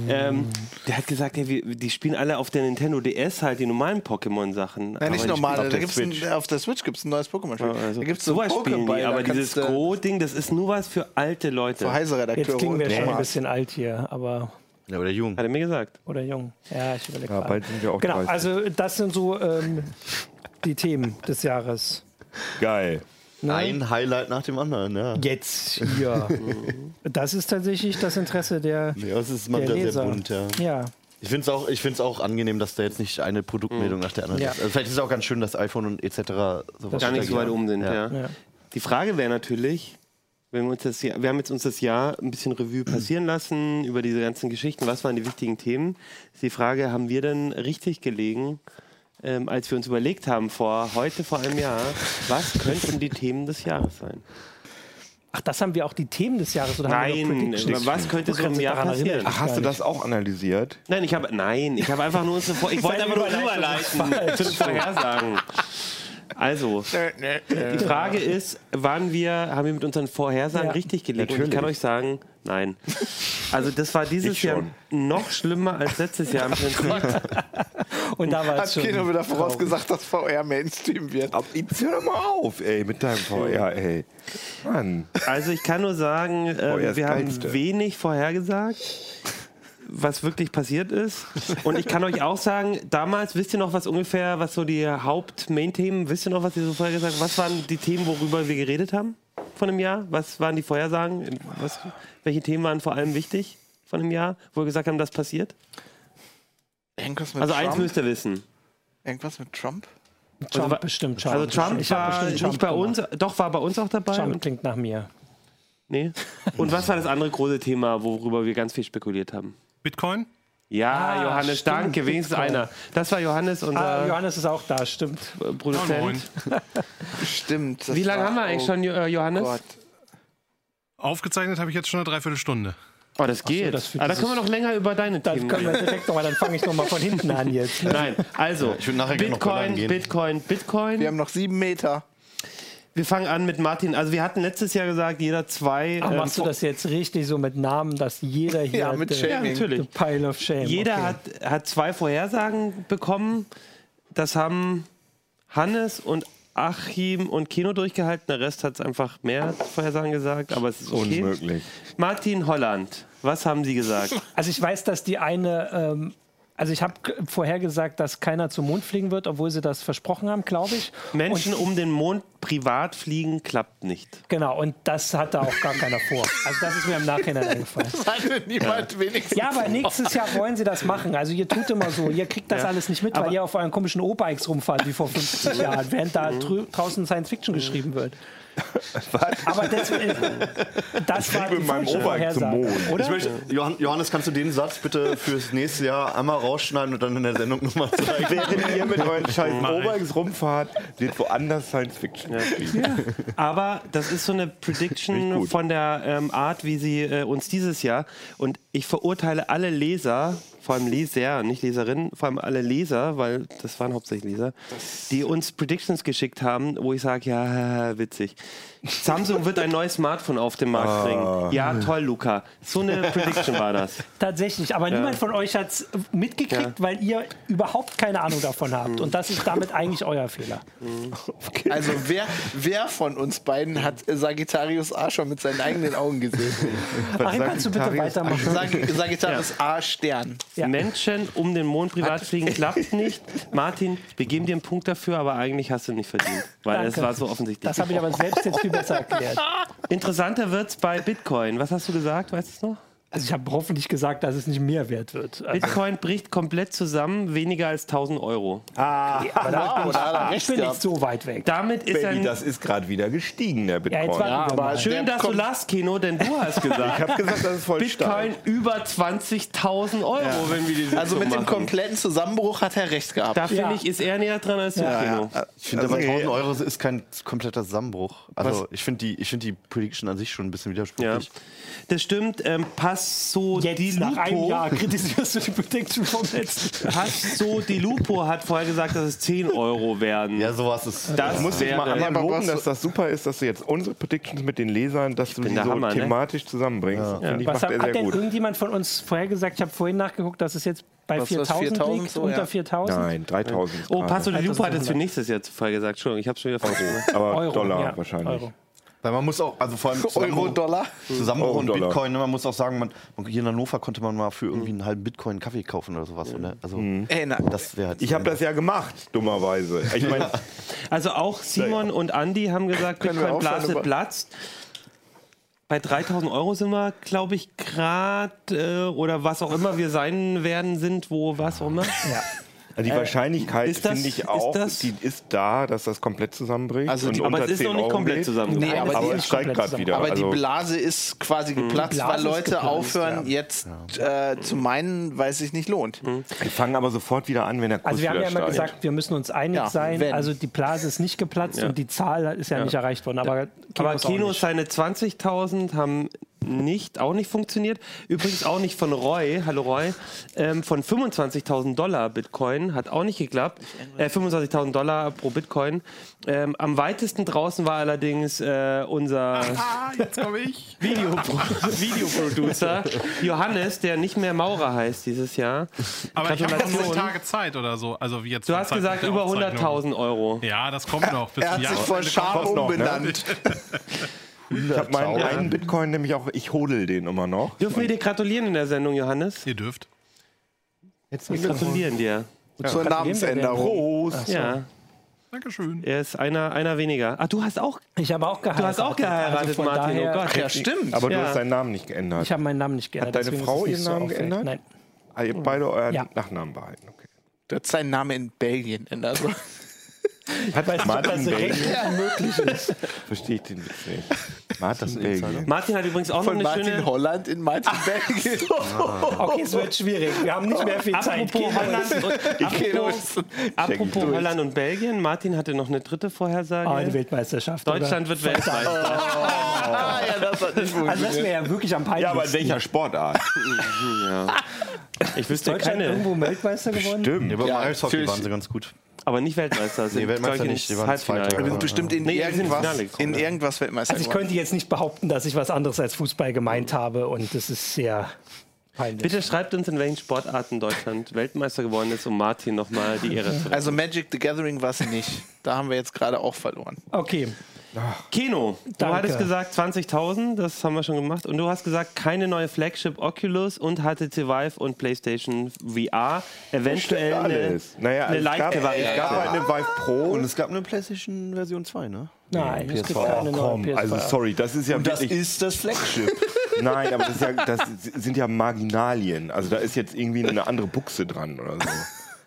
[SPEAKER 2] Ähm, der hat gesagt, hey, wir, die spielen alle auf der Nintendo DS halt die normalen Pokémon-Sachen.
[SPEAKER 6] Nein, nicht
[SPEAKER 2] Aber die
[SPEAKER 6] normal.
[SPEAKER 2] spielen
[SPEAKER 6] Da gibt's
[SPEAKER 2] Switch.
[SPEAKER 6] ein, auf der Switch gibt es ein neues Pokémon-Spiel.
[SPEAKER 2] Also,
[SPEAKER 6] da gibt's so
[SPEAKER 2] sowas spielen die,
[SPEAKER 6] Pokéball, da
[SPEAKER 2] aber
[SPEAKER 6] kannst
[SPEAKER 2] dieses
[SPEAKER 6] du-
[SPEAKER 2] Go-Ding, das ist nur was für alte Leute.
[SPEAKER 6] Für
[SPEAKER 2] Hat
[SPEAKER 6] Heise-Redakteure.
[SPEAKER 5] Jetzt klingen wir
[SPEAKER 6] und
[SPEAKER 5] schon ein
[SPEAKER 6] Thomas. [LAUGHS]
[SPEAKER 5] bisschen alt hier, aber
[SPEAKER 4] Ja, oder jung.
[SPEAKER 2] er mir gesagt.
[SPEAKER 5] oder jung. Ja, ich überlege
[SPEAKER 3] Ja,
[SPEAKER 5] gerade.
[SPEAKER 3] bald sind wir auch
[SPEAKER 5] Genau,
[SPEAKER 3] 30.
[SPEAKER 5] also das sind so ähm, die Themen des Jahres. ne?
[SPEAKER 3] Geil.
[SPEAKER 4] Ein Highlight nach dem anderen. Ja,
[SPEAKER 5] Jetzt
[SPEAKER 2] [LAUGHS]
[SPEAKER 5] hier. das ist tatsächlich das Interesse der,
[SPEAKER 4] ja das ist mal
[SPEAKER 5] der
[SPEAKER 4] wieder sehr
[SPEAKER 5] Leser.
[SPEAKER 4] bunt. Ja.
[SPEAKER 5] ja.
[SPEAKER 4] Ich finde es auch, ich find's auch angenehm, dass da jetzt nicht eine Produktmeldung nach der anderen
[SPEAKER 5] Ja.
[SPEAKER 4] ist. Also vielleicht ist es auch ganz schön, dass iPhone und etc. sowas
[SPEAKER 2] Gar nicht so weit
[SPEAKER 4] reagieren.
[SPEAKER 2] oben sind, ja.
[SPEAKER 5] Ja.
[SPEAKER 2] Die Frage wäre natürlich, wenn wir uns das Jahr, wir haben jetzt uns das Jahr ein bisschen Revue passieren lassen über diese ganzen Geschichten, was waren die wichtigen Themen? Ist die Frage, haben wir denn richtig gelegen, ähm, als wir uns überlegt haben vor heute vor einem Jahr, was könnten die Themen des Jahres sein?
[SPEAKER 5] Ach, das haben wir auch die Themen des Jahres oder haben wir noch
[SPEAKER 2] Nein, äh,
[SPEAKER 5] Predictions?
[SPEAKER 2] was könnte so
[SPEAKER 5] Kannst
[SPEAKER 2] im
[SPEAKER 5] du
[SPEAKER 2] Jahr
[SPEAKER 5] daran erinnern?
[SPEAKER 2] passieren?
[SPEAKER 3] Ach, hast du das auch analysiert?
[SPEAKER 2] Nein, ich habe nein, ich habe einfach nur unsere Vor ich wollte
[SPEAKER 5] Deine
[SPEAKER 2] einfach nur
[SPEAKER 5] Überleitung
[SPEAKER 2] rüberleiten zu [LAUGHS] den Vorhersagen. Also, die Frage ist, waren wir, haben wir mit unseren Vorhersagen
[SPEAKER 5] Ja.
[SPEAKER 2] richtig gelegt? Und ich kann euch sagen, nein. Also das war dieses
[SPEAKER 3] Ich
[SPEAKER 2] Jahr
[SPEAKER 3] schon.
[SPEAKER 2] noch schlimmer als letztes Jahr im Prinzip.
[SPEAKER 5] Und da war
[SPEAKER 6] Hat
[SPEAKER 5] es [LAUGHS] schon.
[SPEAKER 6] Kino wieder vorausgesagt, dass VR Mainstream wird.
[SPEAKER 3] Ab, jetzt hör doch mal auf, ey, mit deinem VR, ey. Mann.
[SPEAKER 2] Also ich kann nur sagen,
[SPEAKER 3] Boah,
[SPEAKER 2] äh,
[SPEAKER 3] Oh das
[SPEAKER 2] wir haben
[SPEAKER 3] Geilste.
[SPEAKER 2] wenig vorhergesagt, was wirklich passiert ist. Und ich kann euch auch sagen, damals wisst ihr noch was ungefähr, was so die Haupt-Main-Themen, wisst ihr noch, was ihr so vorhergesagt habt? Was waren die Themen, worüber wir geredet haben von dem Jahr? Was waren die Vorhersagen? Was, welche Themen waren vor allem wichtig von dem Jahr, wo wir gesagt haben, das passiert?
[SPEAKER 6] Irgendwas mit
[SPEAKER 2] Also
[SPEAKER 6] Trump?
[SPEAKER 2] eins müsst ihr wissen.
[SPEAKER 6] Irgendwas mit Trump?
[SPEAKER 5] Trump
[SPEAKER 2] Also wa-
[SPEAKER 5] bestimmt. Trump.
[SPEAKER 2] Also Trump
[SPEAKER 5] Ich hab
[SPEAKER 2] war
[SPEAKER 5] bestimmt
[SPEAKER 2] nicht
[SPEAKER 5] Trump
[SPEAKER 2] bei uns, doch war bei uns auch dabei.
[SPEAKER 5] Trump
[SPEAKER 2] Und,
[SPEAKER 5] klingt nach mir.
[SPEAKER 2] nee. und was war das andere große Thema, worüber wir ganz viel spekuliert haben?
[SPEAKER 7] Bitcoin?
[SPEAKER 2] Ja,
[SPEAKER 5] Ah,
[SPEAKER 2] Johannes,
[SPEAKER 5] stimmt,
[SPEAKER 2] danke, wenigstens
[SPEAKER 5] Bitcoin.
[SPEAKER 2] einer. Das war Johannes,
[SPEAKER 5] Ah,
[SPEAKER 2] unser
[SPEAKER 5] Johannes ist auch da, stimmt.
[SPEAKER 7] Moin, moin.
[SPEAKER 2] Produzent.
[SPEAKER 6] Stimmt. das
[SPEAKER 2] Wie lange
[SPEAKER 6] war-
[SPEAKER 2] haben wir eigentlich
[SPEAKER 6] oh
[SPEAKER 2] schon, Jo- äh, Johannes?
[SPEAKER 6] Gott.
[SPEAKER 7] Aufgezeichnet habe ich jetzt schon eine Dreiviertelstunde.
[SPEAKER 2] Oh, das geht.
[SPEAKER 5] das für
[SPEAKER 2] ah, da
[SPEAKER 5] dieses-
[SPEAKER 2] können wir noch länger über deine
[SPEAKER 5] Dann
[SPEAKER 2] Themen
[SPEAKER 5] können [LAUGHS] wir direkt nochmal, dann fange ich nochmal von hinten an jetzt. Ne?
[SPEAKER 2] Nein, also
[SPEAKER 4] ich würd nachher gerne noch
[SPEAKER 2] Bitcoin,
[SPEAKER 4] ballern gehen.
[SPEAKER 2] Bitcoin, Bitcoin.
[SPEAKER 6] Wir haben noch sieben Meter.
[SPEAKER 2] Wir fangen an mit Martin. Also wir hatten letztes Jahr gesagt, jeder zwei.
[SPEAKER 5] Ach,
[SPEAKER 2] ähm,
[SPEAKER 5] machst du das jetzt richtig so mit Namen, dass jeder hier
[SPEAKER 6] [LAUGHS] Ja, mit
[SPEAKER 5] the-
[SPEAKER 6] Shaming.
[SPEAKER 2] Ja,
[SPEAKER 5] the
[SPEAKER 2] natürlich.
[SPEAKER 5] Pile of Shame.
[SPEAKER 2] Jeder
[SPEAKER 5] okay.
[SPEAKER 2] hat, hat zwei Vorhersagen bekommen. Das haben Hannes und Achim und Kino durchgehalten. Der Rest hat es einfach mehr Vorhersagen gesagt, aber es ist okay.
[SPEAKER 3] Unmöglich.
[SPEAKER 2] Martin Holland, was haben Sie gesagt?
[SPEAKER 5] Also ich weiß, dass die eine, ähm, also ich habe vorhergesagt, dass keiner zum Mond fliegen wird, obwohl sie das versprochen haben, glaube ich.
[SPEAKER 2] Menschen um den Mond privat fliegen klappt nicht.
[SPEAKER 5] Genau, und das hat da auch gar keiner vor. Also das ist mir im Nachhinein eingefallen.
[SPEAKER 6] Hatte niemand wenigstens.
[SPEAKER 5] Ja, aber
[SPEAKER 6] [LAUGHS]
[SPEAKER 5] nächstes Jahr wollen sie das machen. Also ihr tut immer so, ihr kriegt das alles nicht mit, weil ihr auf euren komischen O-Bikes rumfahrt wie vor 50 Jahren, während da drü- draußen Science Fiction geschrieben wird. Aber das, äh, das war die
[SPEAKER 3] mit meinem
[SPEAKER 5] falsche
[SPEAKER 3] O-Bike zum
[SPEAKER 5] Vorhersage,
[SPEAKER 3] Mond.
[SPEAKER 5] oder?
[SPEAKER 4] Ich möchte, Johann, Johannes, kannst du den Satz bitte fürs nächste Jahr einmal rausschneiden und dann in der Sendung nochmal zeigen?
[SPEAKER 3] Während ihr mit euren scheiß Mobiles rumfahrt, wird woanders Science Fiction.
[SPEAKER 2] [LAUGHS] Aber das ist so eine
[SPEAKER 3] Finde
[SPEAKER 2] Prediction
[SPEAKER 3] ich gut.
[SPEAKER 2] von der ähm, Art, wie sie äh, uns dieses Jahr. Und ich verurteile alle Leser, vor allem Leser, nicht Leserinnen, vor allem alle Leser, weil das waren hauptsächlich Leser, die uns Predictions geschickt haben, wo ich sage, ja, witzig. Samsung wird ein neues Smartphone auf den
[SPEAKER 3] Ah.
[SPEAKER 2] Markt bringen. Ja, toll, Luca. So eine Prediction war das.
[SPEAKER 5] Tatsächlich, aber niemand von euch hat es mitgekriegt,
[SPEAKER 2] Ja.
[SPEAKER 5] weil ihr überhaupt keine Ahnung davon habt. Und das ist damit eigentlich euer Fehler.
[SPEAKER 6] Also wer, wer von uns beiden hat äh, Sagittarius A schon mit seinen eigenen Augen gesehen?
[SPEAKER 5] Achim, kannst du bitte
[SPEAKER 3] Sagittarius
[SPEAKER 5] weitermachen?
[SPEAKER 6] Sag, Sagittarius A Stern.
[SPEAKER 5] [LAUGHS] Ja.
[SPEAKER 2] Menschen um den Mond privat fliegen
[SPEAKER 5] [LAUGHS]
[SPEAKER 2] klappt nicht. Martin, wir geben dir einen Punkt dafür, aber eigentlich hast du ihn nicht verdient, weil es
[SPEAKER 5] Danke.
[SPEAKER 2] war so offensichtlich.
[SPEAKER 5] Das habe ich aber selbst jetzt viel besser erklärt.
[SPEAKER 2] Interessanter wird's bei Bitcoin. Was hast du gesagt? Weißt du es noch?
[SPEAKER 5] Also ich habe hoffentlich gesagt, dass es nicht mehr wert wird. Also,
[SPEAKER 2] Bitcoin bricht komplett zusammen, weniger als 1000 Euro.
[SPEAKER 5] aber da bin ich,
[SPEAKER 6] da hat er
[SPEAKER 5] ich
[SPEAKER 6] recht
[SPEAKER 5] bin nicht
[SPEAKER 6] gehabt.
[SPEAKER 5] so weit weg.
[SPEAKER 2] Damit ist
[SPEAKER 3] Baby,
[SPEAKER 2] er.
[SPEAKER 3] das ist gerade wieder gestiegen, der
[SPEAKER 5] Ja, jetzt
[SPEAKER 3] Bitcoin.
[SPEAKER 5] warten wir
[SPEAKER 6] aber
[SPEAKER 5] mal.
[SPEAKER 6] der
[SPEAKER 2] Schön, dass du
[SPEAKER 6] kommt-
[SPEAKER 2] lachst, Kino, denn du
[SPEAKER 6] [LAUGHS]
[SPEAKER 2] hast
[SPEAKER 3] ich
[SPEAKER 2] gesagt,
[SPEAKER 3] habe gesagt, das ist voll stark.
[SPEAKER 2] Bitcoin über 20.000 Euro, wenn wir diese
[SPEAKER 6] Also mit dem kompletten Zusammenbruch hat er recht gehabt.
[SPEAKER 2] Da finde
[SPEAKER 5] Ja.
[SPEAKER 2] ich, ist er näher dran als du, Kino.
[SPEAKER 4] Ich finde,
[SPEAKER 3] Also,
[SPEAKER 4] bei
[SPEAKER 3] nee.
[SPEAKER 4] 1000 Euro ist kein kompletter Zusammenbruch. Also, ich finde die, ich find die Prediction an sich schon ein bisschen
[SPEAKER 2] Ja.
[SPEAKER 4] widersprüchlich.
[SPEAKER 2] Das stimmt. Ähm, Passo Di
[SPEAKER 5] Jetzt nach einem
[SPEAKER 2] Lupo.
[SPEAKER 5] Jahr kritisierst du die Prediction vom letzten.
[SPEAKER 2] Passo Di Lupo hat vorher gesagt, dass es 10 Euro werden.
[SPEAKER 4] Ja, sowas ist. Also,
[SPEAKER 2] Das
[SPEAKER 3] muss ich
[SPEAKER 2] wäre-
[SPEAKER 3] mal einmal
[SPEAKER 6] aber was-
[SPEAKER 3] loben, dass das super ist, dass du jetzt unsere Predictions mit den Lesern, dass du die
[SPEAKER 2] der
[SPEAKER 3] so
[SPEAKER 2] Hammer, ne?
[SPEAKER 3] thematisch zusammenbringst. Finde ich,
[SPEAKER 5] Was
[SPEAKER 3] macht
[SPEAKER 5] hat,
[SPEAKER 3] er
[SPEAKER 5] hat
[SPEAKER 3] sehr
[SPEAKER 5] denn
[SPEAKER 3] gut.
[SPEAKER 5] irgendjemand von uns vorher gesagt, ich habe vorhin nachgeguckt, dass es jetzt bei
[SPEAKER 6] Was, was,
[SPEAKER 5] 4000
[SPEAKER 6] 4000
[SPEAKER 5] liegt,
[SPEAKER 6] so,
[SPEAKER 5] unter
[SPEAKER 6] ja.
[SPEAKER 5] 4000?
[SPEAKER 3] Nein, 3000.
[SPEAKER 2] Oh, Passo Di Lupo hat es
[SPEAKER 5] 1.500.
[SPEAKER 2] für nächstes Jahr vorher gesagt. Entschuldigung, ich habe es schon wieder vergessen.
[SPEAKER 3] Aber
[SPEAKER 5] Euro,
[SPEAKER 3] Dollar
[SPEAKER 5] ja,
[SPEAKER 3] wahrscheinlich.
[SPEAKER 5] Euro.
[SPEAKER 4] Weil man muss auch, also vor
[SPEAKER 2] [LAUGHS]
[SPEAKER 4] allem
[SPEAKER 6] Euro, Dollar.
[SPEAKER 4] Zusammenbruch
[SPEAKER 3] Euro,
[SPEAKER 4] und
[SPEAKER 3] Dollar.
[SPEAKER 4] Bitcoin, ne, man muss auch sagen, man, man- hier in Hannover konnte man mal für
[SPEAKER 2] Hm.
[SPEAKER 4] irgendwie einen halben Bitcoin einen Kaffee kaufen oder sowas. Ne? Also,
[SPEAKER 6] Ey, na,
[SPEAKER 4] das wäre halt.
[SPEAKER 3] Ich habe das ja gemacht, dummerweise. Ich meine,
[SPEAKER 2] Also auch Simon und Andy haben gesagt,
[SPEAKER 6] Können wir
[SPEAKER 2] Bitcoin
[SPEAKER 6] aufhören,
[SPEAKER 2] Blase
[SPEAKER 6] aber-
[SPEAKER 2] platzt. Bei 3000 Euro sind wir, glaube ich, grad äh, oder was auch immer wir sein werden, sind wo was auch immer.
[SPEAKER 3] die Wahrscheinlichkeit,
[SPEAKER 2] ist das-
[SPEAKER 3] finde ich
[SPEAKER 2] ist
[SPEAKER 3] auch,
[SPEAKER 2] das-
[SPEAKER 3] die ist da, dass das komplett zusammenbricht.
[SPEAKER 6] Also die-
[SPEAKER 3] und
[SPEAKER 2] Aber
[SPEAKER 3] unter
[SPEAKER 2] es ist
[SPEAKER 3] 10
[SPEAKER 2] noch nicht
[SPEAKER 3] Euro
[SPEAKER 2] komplett
[SPEAKER 3] geht.
[SPEAKER 2] zusammen.
[SPEAKER 6] Nee, aber
[SPEAKER 3] Aber,
[SPEAKER 6] die
[SPEAKER 5] ist
[SPEAKER 3] es steigt
[SPEAKER 5] komplett
[SPEAKER 3] gerade
[SPEAKER 5] zusammen.
[SPEAKER 3] wieder.
[SPEAKER 6] Aber
[SPEAKER 3] also,
[SPEAKER 6] die Blase ist quasi
[SPEAKER 2] Hm.
[SPEAKER 6] geplatzt,
[SPEAKER 5] Blase
[SPEAKER 6] weil
[SPEAKER 5] ist
[SPEAKER 6] Leute
[SPEAKER 5] geplatzt,
[SPEAKER 6] aufhören, jetzt äh, zu meinen, weil es sich nicht lohnt.
[SPEAKER 2] Hm.
[SPEAKER 3] die fangen aber sofort wieder an, wenn der Kurs
[SPEAKER 5] Also wir haben
[SPEAKER 3] wieder
[SPEAKER 5] ja immer
[SPEAKER 3] steigt.
[SPEAKER 5] gesagt, wir müssen uns einig
[SPEAKER 6] Ja,
[SPEAKER 5] sein.
[SPEAKER 6] wenn.
[SPEAKER 5] Also die Blase ist nicht geplatzt und die Zahl ist ja, nicht erreicht worden. Aber,
[SPEAKER 2] Aber
[SPEAKER 5] auch
[SPEAKER 2] Kino
[SPEAKER 5] nicht.
[SPEAKER 2] seine 20.000 haben nicht, auch nicht funktioniert. Übrigens auch nicht von Roy, hallo Roy, ähm, von 25.000 Dollar Bitcoin, hat auch nicht geklappt. Äh, 25.000 Dollar pro Bitcoin. Ähm, am weitesten draußen war allerdings äh, unser
[SPEAKER 7] Ah,
[SPEAKER 2] Video
[SPEAKER 6] [LAUGHS]
[SPEAKER 2] Videoproducer Johannes, der nicht mehr Maurer heißt dieses Jahr.
[SPEAKER 7] Aber ich habe jetzt
[SPEAKER 2] Gratulation.
[SPEAKER 7] zehn Tage Zeit oder so. Also wie jetzt
[SPEAKER 2] Du
[SPEAKER 7] vom
[SPEAKER 2] hast
[SPEAKER 7] Zeitpunkt
[SPEAKER 2] gesagt
[SPEAKER 7] der
[SPEAKER 2] über
[SPEAKER 7] Aufzeichnung.
[SPEAKER 2] 100.000 Euro.
[SPEAKER 7] Ja, das kommt noch. Bis
[SPEAKER 6] Er hat
[SPEAKER 7] zum
[SPEAKER 6] sich
[SPEAKER 7] Jahresende kommt
[SPEAKER 6] vor Scham
[SPEAKER 2] ne?
[SPEAKER 7] noch.
[SPEAKER 2] [LAUGHS]
[SPEAKER 6] umbenannt.
[SPEAKER 3] Ich habe meinen
[SPEAKER 4] Ja.
[SPEAKER 3] einen Bitcoin nämlich auch, ich hodel den immer noch.
[SPEAKER 2] Dürfen wir dir gratulieren in der Sendung, Johannes?
[SPEAKER 7] Ihr dürft.
[SPEAKER 2] Wir gratulieren dir.
[SPEAKER 6] Zur Namensänderung.
[SPEAKER 3] Prost!
[SPEAKER 2] Ja,
[SPEAKER 7] Dankeschön.
[SPEAKER 2] er ist einer, einer weniger. Ach, du hast auch
[SPEAKER 5] Ich habe auch geheiratet. Also
[SPEAKER 2] Du hast auch geheiratet,
[SPEAKER 5] von
[SPEAKER 2] Martin.
[SPEAKER 5] Daher,
[SPEAKER 2] oh Gott.
[SPEAKER 6] Ja, stimmt.
[SPEAKER 3] Aber
[SPEAKER 2] Ja.
[SPEAKER 3] du hast deinen Namen nicht geändert.
[SPEAKER 5] Ich habe meinen Namen nicht geändert.
[SPEAKER 3] deine
[SPEAKER 5] deswegen
[SPEAKER 3] Frau
[SPEAKER 5] ist es nicht
[SPEAKER 3] ihren Namen
[SPEAKER 5] auffällig.
[SPEAKER 3] geändert?
[SPEAKER 5] Nein.
[SPEAKER 3] Ah, ihr habt beide euren
[SPEAKER 5] Ja.
[SPEAKER 3] Nachnamen behalten. Okay.
[SPEAKER 6] Du hast seinen Namen in also Belgien ändert.
[SPEAKER 3] Hat Martin
[SPEAKER 5] das recht
[SPEAKER 3] Bailey?
[SPEAKER 5] unmöglich ist.
[SPEAKER 3] Verstehe ich den Witz nicht. Martin Bailey.
[SPEAKER 2] Martin hat übrigens auch
[SPEAKER 6] Von
[SPEAKER 2] noch eine
[SPEAKER 6] Martin
[SPEAKER 2] schöne. Ah.
[SPEAKER 6] Holland in Martin Belgien.
[SPEAKER 2] [LAUGHS]
[SPEAKER 5] Okay, es wird schwierig. Wir haben nicht mehr viel Zeit.
[SPEAKER 2] Apropos Holland, und, apropos, apropos
[SPEAKER 3] durch.
[SPEAKER 2] Holland und Belgien, Martin hatte noch eine dritte Vorhersage.
[SPEAKER 5] Ah, eine Oh, Weltmeisterschaft.
[SPEAKER 2] Deutschland wird Weltmeister.
[SPEAKER 6] ja, das hat nicht
[SPEAKER 5] Also das wäre ja wirklich am
[SPEAKER 3] Ja, aber in
[SPEAKER 5] peinlichsten.
[SPEAKER 3] welcher Sportart?
[SPEAKER 2] Ich wüsste
[SPEAKER 5] Deutschland
[SPEAKER 2] keine.
[SPEAKER 5] irgendwo Weltmeister geworden?
[SPEAKER 4] Ja, aber
[SPEAKER 6] Ja,
[SPEAKER 4] im Eishockey
[SPEAKER 6] natürlich.
[SPEAKER 4] waren sie ganz gut.
[SPEAKER 2] Aber nicht Weltmeister. Sind,
[SPEAKER 4] Nee, Weltmeister
[SPEAKER 2] glaub ich,
[SPEAKER 4] nicht, die
[SPEAKER 2] ins
[SPEAKER 4] waren
[SPEAKER 2] Halbfinale.
[SPEAKER 4] Zweiter.
[SPEAKER 6] Wir sind
[SPEAKER 4] Ja.
[SPEAKER 6] bestimmt in,
[SPEAKER 2] Nee, wir sind ins
[SPEAKER 6] irgendwas,
[SPEAKER 2] Finale gekommen,
[SPEAKER 6] in
[SPEAKER 2] ja.
[SPEAKER 6] irgendwas Weltmeister
[SPEAKER 5] Also ich
[SPEAKER 6] geworden.
[SPEAKER 5] könnte jetzt nicht behaupten, dass ich was anderes als Fußball gemeint habe und das ist sehr peinlich.
[SPEAKER 2] Bitte schreibt uns, in welchen Sportarten Deutschland Weltmeister geworden ist, um Martin nochmal die Ehre zu
[SPEAKER 6] Also Magic the Gathering war es nicht. Da haben wir jetzt gerade auch verloren.
[SPEAKER 5] Okay,
[SPEAKER 2] Kino. Du
[SPEAKER 5] Danke.
[SPEAKER 2] hattest gesagt 20.000, das haben wir schon gemacht. Und du hast gesagt, keine neue Flagship Oculus und HTC Vive und PlayStation VR. Eventuell eine,
[SPEAKER 3] Alles. Naja, also
[SPEAKER 2] eine
[SPEAKER 3] es gab,
[SPEAKER 2] leichte
[SPEAKER 3] es
[SPEAKER 2] Variante.
[SPEAKER 3] gab halt eine Vive Pro.
[SPEAKER 4] Und es gab eine PlayStation Version 2, ne?
[SPEAKER 5] nein, es gibt
[SPEAKER 4] PSVR.
[SPEAKER 5] keine neue PSVR.
[SPEAKER 3] also sorry, das ist ja wirklich.
[SPEAKER 4] ist das Flagship.
[SPEAKER 3] nein, aber das, ist ja, das sind ja Marginalien. Also da ist jetzt irgendwie eine andere Buchse dran oder so.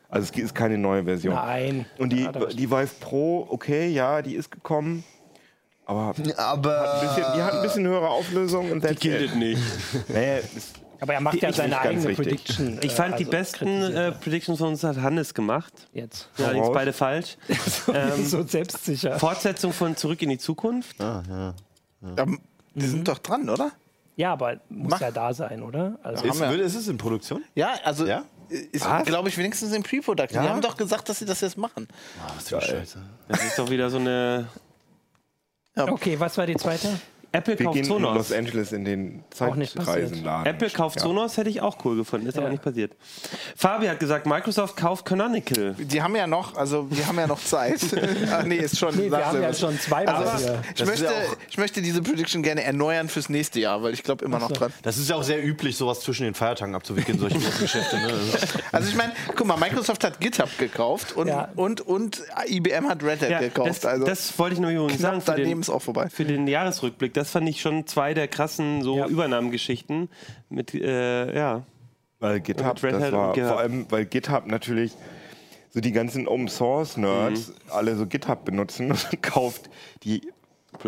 [SPEAKER 3] Also es ist keine neue Version.
[SPEAKER 5] Nein.
[SPEAKER 3] Und die,
[SPEAKER 5] Ja, da-
[SPEAKER 3] die Vive Pro, okay, ja, die ist gekommen. Aber die
[SPEAKER 4] aber
[SPEAKER 3] hat ein bisschen höhere Auflösung und that's it.
[SPEAKER 2] nicht.
[SPEAKER 3] Naja, ist,
[SPEAKER 5] aber er macht ja
[SPEAKER 3] ist
[SPEAKER 5] seine
[SPEAKER 3] nicht ganz
[SPEAKER 5] eigene
[SPEAKER 3] richtig.
[SPEAKER 5] Prediction.
[SPEAKER 2] Ich
[SPEAKER 5] äh,
[SPEAKER 2] fand die
[SPEAKER 5] also
[SPEAKER 2] besten
[SPEAKER 5] kritisiert
[SPEAKER 2] äh, Predictions von uns hat Hannes gemacht.
[SPEAKER 5] jetzt. [LAUGHS]
[SPEAKER 2] Ja, allerdings
[SPEAKER 3] Worauf?
[SPEAKER 2] beide
[SPEAKER 3] [LAUGHS]
[SPEAKER 2] falsch.
[SPEAKER 5] so selbstsicher.
[SPEAKER 2] Fortsetzung von Zurück in die Zukunft.
[SPEAKER 6] Da, die sind doch dran, oder?
[SPEAKER 5] Ja, aber muss
[SPEAKER 6] Mach-
[SPEAKER 5] ja da sein, oder? Also
[SPEAKER 4] ist, wird, ist es in Produktion?
[SPEAKER 6] Ja, also
[SPEAKER 4] Ja?
[SPEAKER 6] ist, glaube ich, wenigstens im Pre-Production. Die haben doch gesagt, dass sie das jetzt machen.
[SPEAKER 4] Ach, du Scheiße.
[SPEAKER 2] Das ist doch wieder so eine.
[SPEAKER 5] okay, was war die zweite?
[SPEAKER 2] Apple
[SPEAKER 3] wir
[SPEAKER 2] kauft
[SPEAKER 3] gehen in Los
[SPEAKER 2] Sonos.
[SPEAKER 3] Angeles in den
[SPEAKER 5] nicht passiert.
[SPEAKER 3] Zeitreisenladen.
[SPEAKER 2] Apple kauft Sonos hätte ich auch cool gefunden, ist aber
[SPEAKER 5] Ja.
[SPEAKER 2] nicht passiert. Fabi hat gesagt, Microsoft kauft Canonical.
[SPEAKER 6] Die haben ja noch, also die haben ja noch [LAUGHS] Zeit. ah, nee, ist schon.
[SPEAKER 5] Nee, wir
[SPEAKER 6] sagst
[SPEAKER 5] haben
[SPEAKER 6] du
[SPEAKER 5] ja
[SPEAKER 6] was.
[SPEAKER 5] schon zweimal
[SPEAKER 6] Also,
[SPEAKER 5] hier.
[SPEAKER 6] ich, möchte, ich möchte diese Prediction gerne erneuern fürs nächste Jahr, weil ich glaube immer noch dran. [LAUGHS]
[SPEAKER 4] Das ist ja auch sehr üblich, sowas zwischen den Feiertagen abzuwickeln, [LAUGHS] solche großen Geschäfte. Ne?
[SPEAKER 6] Also ich meine, guck mal, Microsoft hat GitHub gekauft und,
[SPEAKER 5] Ja.
[SPEAKER 6] und, und IBM hat Red Hat
[SPEAKER 2] Ja,
[SPEAKER 6] gekauft.
[SPEAKER 2] das,
[SPEAKER 6] also
[SPEAKER 2] das wollte ich nur übrigens
[SPEAKER 6] knapp
[SPEAKER 2] sagen für
[SPEAKER 6] daneben
[SPEAKER 2] den,
[SPEAKER 6] ist auch vorbei.
[SPEAKER 2] für den Jahresrückblick. Das fand ich schon zwei der krassen so
[SPEAKER 5] Ja.
[SPEAKER 2] Übernahmegeschichten mit äh, ja.
[SPEAKER 3] Weil GitHub,
[SPEAKER 2] Red Hat
[SPEAKER 3] das
[SPEAKER 2] und
[SPEAKER 3] war
[SPEAKER 2] GitHub.
[SPEAKER 3] vor allem, weil GitHub natürlich so die ganzen Open Source Nerds alle so GitHub benutzen [LAUGHS] und kauft die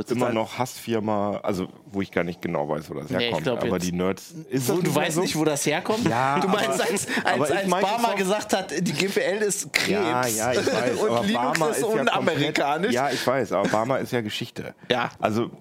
[SPEAKER 3] immer noch Hassfirma, also wo ich gar nicht genau weiß, wo das herkommt,
[SPEAKER 6] ich glaub
[SPEAKER 3] aber
[SPEAKER 6] jetzt-
[SPEAKER 3] die Nerds ist
[SPEAKER 6] Wo,
[SPEAKER 3] das
[SPEAKER 6] du
[SPEAKER 3] mehr
[SPEAKER 6] weißt
[SPEAKER 3] so?
[SPEAKER 6] nicht, wo das herkommt? du meinst,
[SPEAKER 3] [LAUGHS]
[SPEAKER 6] als, als,
[SPEAKER 3] aber ist
[SPEAKER 6] als
[SPEAKER 3] Microsoft-
[SPEAKER 6] Barmer gesagt hat, die GPL ist Krebs
[SPEAKER 3] Ja, ja, ich weiß. aber
[SPEAKER 6] [LAUGHS] und Linux
[SPEAKER 3] Barmer
[SPEAKER 6] ist,
[SPEAKER 3] ja komplett-
[SPEAKER 6] unamerikanisch.
[SPEAKER 3] Ja, ich weiß, aber Barmer ist ja Geschichte.
[SPEAKER 6] Ja.
[SPEAKER 3] Also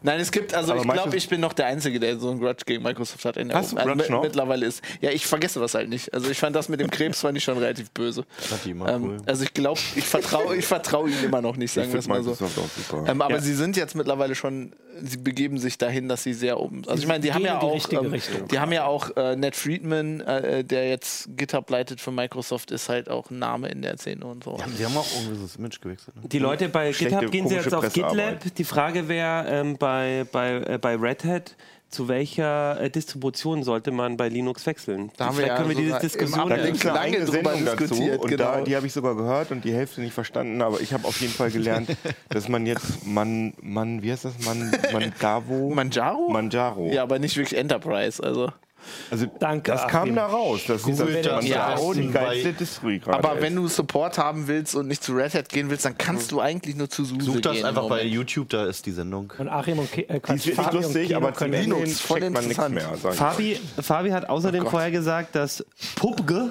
[SPEAKER 6] Nein, es gibt, also
[SPEAKER 3] Aber
[SPEAKER 6] ich glaube,
[SPEAKER 3] Microsoft-
[SPEAKER 6] ich bin noch der Einzige, der so einen Grudge gegen Microsoft hat. In der
[SPEAKER 3] Hast du
[SPEAKER 6] also
[SPEAKER 3] Grudge
[SPEAKER 6] mit-
[SPEAKER 3] noch?
[SPEAKER 6] Mittlerweile ist. Ja, ich vergesse das halt nicht. Also ich fand das mit dem Krebs fand ich schon relativ böse.
[SPEAKER 4] fand die immer cool.
[SPEAKER 6] Also ich glaube, ich vertraue ich vertrau ihnen immer noch nicht, sagen
[SPEAKER 3] ich
[SPEAKER 6] wir es
[SPEAKER 3] find
[SPEAKER 6] mal so.
[SPEAKER 3] Microsoft auch super.
[SPEAKER 6] Ähm, aber
[SPEAKER 2] Ja.
[SPEAKER 6] sie sind jetzt mittlerweile schon, sie begeben sich dahin, dass sie sehr oben. Also ich meine, die haben
[SPEAKER 5] gehen
[SPEAKER 6] ja
[SPEAKER 5] in die
[SPEAKER 6] auch,
[SPEAKER 5] richtige
[SPEAKER 6] ähm,
[SPEAKER 5] Richtung.
[SPEAKER 6] die haben ja auch äh, Ned Friedman, äh, der jetzt GitHub leitet für Microsoft, ist halt auch ein Name in der Szene und so.
[SPEAKER 4] Die haben auch irgendwie so das Image gewechselt. Ne?
[SPEAKER 2] Die Leute bei
[SPEAKER 3] Schlechte,
[SPEAKER 2] GitHub gehen sie
[SPEAKER 3] komische
[SPEAKER 2] jetzt auf
[SPEAKER 3] Pressearbeit.
[SPEAKER 2] GitLab. Die Frage wäre ähm, bei, bei, äh, bei Red Hat, zu welcher äh, Distribution sollte man bei Linux wechseln?
[SPEAKER 6] Da haben wir
[SPEAKER 2] Vielleicht
[SPEAKER 6] ja
[SPEAKER 2] können wir diese
[SPEAKER 6] sogar
[SPEAKER 2] Diskussion.
[SPEAKER 6] im
[SPEAKER 3] Da gibt es eine
[SPEAKER 6] lange
[SPEAKER 3] eigene
[SPEAKER 6] drüber
[SPEAKER 3] Sendung dazu
[SPEAKER 6] diskutiert,
[SPEAKER 3] und
[SPEAKER 6] genau.
[SPEAKER 3] da, die habe ich sogar gehört und die Hälfte nicht verstanden, aber ich habe auf jeden Fall
[SPEAKER 6] [LAUGHS]
[SPEAKER 3] gelernt, dass man jetzt man man wie heißt das man man Gavo
[SPEAKER 6] [LAUGHS] Manjaro?
[SPEAKER 3] Manjaro.
[SPEAKER 6] Ja, aber nicht wirklich Enterprise. Also.
[SPEAKER 3] Also
[SPEAKER 5] Danke,
[SPEAKER 3] das
[SPEAKER 5] Achim.
[SPEAKER 3] kam da raus, dass das
[SPEAKER 4] Google das
[SPEAKER 3] Manjaro
[SPEAKER 4] am
[SPEAKER 3] die
[SPEAKER 4] besten
[SPEAKER 3] geilste
[SPEAKER 4] bei-
[SPEAKER 3] Distri gerade.
[SPEAKER 6] Aber wenn
[SPEAKER 3] ist.
[SPEAKER 6] du Support haben willst und nicht zu Red Hat gehen willst, dann
[SPEAKER 5] Mhm.
[SPEAKER 6] kannst du eigentlich nur zu SUSE
[SPEAKER 4] Such das
[SPEAKER 6] gehen.
[SPEAKER 4] einfach bei YouTube, da ist die Sendung.
[SPEAKER 5] Und Achim und Ke äh,
[SPEAKER 3] die
[SPEAKER 5] Quatsch,
[SPEAKER 3] ist wirklich
[SPEAKER 5] Fabi und
[SPEAKER 3] lustig,
[SPEAKER 5] Keno
[SPEAKER 3] aber zu
[SPEAKER 5] können wir-
[SPEAKER 6] Linux,
[SPEAKER 3] Linux
[SPEAKER 6] voll
[SPEAKER 3] checkt man nichts
[SPEAKER 6] interessant.
[SPEAKER 3] mehr. sag ich.
[SPEAKER 2] Fabi, Fabi hat
[SPEAKER 6] Oh
[SPEAKER 2] außerdem vorher gesagt, dass PUBG,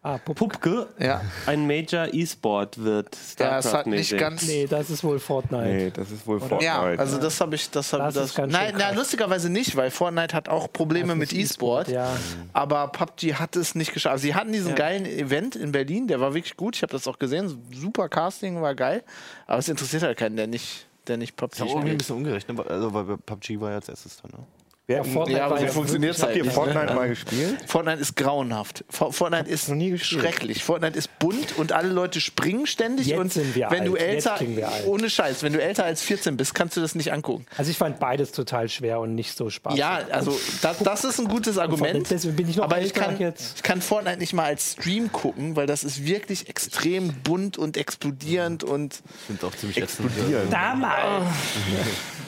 [SPEAKER 5] Ah, Pup-
[SPEAKER 2] PUBG
[SPEAKER 6] Ja.
[SPEAKER 2] ein Major E-Sport wird.
[SPEAKER 6] ja, es hat nicht
[SPEAKER 2] StarCraft-mäßig.
[SPEAKER 6] ganz.
[SPEAKER 5] nee, das ist wohl Fortnite.
[SPEAKER 3] Nee, das ist wohl Fortnite.
[SPEAKER 6] Ja, also das habe ich, das habe
[SPEAKER 5] Das
[SPEAKER 6] das.
[SPEAKER 5] ist ganz schön
[SPEAKER 6] nein, nein,
[SPEAKER 5] krass.
[SPEAKER 6] lustigerweise nicht, weil Fortnite hat auch Probleme
[SPEAKER 5] Das
[SPEAKER 6] mit
[SPEAKER 5] ist
[SPEAKER 6] E-Sport.
[SPEAKER 5] E-Sport, ja.
[SPEAKER 6] Aber PUBG hat es nicht geschafft. Also sie hatten diesen geilen Event in Berlin, der war wirklich gut. Ich habe das auch gesehen. Super Casting, war geil. Aber es interessiert halt keinen, der nicht, der nicht PUBG spielt.
[SPEAKER 4] bisschen ungerecht, ne? also, weil PUBG war ja als erstes dann. Ne?
[SPEAKER 3] Wer,
[SPEAKER 5] Fortnite
[SPEAKER 6] Ja, aber
[SPEAKER 5] war
[SPEAKER 6] so
[SPEAKER 5] jetzt
[SPEAKER 6] funktioniert es
[SPEAKER 3] habt
[SPEAKER 6] halt
[SPEAKER 3] ihr
[SPEAKER 6] nicht.
[SPEAKER 5] ne?
[SPEAKER 3] Fortnite mal gespielt?
[SPEAKER 6] Fortnite ist grauenhaft. For- Fortnite ist
[SPEAKER 3] noch nie gespielt.
[SPEAKER 6] schrecklich. Fortnite ist bunt und alle Leute springen ständig.
[SPEAKER 5] Jetzt
[SPEAKER 6] und
[SPEAKER 5] sind wir
[SPEAKER 6] wenn du
[SPEAKER 5] alt. Jetzt
[SPEAKER 6] älter,
[SPEAKER 5] klingen wir alt.
[SPEAKER 6] ohne Scheiß, wenn du älter als 14 bist, kannst du das nicht angucken.
[SPEAKER 5] Also ich fand beides total schwer und nicht so spaßig.
[SPEAKER 6] Ja, also das, das ist ein gutes Argument.
[SPEAKER 5] Deswegen bin ich noch
[SPEAKER 6] aber ich
[SPEAKER 5] älter
[SPEAKER 6] kann,
[SPEAKER 5] jetzt.
[SPEAKER 6] ich kann Fortnite nicht mal als Stream gucken, weil das ist wirklich extrem bunt und explodierend und
[SPEAKER 4] Sind auch ziemlich
[SPEAKER 3] Explodieren.
[SPEAKER 6] [LAUGHS]
[SPEAKER 5] Damals.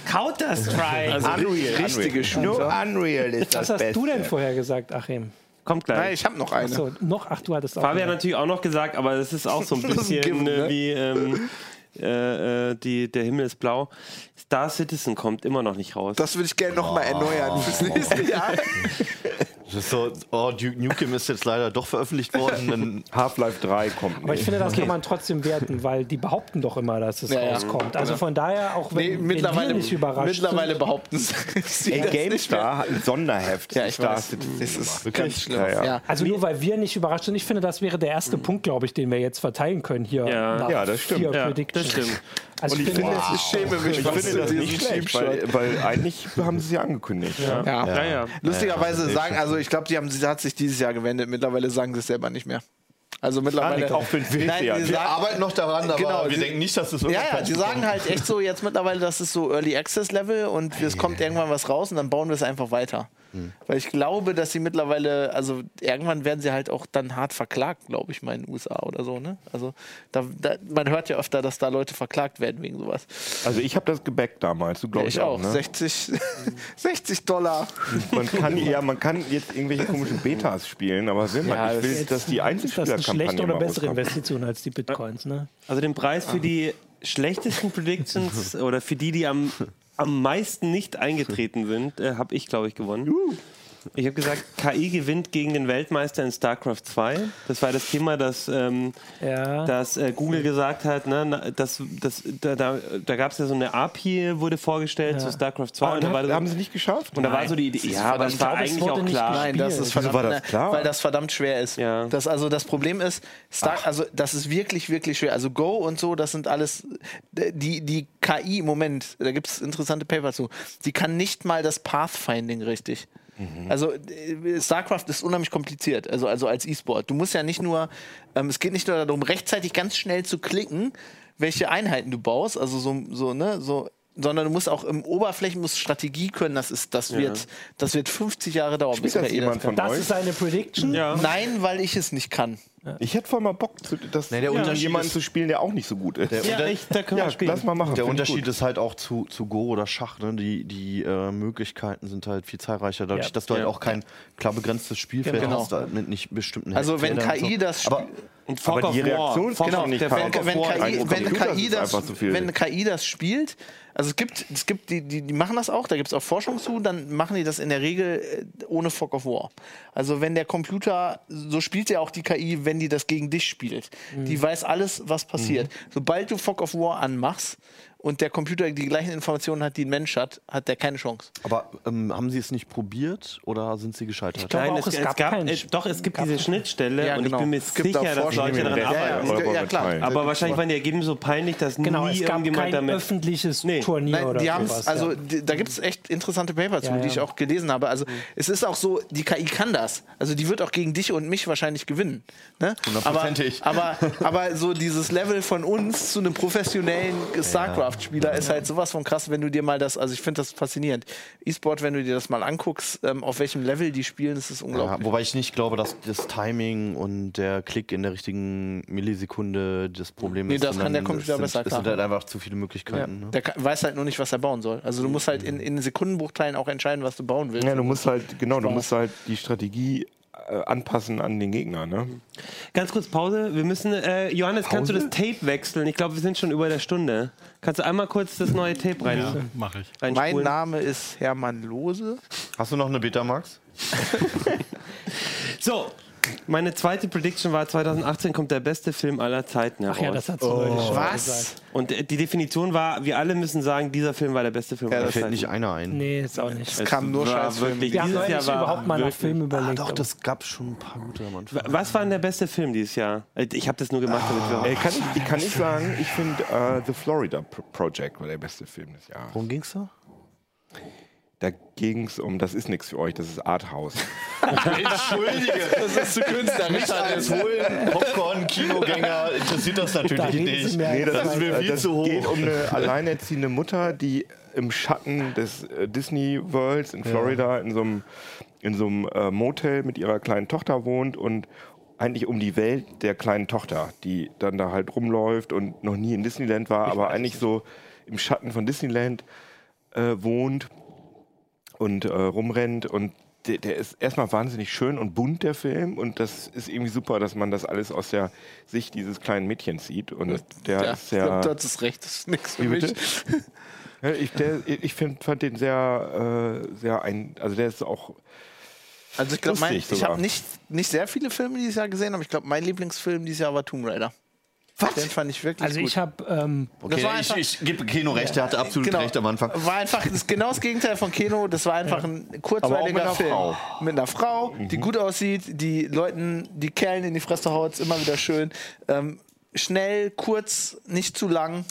[SPEAKER 5] Counter-Strike.
[SPEAKER 3] Also, Unreal,
[SPEAKER 6] richtige Shooter.
[SPEAKER 3] Nur Unreal ist das
[SPEAKER 5] Was hast du
[SPEAKER 3] Beste.
[SPEAKER 5] denn vorher gesagt, Achim?
[SPEAKER 2] Kommt gleich.
[SPEAKER 6] Nein, ich habe noch eine.
[SPEAKER 5] So, noch, ach, du hattest auch.
[SPEAKER 2] Fabi hat
[SPEAKER 5] eine.
[SPEAKER 2] natürlich auch noch gesagt, aber das ist auch so ein
[SPEAKER 6] Das ist ein
[SPEAKER 2] bisschen
[SPEAKER 6] Given,
[SPEAKER 2] äh,
[SPEAKER 6] ne?
[SPEAKER 2] wie ähm, äh, äh, die, der Himmel ist blau. Star Citizen kommt immer noch nicht raus.
[SPEAKER 5] Oh. [LAUGHS]
[SPEAKER 6] Das würde ich gerne nochmal erneuern fürs nächste Jahr.
[SPEAKER 4] Das ist so, oh, Duke Nukem ist jetzt leider doch veröffentlicht worden. Dann
[SPEAKER 3] Half-Life 3 kommt
[SPEAKER 5] Aber ich
[SPEAKER 3] nicht.
[SPEAKER 5] finde, das kann man trotzdem werten, weil die behaupten doch immer, dass es
[SPEAKER 6] Ja, ja.
[SPEAKER 5] rauskommt. Also
[SPEAKER 6] Ja.
[SPEAKER 5] von daher, auch wenn,
[SPEAKER 6] Nee,
[SPEAKER 5] wenn
[SPEAKER 6] mittlerweile
[SPEAKER 5] wir nicht überrascht
[SPEAKER 6] mittlerweile
[SPEAKER 5] sind,
[SPEAKER 6] behaupten sie. [LAUGHS]
[SPEAKER 3] Ey, GameStar hat ein Sonderheft.
[SPEAKER 6] Ja, ich
[SPEAKER 3] Star
[SPEAKER 6] weiß.
[SPEAKER 3] Citizen
[SPEAKER 6] Das ist
[SPEAKER 3] gemacht.
[SPEAKER 6] wirklich schlimm.
[SPEAKER 3] Ja, ja.
[SPEAKER 6] Ja.
[SPEAKER 5] also nur weil wir nicht überrascht sind, ich finde, das wäre der
[SPEAKER 6] Mhm.
[SPEAKER 5] erste Punkt, glaube ich, den wir jetzt verteilen können hier.
[SPEAKER 2] Ja.
[SPEAKER 5] nach
[SPEAKER 3] Ja, das stimmt.
[SPEAKER 5] vier
[SPEAKER 2] Ja,
[SPEAKER 5] Predictions.
[SPEAKER 2] das stimmt.
[SPEAKER 5] Also
[SPEAKER 3] Und ich finde, es
[SPEAKER 6] Ich schäme mich
[SPEAKER 3] Ich
[SPEAKER 6] fast
[SPEAKER 3] finde das
[SPEAKER 6] für
[SPEAKER 3] nicht
[SPEAKER 6] diesen
[SPEAKER 3] schlecht, weil,
[SPEAKER 6] Cheap-Shot.
[SPEAKER 3] weil eigentlich haben sie es ja angekündigt. Ja.
[SPEAKER 6] Ja.
[SPEAKER 2] Ja, ja.
[SPEAKER 6] Lustigerweise sagen, also ich glaube, die haben, sie hat sich dieses Jahr gewendet. Mittlerweile sagen sie es selber nicht mehr. Also mittlerweile.
[SPEAKER 3] auch für den Film.
[SPEAKER 6] Nein, die
[SPEAKER 4] [LAUGHS] wir
[SPEAKER 6] sagen,
[SPEAKER 4] arbeiten noch daran, aber
[SPEAKER 6] Genau,
[SPEAKER 4] wir
[SPEAKER 6] sie-
[SPEAKER 4] denken nicht, dass es
[SPEAKER 6] ja, ja,
[SPEAKER 4] irgendwann
[SPEAKER 6] die sagen halt echt so jetzt mittlerweile, das ist so Early Access Level und es kommt irgendwann was raus und dann bauen wir es einfach weiter. Weil ich glaube, dass sie mittlerweile, also irgendwann werden sie halt auch dann hart verklagt, glaube ich, mal in den USA oder so, ne? Also da, da, man hört ja öfter, dass da Leute verklagt werden wegen sowas.
[SPEAKER 3] Also ich habe das gebackt damals, du
[SPEAKER 6] Ja,
[SPEAKER 3] glaubst
[SPEAKER 6] ich auch.
[SPEAKER 3] Ne?
[SPEAKER 6] 60, 60 Dollar.
[SPEAKER 3] Man kann, ja, man kann jetzt irgendwelche komischen Betas spielen, aber will man,
[SPEAKER 6] Ja,
[SPEAKER 3] ich
[SPEAKER 6] das-
[SPEAKER 3] will, dass die
[SPEAKER 5] ist das eine
[SPEAKER 3] Einzelspielerkampagne
[SPEAKER 5] schlechte oder
[SPEAKER 3] mal
[SPEAKER 5] bessere
[SPEAKER 3] rauskommt.
[SPEAKER 5] Investition als die Bitcoins, ne?
[SPEAKER 2] Also den Preis für die schlechtesten Predictions oder für die, die am, am meisten nicht eingetreten sind, äh, habe ich, glaube ich, gewonnen. Ich habe gesagt, KI gewinnt gegen den Weltmeister in StarCraft 2. Das war das Thema, das, ähm,
[SPEAKER 5] Ja.
[SPEAKER 2] das äh, Google gesagt hat. Ne, na, das, das, da da, da gab es ja so eine API, wurde vorgestellt zu StarCraft 2.
[SPEAKER 3] Ah,
[SPEAKER 2] und da war
[SPEAKER 3] und
[SPEAKER 2] so,
[SPEAKER 3] hab, haben sie nicht geschafft?
[SPEAKER 2] und da war so die Idee, ja, aber das war
[SPEAKER 5] glaube, es
[SPEAKER 2] eigentlich
[SPEAKER 5] wurde
[SPEAKER 2] auch
[SPEAKER 5] nicht
[SPEAKER 2] klar.
[SPEAKER 5] gespielt.
[SPEAKER 6] Nein, das
[SPEAKER 5] Spiel.
[SPEAKER 6] ist verdammt, ne,
[SPEAKER 3] war das klar?
[SPEAKER 6] weil das verdammt schwer ist.
[SPEAKER 2] Ja.
[SPEAKER 6] Das, also das Problem ist, Star, also das ist wirklich, wirklich schwer. Also Go und so, das sind alles die, die KI im Moment, da gibt es interessante Paper zu, die kann nicht mal das Pathfinding richtig.
[SPEAKER 3] Mhm.
[SPEAKER 6] Also äh, StarCraft ist unheimlich kompliziert, also, also als E-Sport. Du musst ja nicht nur, ähm, es geht nicht nur darum, rechtzeitig ganz schnell zu klicken, welche Einheiten du baust, also so, so, ne, so, sondern du musst auch im Oberflächen musst Strategie können, das ist, das wird, das wird 50 Jahre dauern,
[SPEAKER 3] Ist das
[SPEAKER 6] wir eh
[SPEAKER 3] jemand von
[SPEAKER 5] Das
[SPEAKER 3] euch?
[SPEAKER 5] ist eine Prediction.
[SPEAKER 2] Ja.
[SPEAKER 6] Nein, weil ich es nicht kann.
[SPEAKER 3] Ich hätte voll mal Bock, zu, das
[SPEAKER 4] Nee, der Unterschied
[SPEAKER 3] jemanden
[SPEAKER 4] ist-
[SPEAKER 3] zu spielen, der auch nicht so gut ist.
[SPEAKER 4] Der-
[SPEAKER 2] Ja, echt, da können
[SPEAKER 3] ja,
[SPEAKER 2] wir spielen.
[SPEAKER 3] lass mal machen.
[SPEAKER 4] Der
[SPEAKER 3] find ich
[SPEAKER 4] Unterschied
[SPEAKER 3] gut.
[SPEAKER 4] ist halt auch zu, zu Go oder Schach. Ne? Die, die äh, Möglichkeiten sind halt viel zahlreicher, dadurch,
[SPEAKER 5] Ja.
[SPEAKER 4] dass du halt
[SPEAKER 2] Ja.
[SPEAKER 4] auch kein klar begrenztes Spielfeld
[SPEAKER 6] Genau.
[SPEAKER 4] hast halt mit nicht bestimmten
[SPEAKER 6] Also wenn
[SPEAKER 4] Feldern und
[SPEAKER 6] KI das
[SPEAKER 4] Aber
[SPEAKER 2] Und Fog
[SPEAKER 3] Aber die
[SPEAKER 2] of War.
[SPEAKER 3] Reaktion-
[SPEAKER 2] Fog
[SPEAKER 3] Genau,
[SPEAKER 2] of- der
[SPEAKER 3] der
[SPEAKER 2] Fog
[SPEAKER 3] Fog-
[SPEAKER 2] of
[SPEAKER 6] wenn
[SPEAKER 2] War-
[SPEAKER 6] KI,
[SPEAKER 3] Ein
[SPEAKER 6] wenn
[SPEAKER 3] Computer
[SPEAKER 6] KI
[SPEAKER 3] ist
[SPEAKER 6] das,
[SPEAKER 3] einfach zu viel.
[SPEAKER 6] wenn KI das spielt, also es gibt, es gibt die, die, die machen das auch, da gibt es auch Forschung zu, dann machen die das in der Regel äh, ohne Fog of War. Also wenn der Computer, so spielt ja auch die KI, wenn die das gegen dich spielt. Die weiß alles, was passiert. Sobald du Fog of War anmachst und der Computer die gleichen Informationen hat, die ein Mensch hat, hat der keine Chance.
[SPEAKER 4] Aber ähm, haben Sie es nicht probiert oder sind Sie gescheitert?
[SPEAKER 5] glaube
[SPEAKER 2] Nein,
[SPEAKER 5] auch,
[SPEAKER 2] es, es gab,
[SPEAKER 5] keinen
[SPEAKER 2] äh,
[SPEAKER 5] Sch-
[SPEAKER 2] doch, es gibt diese Schnittstelle
[SPEAKER 6] Ja,
[SPEAKER 2] und
[SPEAKER 6] genau.
[SPEAKER 2] ich bin mir
[SPEAKER 6] Es gibt
[SPEAKER 2] sicher,
[SPEAKER 6] da
[SPEAKER 2] dass
[SPEAKER 6] Forschung,
[SPEAKER 2] Leute
[SPEAKER 6] die
[SPEAKER 2] daran
[SPEAKER 6] mit der- Ja, ja,
[SPEAKER 2] arbeiten.
[SPEAKER 6] es gibt- ja,
[SPEAKER 3] mit
[SPEAKER 6] klar.
[SPEAKER 3] rein.
[SPEAKER 2] Aber wahrscheinlich waren die Ergebnisse so peinlich, dass
[SPEAKER 5] Genau,
[SPEAKER 2] nie
[SPEAKER 5] es gab
[SPEAKER 2] irgendjemand
[SPEAKER 5] kein
[SPEAKER 2] damit.
[SPEAKER 5] öffentliches
[SPEAKER 2] Nee.
[SPEAKER 5] Turnier
[SPEAKER 6] Nein,
[SPEAKER 5] oder
[SPEAKER 6] die haben
[SPEAKER 5] sowas,
[SPEAKER 6] also
[SPEAKER 5] ja.
[SPEAKER 6] die, da gibt es echt interessante Paper zu,
[SPEAKER 5] Ja, Mhm.
[SPEAKER 6] die
[SPEAKER 5] ja.
[SPEAKER 6] ich auch gelesen habe. Also es ist auch so, die KI kann das. Also die wird auch gegen dich und mich wahrscheinlich gewinnen. Ne? Aber,
[SPEAKER 4] Hundertprozentig.
[SPEAKER 6] aber, aber so dieses Level von uns zu einem professionellen StarCraft-Spieler ist halt sowas von krass, wenn du dir mal das, also ich finde das faszinierend. E-Sport, wenn du dir das mal anguckst, ähm, auf welchem Level die spielen, das ist unglaublich.
[SPEAKER 4] Ja, wobei ich nicht glaube, dass das Timing und der Klick in der richtigen Millisekunde das Problem
[SPEAKER 6] Nee,
[SPEAKER 4] ist.
[SPEAKER 6] das kann
[SPEAKER 4] sondern
[SPEAKER 6] der Computer
[SPEAKER 4] es sind,
[SPEAKER 6] besser,
[SPEAKER 4] Es sind
[SPEAKER 6] klar.
[SPEAKER 4] halt einfach zu viele Möglichkeiten. Ne?
[SPEAKER 6] Der ka- weiß halt nur nicht, was er bauen soll. Also du musst halt in, in Sekundenbruchteilen auch entscheiden, was du bauen willst.
[SPEAKER 3] Ja, du musst halt, genau, du musst halt die Strategie äh, anpassen an den Gegner, ne?
[SPEAKER 2] Ganz kurz Pause. Wir müssen, äh, Johannes, kannst du das Tape wechseln? Ich glaube, wir sind schon über der Stunde. Kannst du einmal kurz das neue Tape rein,
[SPEAKER 7] Ja, mach ich.
[SPEAKER 6] Mein
[SPEAKER 2] reinspulen?
[SPEAKER 6] Name ist Hermann Lose.
[SPEAKER 4] Hast du noch eine Betamax?
[SPEAKER 2] So, meine zweite Prediction war, 2018 kommt der beste Film aller Zeiten heraus.
[SPEAKER 5] Ach ja, das hat so neulich schon mal gesagt.
[SPEAKER 2] Und äh, die Definition war, wir alle müssen sagen, dieser Film war der beste Film
[SPEAKER 4] Da
[SPEAKER 2] aller
[SPEAKER 4] fällt
[SPEAKER 2] Zeiten.
[SPEAKER 4] nicht einer ein.
[SPEAKER 5] Nee, ist auch nicht.
[SPEAKER 2] Es
[SPEAKER 6] Kam nur
[SPEAKER 2] war
[SPEAKER 6] Scheißfilme.
[SPEAKER 2] wirklich-
[SPEAKER 5] Wir haben
[SPEAKER 2] Dieses
[SPEAKER 5] neulich
[SPEAKER 2] Jahr war
[SPEAKER 5] überhaupt mal nach
[SPEAKER 2] wirklich-
[SPEAKER 5] Filmen überlegt.
[SPEAKER 4] Doch,
[SPEAKER 5] aber-
[SPEAKER 4] das gab schon ein paar gute am Anfang.
[SPEAKER 2] Was war denn der beste Film dieses Jahr? Äh, Ich habe das nur gemacht, damit wir
[SPEAKER 3] Äh, kann, ich, kann ich sagen, ich finde äh, The Florida Pro- Project war der beste Film des Jahres.
[SPEAKER 4] Worum ging's da?
[SPEAKER 3] Da ging es um, das ist nichts für euch, das ist Arthouse.
[SPEAKER 4] Entschuldige!
[SPEAKER 6] Das ist zu künstlerisch.
[SPEAKER 4] Alles holen, Popcorn, Kinogänger, interessiert das
[SPEAKER 5] da
[SPEAKER 4] natürlich
[SPEAKER 5] reden Sie
[SPEAKER 4] nicht.
[SPEAKER 5] mir
[SPEAKER 3] das ist mir
[SPEAKER 4] viel zu hoch.
[SPEAKER 3] geht um eine alleinerziehende Mutter, die im Schatten des äh, Disney Worlds in Florida in so einem, in so einem äh, Motel mit ihrer kleinen Tochter wohnt und eigentlich um die Welt der kleinen Tochter, die dann da halt rumläuft und noch nie in Disneyland war, aber eigentlich so im Schatten von Disneyland äh, wohnt und äh, rumrennt und der, der ist erstmal wahnsinnig schön und bunt, der Film. Und das ist irgendwie super, dass man das alles aus der Sicht dieses kleinen Mädchens sieht. Und der
[SPEAKER 6] Ja, ich
[SPEAKER 3] ist sehr.
[SPEAKER 6] glaube, dort ist recht. Das ist nichts für
[SPEAKER 3] Wie
[SPEAKER 6] mich.
[SPEAKER 3] bitte? äh, Ja, ich der, ich find, fand den sehr, äh, sehr ein. Also der ist auch
[SPEAKER 6] Also ich glaube,
[SPEAKER 3] Wusste ich
[SPEAKER 6] ich
[SPEAKER 3] sogar.
[SPEAKER 6] habe nicht, nicht sehr viele Filme dieses Jahr gesehen, aber ich glaube, mein Lieblingsfilm dieses Jahr war Tomb Raider. Was? Den fand ich wirklich
[SPEAKER 5] Also
[SPEAKER 6] gut.
[SPEAKER 5] ich habe ähm,
[SPEAKER 4] Okay,
[SPEAKER 6] war
[SPEAKER 4] ich,
[SPEAKER 6] einfach-
[SPEAKER 4] ich gebe Keno recht, der hatte absolut
[SPEAKER 6] Genau.
[SPEAKER 4] recht am Anfang.
[SPEAKER 6] War einfach das, genau das Gegenteil von Keno. Das war einfach ein kurzweiliger
[SPEAKER 3] Aber auch mit
[SPEAKER 6] Film.
[SPEAKER 3] einer
[SPEAKER 6] Mit einer Frau, die gut aussieht, die Leuten, die Kerlen in die Fresse haut, ist immer wieder schön. Ähm, schnell, kurz, nicht zu lang.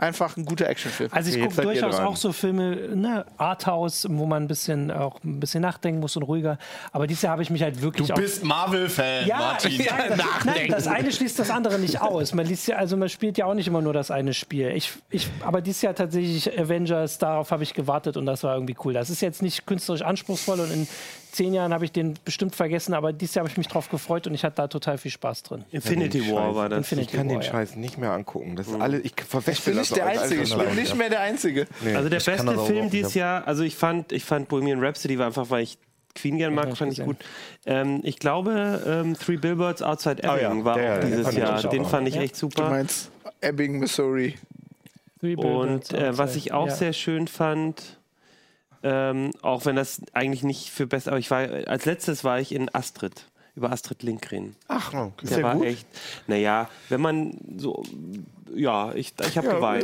[SPEAKER 6] Einfach ein guter Actionfilm.
[SPEAKER 5] Also ich
[SPEAKER 3] Jetzt
[SPEAKER 5] gucke
[SPEAKER 3] seid ihr
[SPEAKER 5] durchaus
[SPEAKER 3] dran.
[SPEAKER 5] auch so Filme, ne, Arthouse, wo man ein bisschen auch ein bisschen nachdenken muss und ruhiger. Aber dieses Jahr habe ich mich halt wirklich auf-
[SPEAKER 4] Marvel-Fan,
[SPEAKER 5] ja, ich- nein, das, nein, das eine schließt das andere nicht aus. Man liest ja, also man spielt ja auch nicht immer nur das eine Spiel. Ich, ich, aber dieses Jahr tatsächlich Avengers, darauf habe ich gewartet und das war irgendwie cool. Das ist jetzt nicht künstlerisch anspruchsvoll und in zehn Jahren habe ich den bestimmt vergessen, aber dieses Jahr habe ich mich drauf gefreut und ich hatte da total viel Spaß drin.
[SPEAKER 2] Infinity War war das.
[SPEAKER 5] Infinity
[SPEAKER 3] Ich kann
[SPEAKER 5] War,
[SPEAKER 3] den
[SPEAKER 5] ja.
[SPEAKER 3] Scheiß nicht mehr angucken. Das ist alle, ich verwechsel
[SPEAKER 6] bin
[SPEAKER 3] das
[SPEAKER 6] nicht der
[SPEAKER 3] alles
[SPEAKER 6] Einzige. Mhm. Ich
[SPEAKER 3] einfach
[SPEAKER 6] bin
[SPEAKER 3] nur.
[SPEAKER 6] nicht mehr der Einzige.
[SPEAKER 2] Also der
[SPEAKER 4] kann
[SPEAKER 2] beste
[SPEAKER 4] das auch
[SPEAKER 2] Film
[SPEAKER 4] überhaupt
[SPEAKER 2] dieses
[SPEAKER 4] nicht.
[SPEAKER 2] Jahr, also ich fand, ich fand Bohemian Rhapsody war einfach, weil ich Queen gern mag, fand ich gut. Ähm, ich glaube, ähm, Three Billboards Outside Ebbing
[SPEAKER 3] Ah, ja,
[SPEAKER 2] war
[SPEAKER 3] der,
[SPEAKER 2] auch
[SPEAKER 3] der
[SPEAKER 2] dieses
[SPEAKER 3] fand ich
[SPEAKER 2] Jahr.
[SPEAKER 3] auch
[SPEAKER 2] Den
[SPEAKER 3] gut.
[SPEAKER 2] fand ich
[SPEAKER 5] Ja.
[SPEAKER 2] echt
[SPEAKER 6] Du
[SPEAKER 7] Ah.
[SPEAKER 2] super.
[SPEAKER 6] meinst Ebbing, Missouri.
[SPEAKER 2] Und äh, was ich auch
[SPEAKER 5] Ja.
[SPEAKER 2] sehr schön fand, ähm, auch wenn das eigentlich nicht für best, aber ich war als letztes war ich in Astrid über Astrid Lindgren.
[SPEAKER 3] Ach, ist
[SPEAKER 2] Der
[SPEAKER 3] der
[SPEAKER 2] war
[SPEAKER 3] gut?
[SPEAKER 2] echt. Naja, wenn man so, ja, ich, ich habe geweint.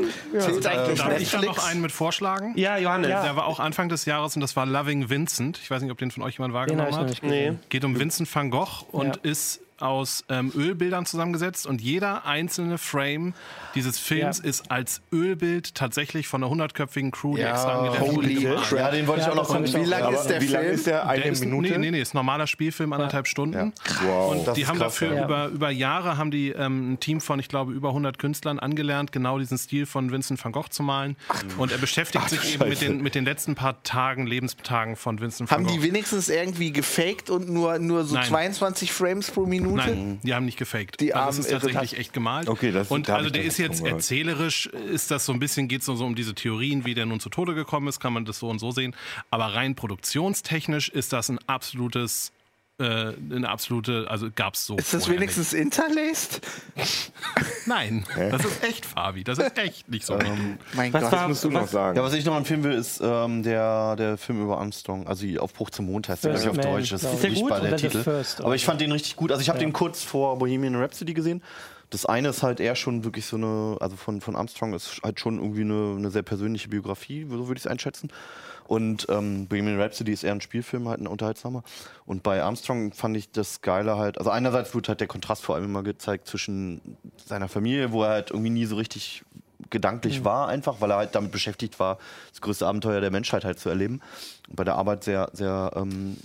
[SPEAKER 7] Darf ich
[SPEAKER 6] Zählt eigentlich
[SPEAKER 7] Äh, da noch
[SPEAKER 6] Netflix?
[SPEAKER 7] einen mit vorschlagen?
[SPEAKER 2] Ja, Johannes.
[SPEAKER 7] Der war auch Anfang des Jahres und das war Loving Vincent. Ich weiß nicht, ob den von euch jemand
[SPEAKER 5] Den habe
[SPEAKER 7] wahrgenommen
[SPEAKER 5] ich noch
[SPEAKER 7] hat.
[SPEAKER 5] nicht gesehen.
[SPEAKER 7] Geht um Vincent van Gogh und
[SPEAKER 5] Ja.
[SPEAKER 7] ist aus ähm, Ölbildern zusammengesetzt und jeder einzelne Frame dieses Films
[SPEAKER 5] Ja.
[SPEAKER 7] ist als Ölbild tatsächlich von einer hundertköpfigen Crew, die extra angedeftet
[SPEAKER 3] holy
[SPEAKER 7] gemacht
[SPEAKER 3] crap.
[SPEAKER 4] Ja, den wollte
[SPEAKER 5] Ja,
[SPEAKER 4] ich auch noch
[SPEAKER 5] das hab
[SPEAKER 4] mal-
[SPEAKER 5] ich auch
[SPEAKER 6] Wie lang ist der
[SPEAKER 3] Wie lang
[SPEAKER 6] Film?
[SPEAKER 3] ist der? Eine
[SPEAKER 7] Der ist,
[SPEAKER 3] Minute?
[SPEAKER 7] Nee, nee, nee, ist ein normaler Spielfilm, anderthalb Stunden.
[SPEAKER 3] Wow.
[SPEAKER 7] Und die
[SPEAKER 4] ist
[SPEAKER 7] haben
[SPEAKER 4] krass,
[SPEAKER 7] dafür
[SPEAKER 5] ja.
[SPEAKER 7] über, über Jahre haben die ähm, ein Team von, ich glaube, über 100 Künstlern angelernt, genau diesen Stil von Vincent van Gogh zu malen. und er beschäftigt sich eben mit den, mit den letzten paar Tagen, Lebenstagen von Vincent van
[SPEAKER 6] Haben
[SPEAKER 7] Gogh.
[SPEAKER 6] die wenigstens irgendwie gefaked und nur, nur so
[SPEAKER 7] Nein.
[SPEAKER 6] 22 Frames pro Minute?
[SPEAKER 3] Mhm.
[SPEAKER 7] Nein, die haben nicht gefaked.
[SPEAKER 6] Die
[SPEAKER 7] also es ist
[SPEAKER 6] armen Irren.
[SPEAKER 7] tatsächlich echt gemalt.
[SPEAKER 3] halt- Okay, das-
[SPEAKER 7] und
[SPEAKER 3] da hab
[SPEAKER 7] also
[SPEAKER 3] ich
[SPEAKER 7] der
[SPEAKER 3] noch
[SPEAKER 7] ist
[SPEAKER 3] nichts
[SPEAKER 7] jetzt
[SPEAKER 3] von gehört.
[SPEAKER 7] erzählerisch, ist das so ein bisschen, geht es so um diese Theorien, wie der nun zu Tode gekommen ist, kann man das so und so sehen. Aber rein produktionstechnisch ist das ein absolutes, äh, eine absolute, also gab es so.
[SPEAKER 6] Ist das
[SPEAKER 7] vorher
[SPEAKER 6] wenigstens interlaced?
[SPEAKER 7] Nicht. Nein, das ist echt, Fabi. Das ist echt nicht so.
[SPEAKER 6] Mein
[SPEAKER 2] Was
[SPEAKER 6] Gott.
[SPEAKER 2] war-
[SPEAKER 3] musst du noch
[SPEAKER 2] was-
[SPEAKER 3] sagen.
[SPEAKER 4] Ja, was ich noch empfehlen will, ist ähm, der, der Film über Armstrong, also die Aufbruch zum Mond heißt der,
[SPEAKER 5] First
[SPEAKER 4] glaube ich, auf
[SPEAKER 5] Man,
[SPEAKER 4] Deutsch. Das
[SPEAKER 5] glaub ich.
[SPEAKER 4] ist nicht
[SPEAKER 5] Ist der
[SPEAKER 4] bei
[SPEAKER 5] gut
[SPEAKER 4] der
[SPEAKER 5] oder The
[SPEAKER 4] Titel.
[SPEAKER 5] First, oder?
[SPEAKER 4] Aber ich fand den richtig gut. Also ich habe den kurz vor Bohemian Rhapsody gesehen. Das eine ist halt eher schon wirklich so eine, also von, von Armstrong ist halt schon irgendwie eine, eine sehr persönliche Biografie, so würde ich es einschätzen. Und ähm, Bohemian Rhapsody ist eher ein Spielfilm, halt ein unterhaltsamer. Und bei Armstrong fand ich das Geile halt, also einerseits wird halt der Kontrast vor allem immer gezeigt zwischen seiner Familie, wo er halt irgendwie nie so richtig gedanklich
[SPEAKER 3] Mhm.
[SPEAKER 4] war, einfach, weil er halt damit beschäftigt war, das größte Abenteuer der Menschheit halt zu erleben. Und bei der Arbeit sehr, sehr, ähm,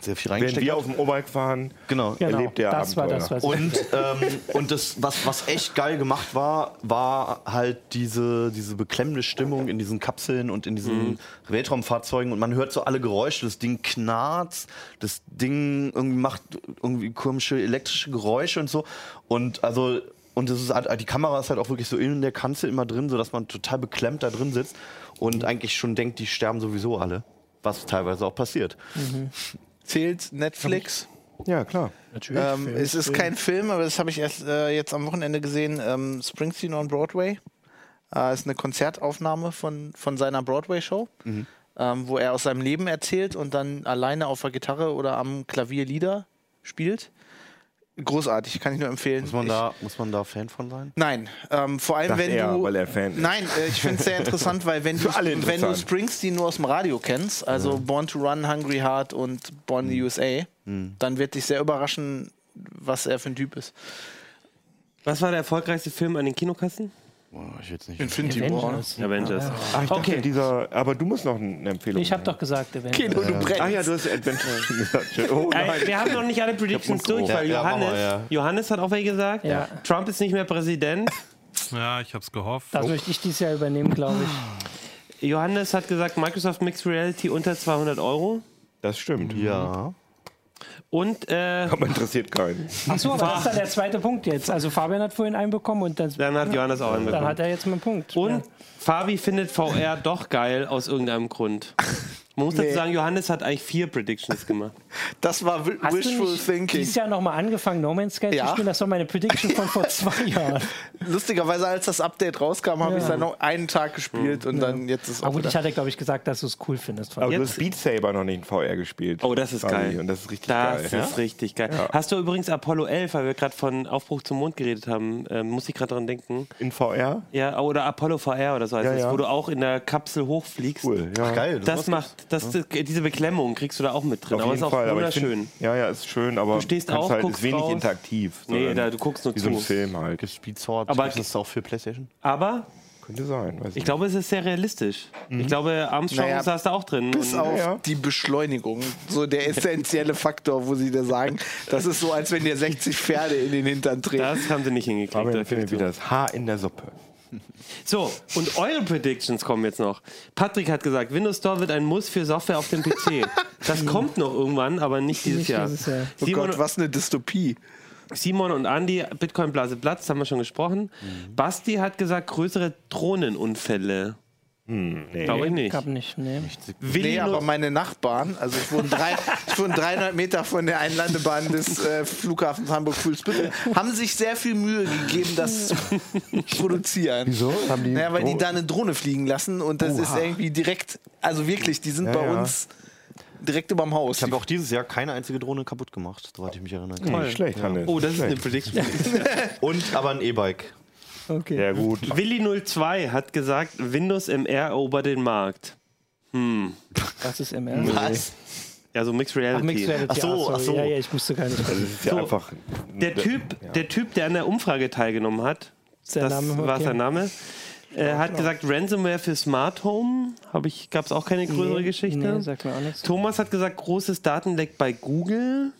[SPEAKER 4] sehr viel
[SPEAKER 3] Wenn
[SPEAKER 4] reingesteckt
[SPEAKER 3] wir
[SPEAKER 4] hat.
[SPEAKER 3] auf dem Oberg fahren,
[SPEAKER 4] Genau.
[SPEAKER 5] Genau,
[SPEAKER 3] erlebt der
[SPEAKER 5] das war das, was
[SPEAKER 4] Und, ähm, und das, was, was echt geil gemacht war, war halt diese, diese beklemmende Stimmung in diesen Kapseln und in diesen Weltraumfahrzeugen. Und man hört so alle Geräusche. Das Ding knarzt, das Ding irgendwie macht irgendwie komische elektrische Geräusche und so. Und also. Und es ist halt, die Kamera ist halt auch wirklich so in der Kanzel immer drin, sodass man total beklemmt da drin sitzt und eigentlich schon denkt, die sterben sowieso alle. Was teilweise auch passiert.
[SPEAKER 6] Zählt Netflix?
[SPEAKER 3] Ja, klar.
[SPEAKER 6] Ähm, es ist kein Film, aber das habe ich erst äh, jetzt am Wochenende gesehen. Ähm, Springsteen on Broadway. Äh, ist eine Konzertaufnahme von, von seiner Broadway-Show, ähm, wo er aus seinem Leben erzählt und dann alleine auf der Gitarre oder am Klavier Lieder spielt. Großartig, kann ich nur empfehlen.
[SPEAKER 4] Muss man,
[SPEAKER 6] ich,
[SPEAKER 4] da, muss man da Fan von sein?
[SPEAKER 6] Nein, ähm, vor allem
[SPEAKER 3] Sagt
[SPEAKER 6] wenn
[SPEAKER 3] er,
[SPEAKER 6] du.
[SPEAKER 3] weil er Fan ist.
[SPEAKER 6] Nein, äh, ich finde es sehr interessant,
[SPEAKER 3] [LAUGHS]
[SPEAKER 6] weil wenn du,
[SPEAKER 3] alle
[SPEAKER 6] wenn du
[SPEAKER 3] interessant.
[SPEAKER 6] Springsteen nur aus dem Radio kennst, also Born to Run, Hungry Heart und Born
[SPEAKER 3] Hm.
[SPEAKER 6] in the USA, dann wird dich sehr überraschen, was er für ein Typ ist.
[SPEAKER 2] Was war der erfolgreichste Film an den Kinokassen?
[SPEAKER 4] Boah, ich jetzt nicht.
[SPEAKER 6] Infinity
[SPEAKER 5] Avengers.
[SPEAKER 2] Avengers.
[SPEAKER 3] Ach, Ah, ich dachte,
[SPEAKER 5] Okay.
[SPEAKER 3] dieser, aber du musst noch eine Empfehlung
[SPEAKER 5] Ich habe doch gesagt, Avengers.
[SPEAKER 6] Kino, du brennst.
[SPEAKER 3] Ach ja, du hast Adventure schon
[SPEAKER 4] [LAUGHS]
[SPEAKER 3] gesagt. Oh
[SPEAKER 2] Ey,
[SPEAKER 3] nein.
[SPEAKER 2] wir haben noch nicht alle Predictions
[SPEAKER 3] Ich hab
[SPEAKER 2] durch,
[SPEAKER 3] Mund gerochen.
[SPEAKER 2] weil
[SPEAKER 4] Ja, ja, machen
[SPEAKER 2] Johannes,
[SPEAKER 4] wir, ja.
[SPEAKER 2] Johannes hat auch wer gesagt,
[SPEAKER 5] Ja.
[SPEAKER 2] Trump ist nicht mehr
[SPEAKER 3] [LAUGHS]
[SPEAKER 2] Präsident.
[SPEAKER 7] Ja, ich hab's gehofft.
[SPEAKER 5] Das möchte ich dieses Jahr übernehmen, glaube ich.
[SPEAKER 2] Johannes hat gesagt, Microsoft Mixed Reality unter 200 Euro.
[SPEAKER 3] Das stimmt.
[SPEAKER 4] Ja.
[SPEAKER 2] Und äh,
[SPEAKER 3] Aber interessiert keinen.
[SPEAKER 5] Achso, aber das ist dann der zweite Punkt jetzt. Also Fabian hat vorhin einen bekommen und das,
[SPEAKER 2] dann hat Johannes auch einen
[SPEAKER 5] dann
[SPEAKER 2] bekommen.
[SPEAKER 5] hat er jetzt mal einen Punkt.
[SPEAKER 2] Und Fabi findet VR doch geil aus irgendeinem Grund. Man muss dazu
[SPEAKER 6] Nee.
[SPEAKER 2] sagen, Johannes hat eigentlich vier Predictions gemacht.
[SPEAKER 6] Das war wi-
[SPEAKER 5] Hast du
[SPEAKER 6] wishful
[SPEAKER 5] nicht
[SPEAKER 6] thinking.
[SPEAKER 5] dieses Jahr nochmal angefangen, No Man's Sky
[SPEAKER 6] Ja.
[SPEAKER 5] zu spielen? Das war meine Prediction von vor zwei Jahren.
[SPEAKER 6] Lustigerweise, als das Update rauskam, habe ich es dann noch einen Tag gespielt und dann jetzt ist
[SPEAKER 5] Aber
[SPEAKER 6] auch
[SPEAKER 5] gut,
[SPEAKER 6] wieder.
[SPEAKER 5] ich hatte, glaube ich, gesagt, dass du es cool findest. Von
[SPEAKER 3] Aber du
[SPEAKER 2] Jetzt-
[SPEAKER 3] hast Beat Saber noch nicht in VR gespielt.
[SPEAKER 2] Oh, das ist
[SPEAKER 3] Fand
[SPEAKER 2] geil.
[SPEAKER 3] ich, Und das ist richtig
[SPEAKER 2] das
[SPEAKER 3] geil.
[SPEAKER 2] ist richtig geil. Hast du übrigens Apollo 11, weil wir gerade von Aufbruch zum Mond geredet haben, ähm, muss ich gerade dran denken.
[SPEAKER 3] In VR?
[SPEAKER 2] Ja, oder Apollo VR oder so heißt
[SPEAKER 3] Ja,
[SPEAKER 2] es,
[SPEAKER 3] ja.
[SPEAKER 2] wo du auch in der Kapsel hochfliegst.
[SPEAKER 3] Cool, ja.
[SPEAKER 4] Ach, geil.
[SPEAKER 2] Das macht, das, das, diese Beklemmung kriegst du da auch mit drin.
[SPEAKER 3] Auf
[SPEAKER 2] aber
[SPEAKER 3] jeden
[SPEAKER 2] ist auch
[SPEAKER 3] Fall. aber ich
[SPEAKER 2] wunderschön.
[SPEAKER 3] Find, ja, ja, ist schön, aber du
[SPEAKER 2] stehst auf,
[SPEAKER 3] halt,
[SPEAKER 2] guckst
[SPEAKER 3] ist wenig
[SPEAKER 2] raus.
[SPEAKER 3] interaktiv.
[SPEAKER 2] Nee,
[SPEAKER 3] sondern
[SPEAKER 2] da- du guckst nur
[SPEAKER 3] Wie so ein
[SPEAKER 2] zu.
[SPEAKER 3] Film halt.
[SPEAKER 4] Speed Sword.
[SPEAKER 2] Aber-
[SPEAKER 4] ist das auch für PlayStation?
[SPEAKER 2] aber
[SPEAKER 3] Könnte sein. Weiß
[SPEAKER 2] ich glaube, es ist sehr realistisch. Ich glaube, Armstrong
[SPEAKER 6] Naja,
[SPEAKER 2] saß da auch drin.
[SPEAKER 6] Bis
[SPEAKER 2] und-
[SPEAKER 6] auf
[SPEAKER 3] ja.
[SPEAKER 6] die Beschleunigung, so der essentielle Faktor, wo sie dir sagen, das ist so, als wenn dir 60 Pferde in den Hintern treten.
[SPEAKER 2] das haben sie nicht hingekriegt.
[SPEAKER 3] Fabian
[SPEAKER 2] definitiv.
[SPEAKER 3] findet wieder das Haar in der Suppe.
[SPEAKER 2] So, und eure Predictions kommen jetzt noch. Patrick hat gesagt, Windows Store wird ein Muss für Software auf dem PC. Das kommt noch irgendwann, aber nicht dieses
[SPEAKER 5] Nicht
[SPEAKER 2] Jahr.
[SPEAKER 5] dieses Jahr.
[SPEAKER 6] Oh
[SPEAKER 2] Simon,
[SPEAKER 6] Gott, was eine Dystopie.
[SPEAKER 2] Simon und Andy, Bitcoin Blase Platz, haben wir schon gesprochen. Basti hat gesagt, größere Drohnenunfälle. Glaube ich nicht.
[SPEAKER 5] Gab nicht. Nee.
[SPEAKER 2] Willi
[SPEAKER 6] Nee,
[SPEAKER 2] nur-
[SPEAKER 6] aber meine Nachbarn, also ich wohne,
[SPEAKER 2] [LAUGHS]
[SPEAKER 6] drei, ich wohne 300 Meter von der Einlandebahn des äh, Flughafens Hamburg-Fuhlsbüttel, haben sich sehr viel Mühe gegeben,
[SPEAKER 2] [LAUGHS]
[SPEAKER 6] das zu produzieren. Wieso?
[SPEAKER 3] Haben die-
[SPEAKER 6] naja, weil die
[SPEAKER 3] Oh.
[SPEAKER 6] da eine Drohne fliegen lassen und das ist irgendwie direkt, also wirklich, die sind bei
[SPEAKER 3] ja.
[SPEAKER 6] uns direkt überm Haus.
[SPEAKER 4] Ich habe auch dieses Jahr keine einzige Drohne kaputt gemacht, soweit ich mich erinnern kann.
[SPEAKER 3] Nicht schlecht, Hannes.
[SPEAKER 2] oh, das ist
[SPEAKER 3] Schlecht.
[SPEAKER 2] eine Prediction.
[SPEAKER 4] Und aber ein E-Bike.
[SPEAKER 5] Okay.
[SPEAKER 3] Ja, gut.
[SPEAKER 2] Willi02 hat gesagt, Windows MR erobert den Markt.
[SPEAKER 5] Das ist MR.
[SPEAKER 6] was?
[SPEAKER 2] Ja, so Mixed Reality.
[SPEAKER 5] Ach, Mixed Reality.
[SPEAKER 4] Ach so,
[SPEAKER 5] ah, sorry.
[SPEAKER 4] ach so.
[SPEAKER 5] Ja, ja, ich wusste gar nicht.
[SPEAKER 3] Das ist ja
[SPEAKER 2] So.
[SPEAKER 3] einfach.
[SPEAKER 2] Der Typ, der Typ, der an der Umfrage teilgenommen hat,
[SPEAKER 5] Sein
[SPEAKER 2] das
[SPEAKER 5] Name,
[SPEAKER 2] war
[SPEAKER 5] okay. genau.
[SPEAKER 2] sein Name, äh, hat gesagt Ransomware für Smart Home. Gab es auch keine größere
[SPEAKER 5] Nee,
[SPEAKER 2] Geschichte.
[SPEAKER 5] Nee, sagt mir auch nichts.
[SPEAKER 2] Thomas hat gesagt, großes Datenleck bei Google.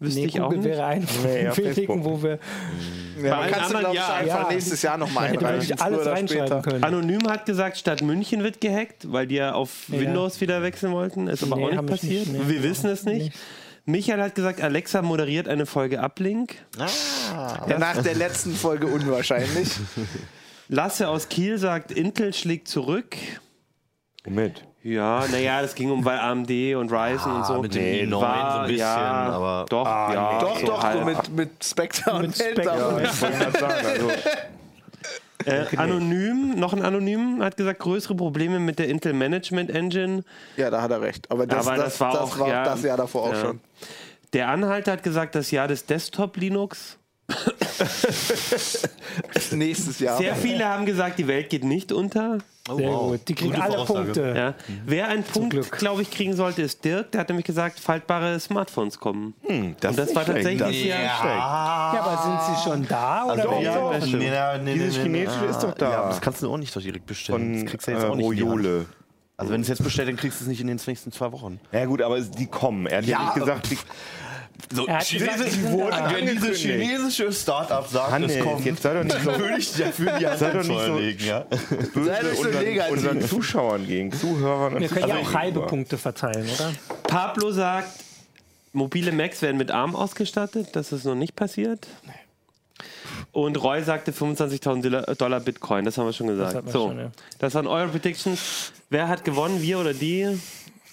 [SPEAKER 2] Wüsste
[SPEAKER 5] Nee,
[SPEAKER 2] ich auch
[SPEAKER 5] Google
[SPEAKER 2] nicht.
[SPEAKER 5] wäre ein von
[SPEAKER 3] Nee,
[SPEAKER 5] [LAUGHS]
[SPEAKER 3] ja,
[SPEAKER 5] den wenigen,
[SPEAKER 3] Facebook.
[SPEAKER 5] wo wir
[SPEAKER 6] Ja, man
[SPEAKER 2] allen
[SPEAKER 6] kannst du,
[SPEAKER 2] anderen
[SPEAKER 6] glaube ich,
[SPEAKER 2] ja.
[SPEAKER 6] einfach
[SPEAKER 5] Ja.
[SPEAKER 6] nächstes Jahr nochmal
[SPEAKER 5] hätte man
[SPEAKER 6] einreichen.
[SPEAKER 5] wirklich
[SPEAKER 6] früher
[SPEAKER 5] alles
[SPEAKER 6] oder
[SPEAKER 5] reinschreiben
[SPEAKER 6] später.
[SPEAKER 5] können.
[SPEAKER 2] Anonym hat gesagt, Stadt München wird gehackt, weil die ja auf
[SPEAKER 5] Ja.
[SPEAKER 2] Windows wieder wechseln wollten. Ist aber
[SPEAKER 5] Nee,
[SPEAKER 2] auch nicht
[SPEAKER 5] haben ich
[SPEAKER 2] passiert.
[SPEAKER 5] nicht, nee.
[SPEAKER 2] Wir wissen es nicht. Michael hat gesagt, Alexa moderiert eine Folge Uplink.
[SPEAKER 6] Ja, nach der letzten Folge unwahrscheinlich.
[SPEAKER 2] Lasse aus Kiel sagt, Intel schlägt zurück.
[SPEAKER 3] Moment.
[SPEAKER 2] Ja, naja, das ging um weil AMD und Ryzen und so.
[SPEAKER 4] Ah, mit dem i9 so ein bisschen, aber-
[SPEAKER 2] Ah, Doch, ja,
[SPEAKER 6] doch,
[SPEAKER 2] so
[SPEAKER 6] doch,
[SPEAKER 2] halb. [LAUGHS]
[SPEAKER 6] so mit, mit Spectre und
[SPEAKER 5] Mit
[SPEAKER 6] Delta.
[SPEAKER 5] Spectre.
[SPEAKER 3] Ich wollte gerade sagen, also,
[SPEAKER 2] Äh, anonym, noch ein Anonym hat gesagt, größere Probleme mit der Intel Management Engine.
[SPEAKER 6] Ja, da hat er recht. Aber das,
[SPEAKER 2] Aber
[SPEAKER 6] das,
[SPEAKER 2] das war auch, ja,
[SPEAKER 6] das Jahr davor
[SPEAKER 2] ja.
[SPEAKER 6] auch schon.
[SPEAKER 2] Der Anhalter hat gesagt, das Jahr des Desktop Linux.
[SPEAKER 6] Nächstes Jahr.
[SPEAKER 2] Sehr viele haben gesagt, die Welt geht nicht unter.
[SPEAKER 6] Oh,
[SPEAKER 5] sehr
[SPEAKER 4] wow.
[SPEAKER 5] gut. Die kriegen
[SPEAKER 4] Gute
[SPEAKER 5] alle
[SPEAKER 4] Voraussage.
[SPEAKER 5] Punkte.
[SPEAKER 2] Ja. Wer einen Punkt,
[SPEAKER 5] Glück.
[SPEAKER 2] glaube ich, kriegen sollte, ist Dirk. Der hat nämlich gesagt, faltbare Smartphones kommen.
[SPEAKER 4] Hm,
[SPEAKER 3] das,
[SPEAKER 2] Und das war tatsächlich das
[SPEAKER 3] ja.
[SPEAKER 2] Jahr.
[SPEAKER 5] Ja, aber sind sie schon da oder
[SPEAKER 4] Doch,
[SPEAKER 5] wie?
[SPEAKER 4] ja,
[SPEAKER 3] doch.
[SPEAKER 4] das stimmt.
[SPEAKER 3] Nee, Dieses Chinesische ist doch da.
[SPEAKER 4] Ah, Ja, aber das kannst du auch nicht doch direkt bestellen.
[SPEAKER 3] Von,
[SPEAKER 4] das kriegst du jetzt
[SPEAKER 3] äh,
[SPEAKER 4] auch nicht. in die Hand.
[SPEAKER 3] Royole.
[SPEAKER 4] Also wenn du es jetzt bestellst, dann kriegst du es nicht in den nächsten zwei Wochen.
[SPEAKER 3] Ja gut, aber es- die kommen. Er hat ja nicht gesagt, die,
[SPEAKER 4] So,
[SPEAKER 5] Er hat Chinesen- gesagt, die wurden
[SPEAKER 4] wenn dieses
[SPEAKER 3] angekündigt.
[SPEAKER 4] chinesische Startup sagt,
[SPEAKER 3] Hannes,
[SPEAKER 4] es kommt,
[SPEAKER 3] jetzt sei doch nicht so-
[SPEAKER 4] dann würde ich dafür die Hand
[SPEAKER 3] Sei doch
[SPEAKER 4] ins
[SPEAKER 3] nicht
[SPEAKER 4] Feuer
[SPEAKER 3] so-
[SPEAKER 4] legen, ja.
[SPEAKER 6] Sei
[SPEAKER 3] böse
[SPEAKER 6] nicht so
[SPEAKER 3] unseren,
[SPEAKER 6] negativ.
[SPEAKER 3] unseren Zuschauern gegen Zuhörern Also und
[SPEAKER 5] Wir können ja
[SPEAKER 3] Zuschauern
[SPEAKER 5] auch halbe
[SPEAKER 3] gegenüber.
[SPEAKER 5] Punkte verteilen, oder?
[SPEAKER 2] Pablo sagt, mobile Macs werden mit ARM ausgestattet. Das ist noch nicht passiert. Und Roy sagte 25.000 Dollar- Dollar Bitcoin. Das haben wir schon gesagt.
[SPEAKER 5] hat man
[SPEAKER 2] so,
[SPEAKER 5] schon, ja.
[SPEAKER 2] das waren eure Predictions. Wer hat gewonnen? Wir oder die?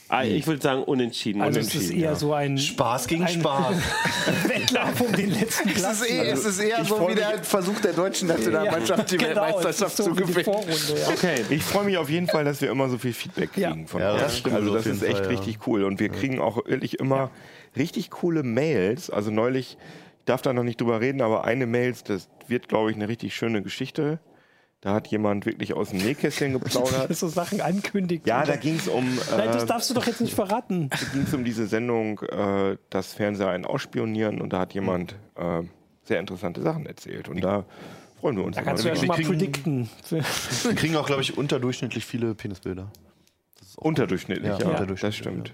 [SPEAKER 2] Ah, ich würde sagen unentschieden.
[SPEAKER 5] Also es ist
[SPEAKER 3] Unentschieden,
[SPEAKER 5] eher
[SPEAKER 3] ja.
[SPEAKER 5] so ein
[SPEAKER 4] Spaß gegen
[SPEAKER 5] Ein-
[SPEAKER 4] Spaß.
[SPEAKER 5] [LAUGHS] Wettlauf um den letzten
[SPEAKER 6] Es
[SPEAKER 5] Platz.
[SPEAKER 6] ist, eh, es ist eher
[SPEAKER 3] ich
[SPEAKER 6] so
[SPEAKER 3] freu
[SPEAKER 6] wie der Versuch der deutschen Nationalmannschaft,
[SPEAKER 5] [LAUGHS]
[SPEAKER 6] die
[SPEAKER 5] Genau, es
[SPEAKER 6] Weltmeisterschaft
[SPEAKER 5] ist so
[SPEAKER 6] zu
[SPEAKER 5] wie die
[SPEAKER 6] gewinnen.
[SPEAKER 5] Vorrunde, ja.
[SPEAKER 2] okay.
[SPEAKER 3] Ich freue mich auf jeden Fall, dass wir immer so viel Feedback kriegen von
[SPEAKER 4] Ja, das
[SPEAKER 3] euch.
[SPEAKER 4] stimmt
[SPEAKER 3] Also
[SPEAKER 4] auf
[SPEAKER 3] das
[SPEAKER 4] jeden
[SPEAKER 3] ist echt
[SPEAKER 4] Fall, ja.
[SPEAKER 3] richtig cool. Und wir kriegen auch wirklich immer richtig coole Mails. Also neulich, ich darf da noch nicht drüber reden, aber eine Mail, das wird, glaube ich, eine richtig schöne Geschichte. Da hat jemand wirklich aus dem Nähkästchen
[SPEAKER 5] [LAUGHS]
[SPEAKER 3] geplaudert.
[SPEAKER 5] Dass so Sachen ankündigt.
[SPEAKER 3] Ja,
[SPEAKER 5] Und
[SPEAKER 3] da
[SPEAKER 5] dann-
[SPEAKER 3] ging es um,
[SPEAKER 5] Nein, das
[SPEAKER 3] äh,
[SPEAKER 5] darfst du doch jetzt nicht verraten.
[SPEAKER 3] ging's um diese Sendung, äh, das Fernseher einen ausspionieren und da hat jemand äh, sehr interessante Sachen erzählt. Und da freuen wir uns.
[SPEAKER 5] Da kannst du
[SPEAKER 3] immer
[SPEAKER 5] ja schon
[SPEAKER 3] drüber.
[SPEAKER 5] mal
[SPEAKER 4] kriegen-
[SPEAKER 5] predikten.
[SPEAKER 4] Wir kriegen auch, glaube ich, unterdurchschnittlich viele Penisbilder.
[SPEAKER 3] unterdurchschnittlich, ja,
[SPEAKER 4] Ja,
[SPEAKER 3] das
[SPEAKER 4] unterdurchschnittlich,
[SPEAKER 3] stimmt.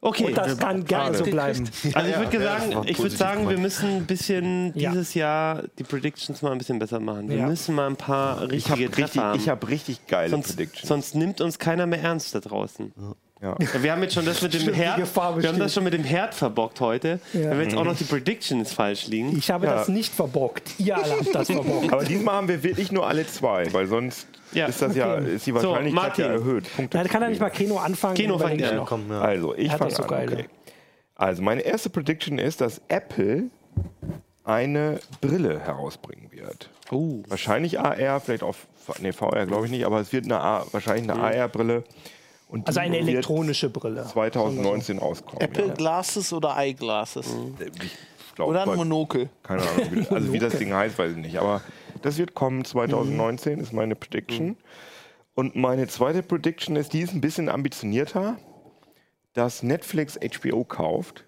[SPEAKER 2] okay.
[SPEAKER 5] Und das kann gerne so bleiben.
[SPEAKER 2] Also ich würde
[SPEAKER 4] ja, das war
[SPEAKER 2] sagen, ich würde
[SPEAKER 4] positiv
[SPEAKER 2] sagen, wir
[SPEAKER 4] gemeint.
[SPEAKER 2] müssen ein bisschen
[SPEAKER 5] Ja.
[SPEAKER 2] dieses Jahr die Predictions mal ein bisschen besser machen. Wir
[SPEAKER 5] Ja.
[SPEAKER 2] müssen mal ein paar
[SPEAKER 3] Ich habe
[SPEAKER 2] richtige Treffer
[SPEAKER 3] richtig,
[SPEAKER 2] haben.
[SPEAKER 3] ich hab richtig geile
[SPEAKER 2] sonst,
[SPEAKER 3] Predictions.
[SPEAKER 2] sonst nimmt uns keiner mehr ernst da draußen. Ja, wir haben jetzt schon das mit dem
[SPEAKER 5] Stimmt, die
[SPEAKER 2] Herd,
[SPEAKER 5] Gefahr
[SPEAKER 2] wir haben
[SPEAKER 5] besteht.
[SPEAKER 2] das schon mit dem Herd verbockt heute. Wenn wir jetzt auch noch die Predictions falsch liegen.
[SPEAKER 5] Ich habe das nicht verbockt. Ihr alle habt das verbockt.
[SPEAKER 3] Aber diesmal haben wir wirklich nur alle zwei, weil sonst
[SPEAKER 2] Ja.
[SPEAKER 3] ist das ja ist die Wahrscheinlichkeit
[SPEAKER 2] Martin.
[SPEAKER 3] ja erhöht. Punkte
[SPEAKER 5] Da
[SPEAKER 3] zu
[SPEAKER 5] kann er nicht
[SPEAKER 3] kriegen.
[SPEAKER 5] mal Keno anfangen.
[SPEAKER 2] Keno
[SPEAKER 5] überleg
[SPEAKER 2] fängt
[SPEAKER 5] ich
[SPEAKER 2] an.
[SPEAKER 5] noch.
[SPEAKER 4] Komm, ja.
[SPEAKER 3] Also, ich
[SPEAKER 5] Er hat
[SPEAKER 3] fange
[SPEAKER 5] das so
[SPEAKER 3] an.
[SPEAKER 5] geil.
[SPEAKER 3] Okay. Also, meine erste Prediction ist, dass Apple eine Brille herausbringen wird.
[SPEAKER 5] Oh.
[SPEAKER 3] Wahrscheinlich AR, vielleicht auch V- nee, VR, glaube ich nicht, aber es wird eine A, wahrscheinlich eine AR-Brille. Und
[SPEAKER 5] Also
[SPEAKER 3] die
[SPEAKER 5] eine
[SPEAKER 3] wird
[SPEAKER 5] elektronische Brille.
[SPEAKER 3] 2019 rauskommen.
[SPEAKER 6] Apple
[SPEAKER 3] ja.
[SPEAKER 6] Glasses oder Eyeglasses?
[SPEAKER 3] Ich glaub,
[SPEAKER 6] Oder ein
[SPEAKER 3] weil-
[SPEAKER 6] Monokel?
[SPEAKER 3] Keine Ahnung, wie, also wie das Ding heißt, weiß ich nicht. Aber das wird kommen 2019, ist meine Prediction. Und meine zweite Prediction ist, die ist ein bisschen ambitionierter, dass Netflix HBO kauft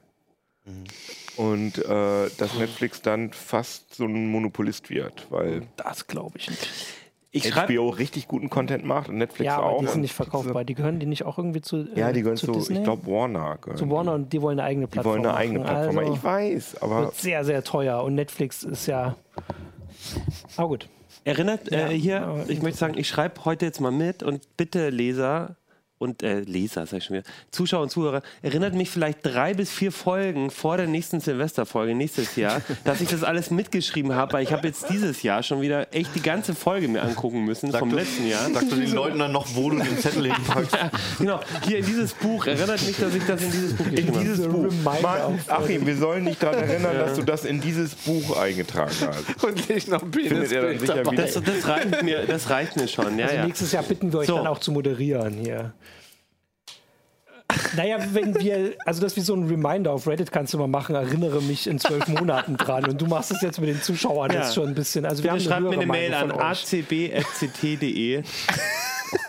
[SPEAKER 3] und äh, dass Netflix dann fast so ein Monopolist wird, weil
[SPEAKER 5] Das glaube ich nicht.
[SPEAKER 2] Ich schreibe
[SPEAKER 3] HBO richtig guten Content macht und Netflix
[SPEAKER 5] Ja,
[SPEAKER 3] auch.
[SPEAKER 5] aber die sind
[SPEAKER 3] Und
[SPEAKER 5] nicht verkaufbar. Die gehören die nicht auch irgendwie zu äh,
[SPEAKER 3] Ja, die gehören
[SPEAKER 5] zu
[SPEAKER 3] zu,
[SPEAKER 5] Disney?
[SPEAKER 3] ich glaube, Warner. gehören
[SPEAKER 5] zu Warner und die wollen eine eigene
[SPEAKER 3] Die
[SPEAKER 5] Plattform
[SPEAKER 3] wollen eine eigene
[SPEAKER 5] machen.
[SPEAKER 3] Plattform.
[SPEAKER 5] Also
[SPEAKER 3] ich weiß, aber
[SPEAKER 5] wird sehr, sehr teuer. Und Netflix ist ja... Aber gut.
[SPEAKER 2] Erinnert
[SPEAKER 5] Ja.
[SPEAKER 2] äh, hier, ich möchte sagen, ich schreibe heute jetzt mal mit und bitte Leser und äh, Leser, sag ich schon wieder, Zuschauer und Zuhörer, erinnert mich vielleicht drei bis vier Folgen vor der nächsten Silvesterfolge nächstes
[SPEAKER 5] [LAUGHS]
[SPEAKER 2] Jahr, dass ich das alles mitgeschrieben habe, weil ich habe jetzt dieses Jahr schon wieder echt die ganze Folge mir angucken müssen vom
[SPEAKER 4] du-
[SPEAKER 2] letzten Jahr.
[SPEAKER 4] Sagst du den Leuten dann noch, wo du den Zettel
[SPEAKER 6] [LAUGHS]
[SPEAKER 4] hinpackst?
[SPEAKER 2] Genau, hier in dieses Buch, erinnert mich, dass ich das in dieses Buch
[SPEAKER 3] in
[SPEAKER 2] geschrieben habe.
[SPEAKER 3] dieses
[SPEAKER 5] The
[SPEAKER 3] Buch.
[SPEAKER 5] Reminder
[SPEAKER 3] Mann,
[SPEAKER 5] auf-
[SPEAKER 3] Achim, wir sollen dich daran erinnern, dass du das in dieses Buch eingetragen hast.
[SPEAKER 6] [LAUGHS] Und nicht noch ein
[SPEAKER 3] Findet ihr dann
[SPEAKER 6] Penisbild
[SPEAKER 3] sicher
[SPEAKER 6] dabei.
[SPEAKER 3] wieder.
[SPEAKER 2] Das, das, reicht mir, das reicht mir schon, ja,
[SPEAKER 5] Also
[SPEAKER 2] ja.
[SPEAKER 5] nächstes Jahr bitten wir euch
[SPEAKER 2] So.
[SPEAKER 5] dann auch zu moderieren hier. Naja, wenn wir, also dass wir so einen Reminder auf Reddit kannst du mal machen, erinnere mich in zwölf Monaten dran. Und du machst es jetzt mit den Zuschauern
[SPEAKER 2] Ja.
[SPEAKER 5] jetzt schon ein bisschen. Also wir
[SPEAKER 2] Bitte schreibt
[SPEAKER 5] haben
[SPEAKER 2] mir
[SPEAKER 5] höhere
[SPEAKER 2] eine Mail an
[SPEAKER 5] Meinung von euch.
[SPEAKER 2] acb.ct.de. e.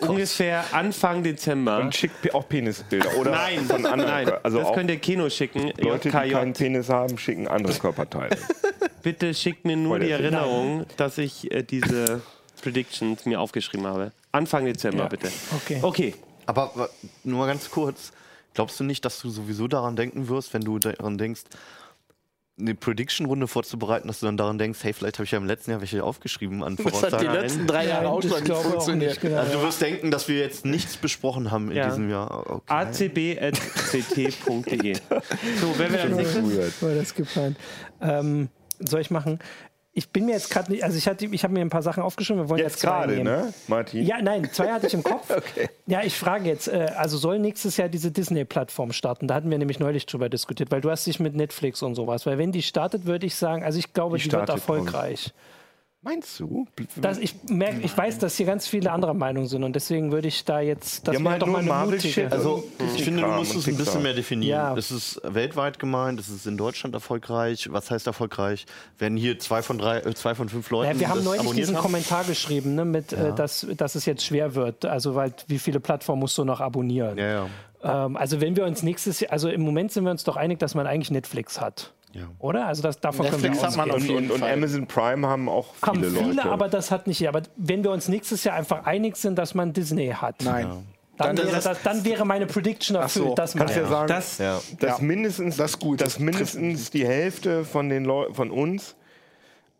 [SPEAKER 2] Ungefähr Anfang Dezember.
[SPEAKER 3] Und schickt pe- auch Penisbilder. Oder
[SPEAKER 2] Nein,
[SPEAKER 3] von anderen
[SPEAKER 2] nein.
[SPEAKER 3] Kör- Also
[SPEAKER 2] das
[SPEAKER 3] auch
[SPEAKER 2] könnt ihr Kino schicken.
[SPEAKER 3] Leute, die keinen
[SPEAKER 2] JKJ.
[SPEAKER 3] Penis haben, schicken
[SPEAKER 2] [LAUGHS]
[SPEAKER 3] andere Körperteile.
[SPEAKER 2] Bitte schickt mir nur
[SPEAKER 3] Voll
[SPEAKER 2] die
[SPEAKER 3] der Film.
[SPEAKER 2] Erinnerung, dass ich äh, diese Predictions mir aufgeschrieben habe. Anfang Dezember,
[SPEAKER 5] Ja.
[SPEAKER 2] bitte.
[SPEAKER 5] Okay.
[SPEAKER 2] Okay.
[SPEAKER 4] Aber wa- nur mal ganz kurz, glaubst du nicht, dass du sowieso daran denken wirst, wenn du daran denkst, eine Prediction-Runde vorzubereiten, dass du dann daran denkst, hey, vielleicht habe ich ja im letzten Jahr welche aufgeschrieben an
[SPEAKER 6] [LAUGHS] Das hat die
[SPEAKER 4] Voraussagen.
[SPEAKER 6] letzten drei Jahre auch
[SPEAKER 5] Nein,
[SPEAKER 6] schon
[SPEAKER 5] das
[SPEAKER 6] nicht
[SPEAKER 5] glaube ich auch nicht,
[SPEAKER 6] funktioniert.
[SPEAKER 5] genau.
[SPEAKER 4] Also du wirst denken, dass wir jetzt nichts besprochen haben in
[SPEAKER 2] Ja.
[SPEAKER 4] diesem Jahr. Okay.
[SPEAKER 2] acb.ct.de. e. So, wer wäre das nächste?
[SPEAKER 3] Weird.
[SPEAKER 5] War das geplant. Ähm, soll ich machen? Ich bin mir jetzt gerade nicht, also ich hatte, ich habe mir ein paar Sachen aufgeschrieben, wir wollen
[SPEAKER 3] Jetzt
[SPEAKER 5] jetzt zwei
[SPEAKER 3] gerade,
[SPEAKER 5] nehmen.
[SPEAKER 3] ne, Martin?
[SPEAKER 5] Ja, nein, zwei hatte ich im Kopf. Ja, ich frage jetzt, äh, also soll nächstes Jahr diese Disney-Plattform starten? Da hatten wir nämlich neulich drüber diskutiert, weil du hast dich mit Netflix und sowas, weil wenn die startet, würde ich sagen, also ich glaube,
[SPEAKER 3] Die
[SPEAKER 5] die, wird
[SPEAKER 3] startet,
[SPEAKER 5] erfolgreich.
[SPEAKER 3] Meinst du?
[SPEAKER 5] Das, ich merke, ich weiß, dass hier ganz viele anderer Meinung sind und deswegen würde ich da jetzt, das
[SPEAKER 3] Die haben
[SPEAKER 5] wäre
[SPEAKER 3] halt
[SPEAKER 5] doch
[SPEAKER 3] nur
[SPEAKER 5] mal eine
[SPEAKER 3] Marvel
[SPEAKER 5] mutige.
[SPEAKER 3] Shit.
[SPEAKER 4] Also ich finde, du
[SPEAKER 3] Kram
[SPEAKER 4] musst
[SPEAKER 3] und
[SPEAKER 4] es ein
[SPEAKER 3] Pixar.
[SPEAKER 4] bisschen mehr definieren.
[SPEAKER 5] Ja.
[SPEAKER 4] Ist es weltweit gemeint? Ist es in Deutschland erfolgreich? Was heißt erfolgreich? Werden hier zwei von drei, äh, zwei von fünf Leuten
[SPEAKER 5] Ja, wir haben
[SPEAKER 4] das
[SPEAKER 5] neulich
[SPEAKER 4] abonniert
[SPEAKER 5] diesen
[SPEAKER 4] haben?
[SPEAKER 5] Kommentar geschrieben, ne, mit, äh, dass, dass es jetzt schwer wird. Also, weil, wie viele Plattformen musst du noch abonnieren?
[SPEAKER 4] Ja, ja.
[SPEAKER 5] Ähm, also, wenn wir uns nächstes Jahr, also im Moment sind wir uns doch einig, dass man eigentlich Netflix hat.
[SPEAKER 4] Ja.
[SPEAKER 5] Oder? Also, das, davon können
[SPEAKER 6] Netflix
[SPEAKER 5] wir
[SPEAKER 6] hat
[SPEAKER 5] ausgehen.
[SPEAKER 6] man auf
[SPEAKER 3] und,
[SPEAKER 6] jeden
[SPEAKER 3] und, und
[SPEAKER 6] Fall.
[SPEAKER 3] Amazon Prime haben auch viele
[SPEAKER 5] Haben viele,
[SPEAKER 3] Leute.
[SPEAKER 5] aber das hat nicht jeder. Aber wenn wir uns nächstes Jahr einfach einig sind, dass man Disney hat,
[SPEAKER 6] Nein.
[SPEAKER 5] Dann,
[SPEAKER 6] Dann
[SPEAKER 5] wäre
[SPEAKER 6] ist-
[SPEAKER 5] das, dann wäre meine Prediction erfüllt,
[SPEAKER 6] so,
[SPEAKER 5] dass man.
[SPEAKER 3] Kannst ja, sagen,
[SPEAKER 2] Das,
[SPEAKER 4] ja.
[SPEAKER 3] dass
[SPEAKER 6] Ja.
[SPEAKER 3] mindestens,
[SPEAKER 6] Das ist gut.
[SPEAKER 3] dass mindestens die Hälfte von, den Leu von uns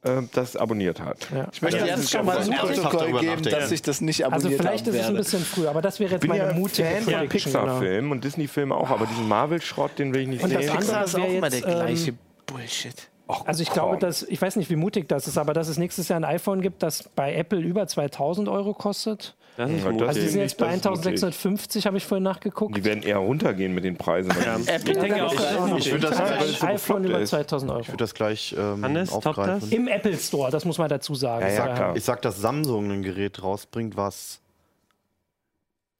[SPEAKER 3] äh, das abonniert hat.
[SPEAKER 5] Ja.
[SPEAKER 6] Ich möchte
[SPEAKER 5] Also, das
[SPEAKER 6] jetzt
[SPEAKER 5] ist
[SPEAKER 6] schon
[SPEAKER 5] ganz
[SPEAKER 6] mal
[SPEAKER 5] super.
[SPEAKER 6] ein Protokoll
[SPEAKER 4] darüber
[SPEAKER 6] geben,
[SPEAKER 4] nachdenken.
[SPEAKER 6] dass ich das nicht
[SPEAKER 5] Also,
[SPEAKER 6] abonniert
[SPEAKER 5] vielleicht
[SPEAKER 6] haben
[SPEAKER 5] ist es ein
[SPEAKER 6] werde.
[SPEAKER 5] bisschen früh, aber das wäre jetzt
[SPEAKER 3] Ich bin
[SPEAKER 5] meine
[SPEAKER 3] ja
[SPEAKER 5] mutige
[SPEAKER 3] Fan von
[SPEAKER 5] Prediction. genau.
[SPEAKER 3] Pixar-Filmen und Disney-Filmen auch, aber diesen Marvel-Schrott, den will ich nicht
[SPEAKER 5] Und das
[SPEAKER 3] sehen.
[SPEAKER 5] andere-
[SPEAKER 6] Pixar ist auch
[SPEAKER 5] wäre
[SPEAKER 6] immer der
[SPEAKER 5] jetzt,
[SPEAKER 6] gleiche Bullshit.
[SPEAKER 5] Also ich glaube, dass ich weiß nicht, wie mutig das ist, aber dass es nächstes Jahr ein iPhone gibt, das bei Apple über 2000 Euro kostet.
[SPEAKER 2] das ist
[SPEAKER 3] Ja, das-
[SPEAKER 5] Also
[SPEAKER 2] mutig.
[SPEAKER 5] die sind
[SPEAKER 3] Finde
[SPEAKER 5] jetzt
[SPEAKER 3] ich
[SPEAKER 5] bei
[SPEAKER 3] das mutig.
[SPEAKER 5] 1650, habe ich vorhin nachgeguckt.
[SPEAKER 3] Die werden eher runtergehen mit den Preisen.
[SPEAKER 2] Ja.
[SPEAKER 6] Apple
[SPEAKER 2] Ich denke
[SPEAKER 6] hat
[SPEAKER 2] auch,
[SPEAKER 6] das
[SPEAKER 2] das ist
[SPEAKER 6] auch
[SPEAKER 4] Ich würde das,
[SPEAKER 3] weil
[SPEAKER 5] Ein
[SPEAKER 3] es so
[SPEAKER 5] iPhone
[SPEAKER 3] gefloppt
[SPEAKER 5] über
[SPEAKER 3] ist.
[SPEAKER 5] 2000 Euro.
[SPEAKER 4] das gleich ähm,
[SPEAKER 2] Hannes, top
[SPEAKER 4] aufgreifen.
[SPEAKER 2] das?
[SPEAKER 5] Im Apple Store, das muss man dazu sagen.
[SPEAKER 3] Ja, ja, klar.
[SPEAKER 4] Ich sag, dass Samsung ein Gerät rausbringt, was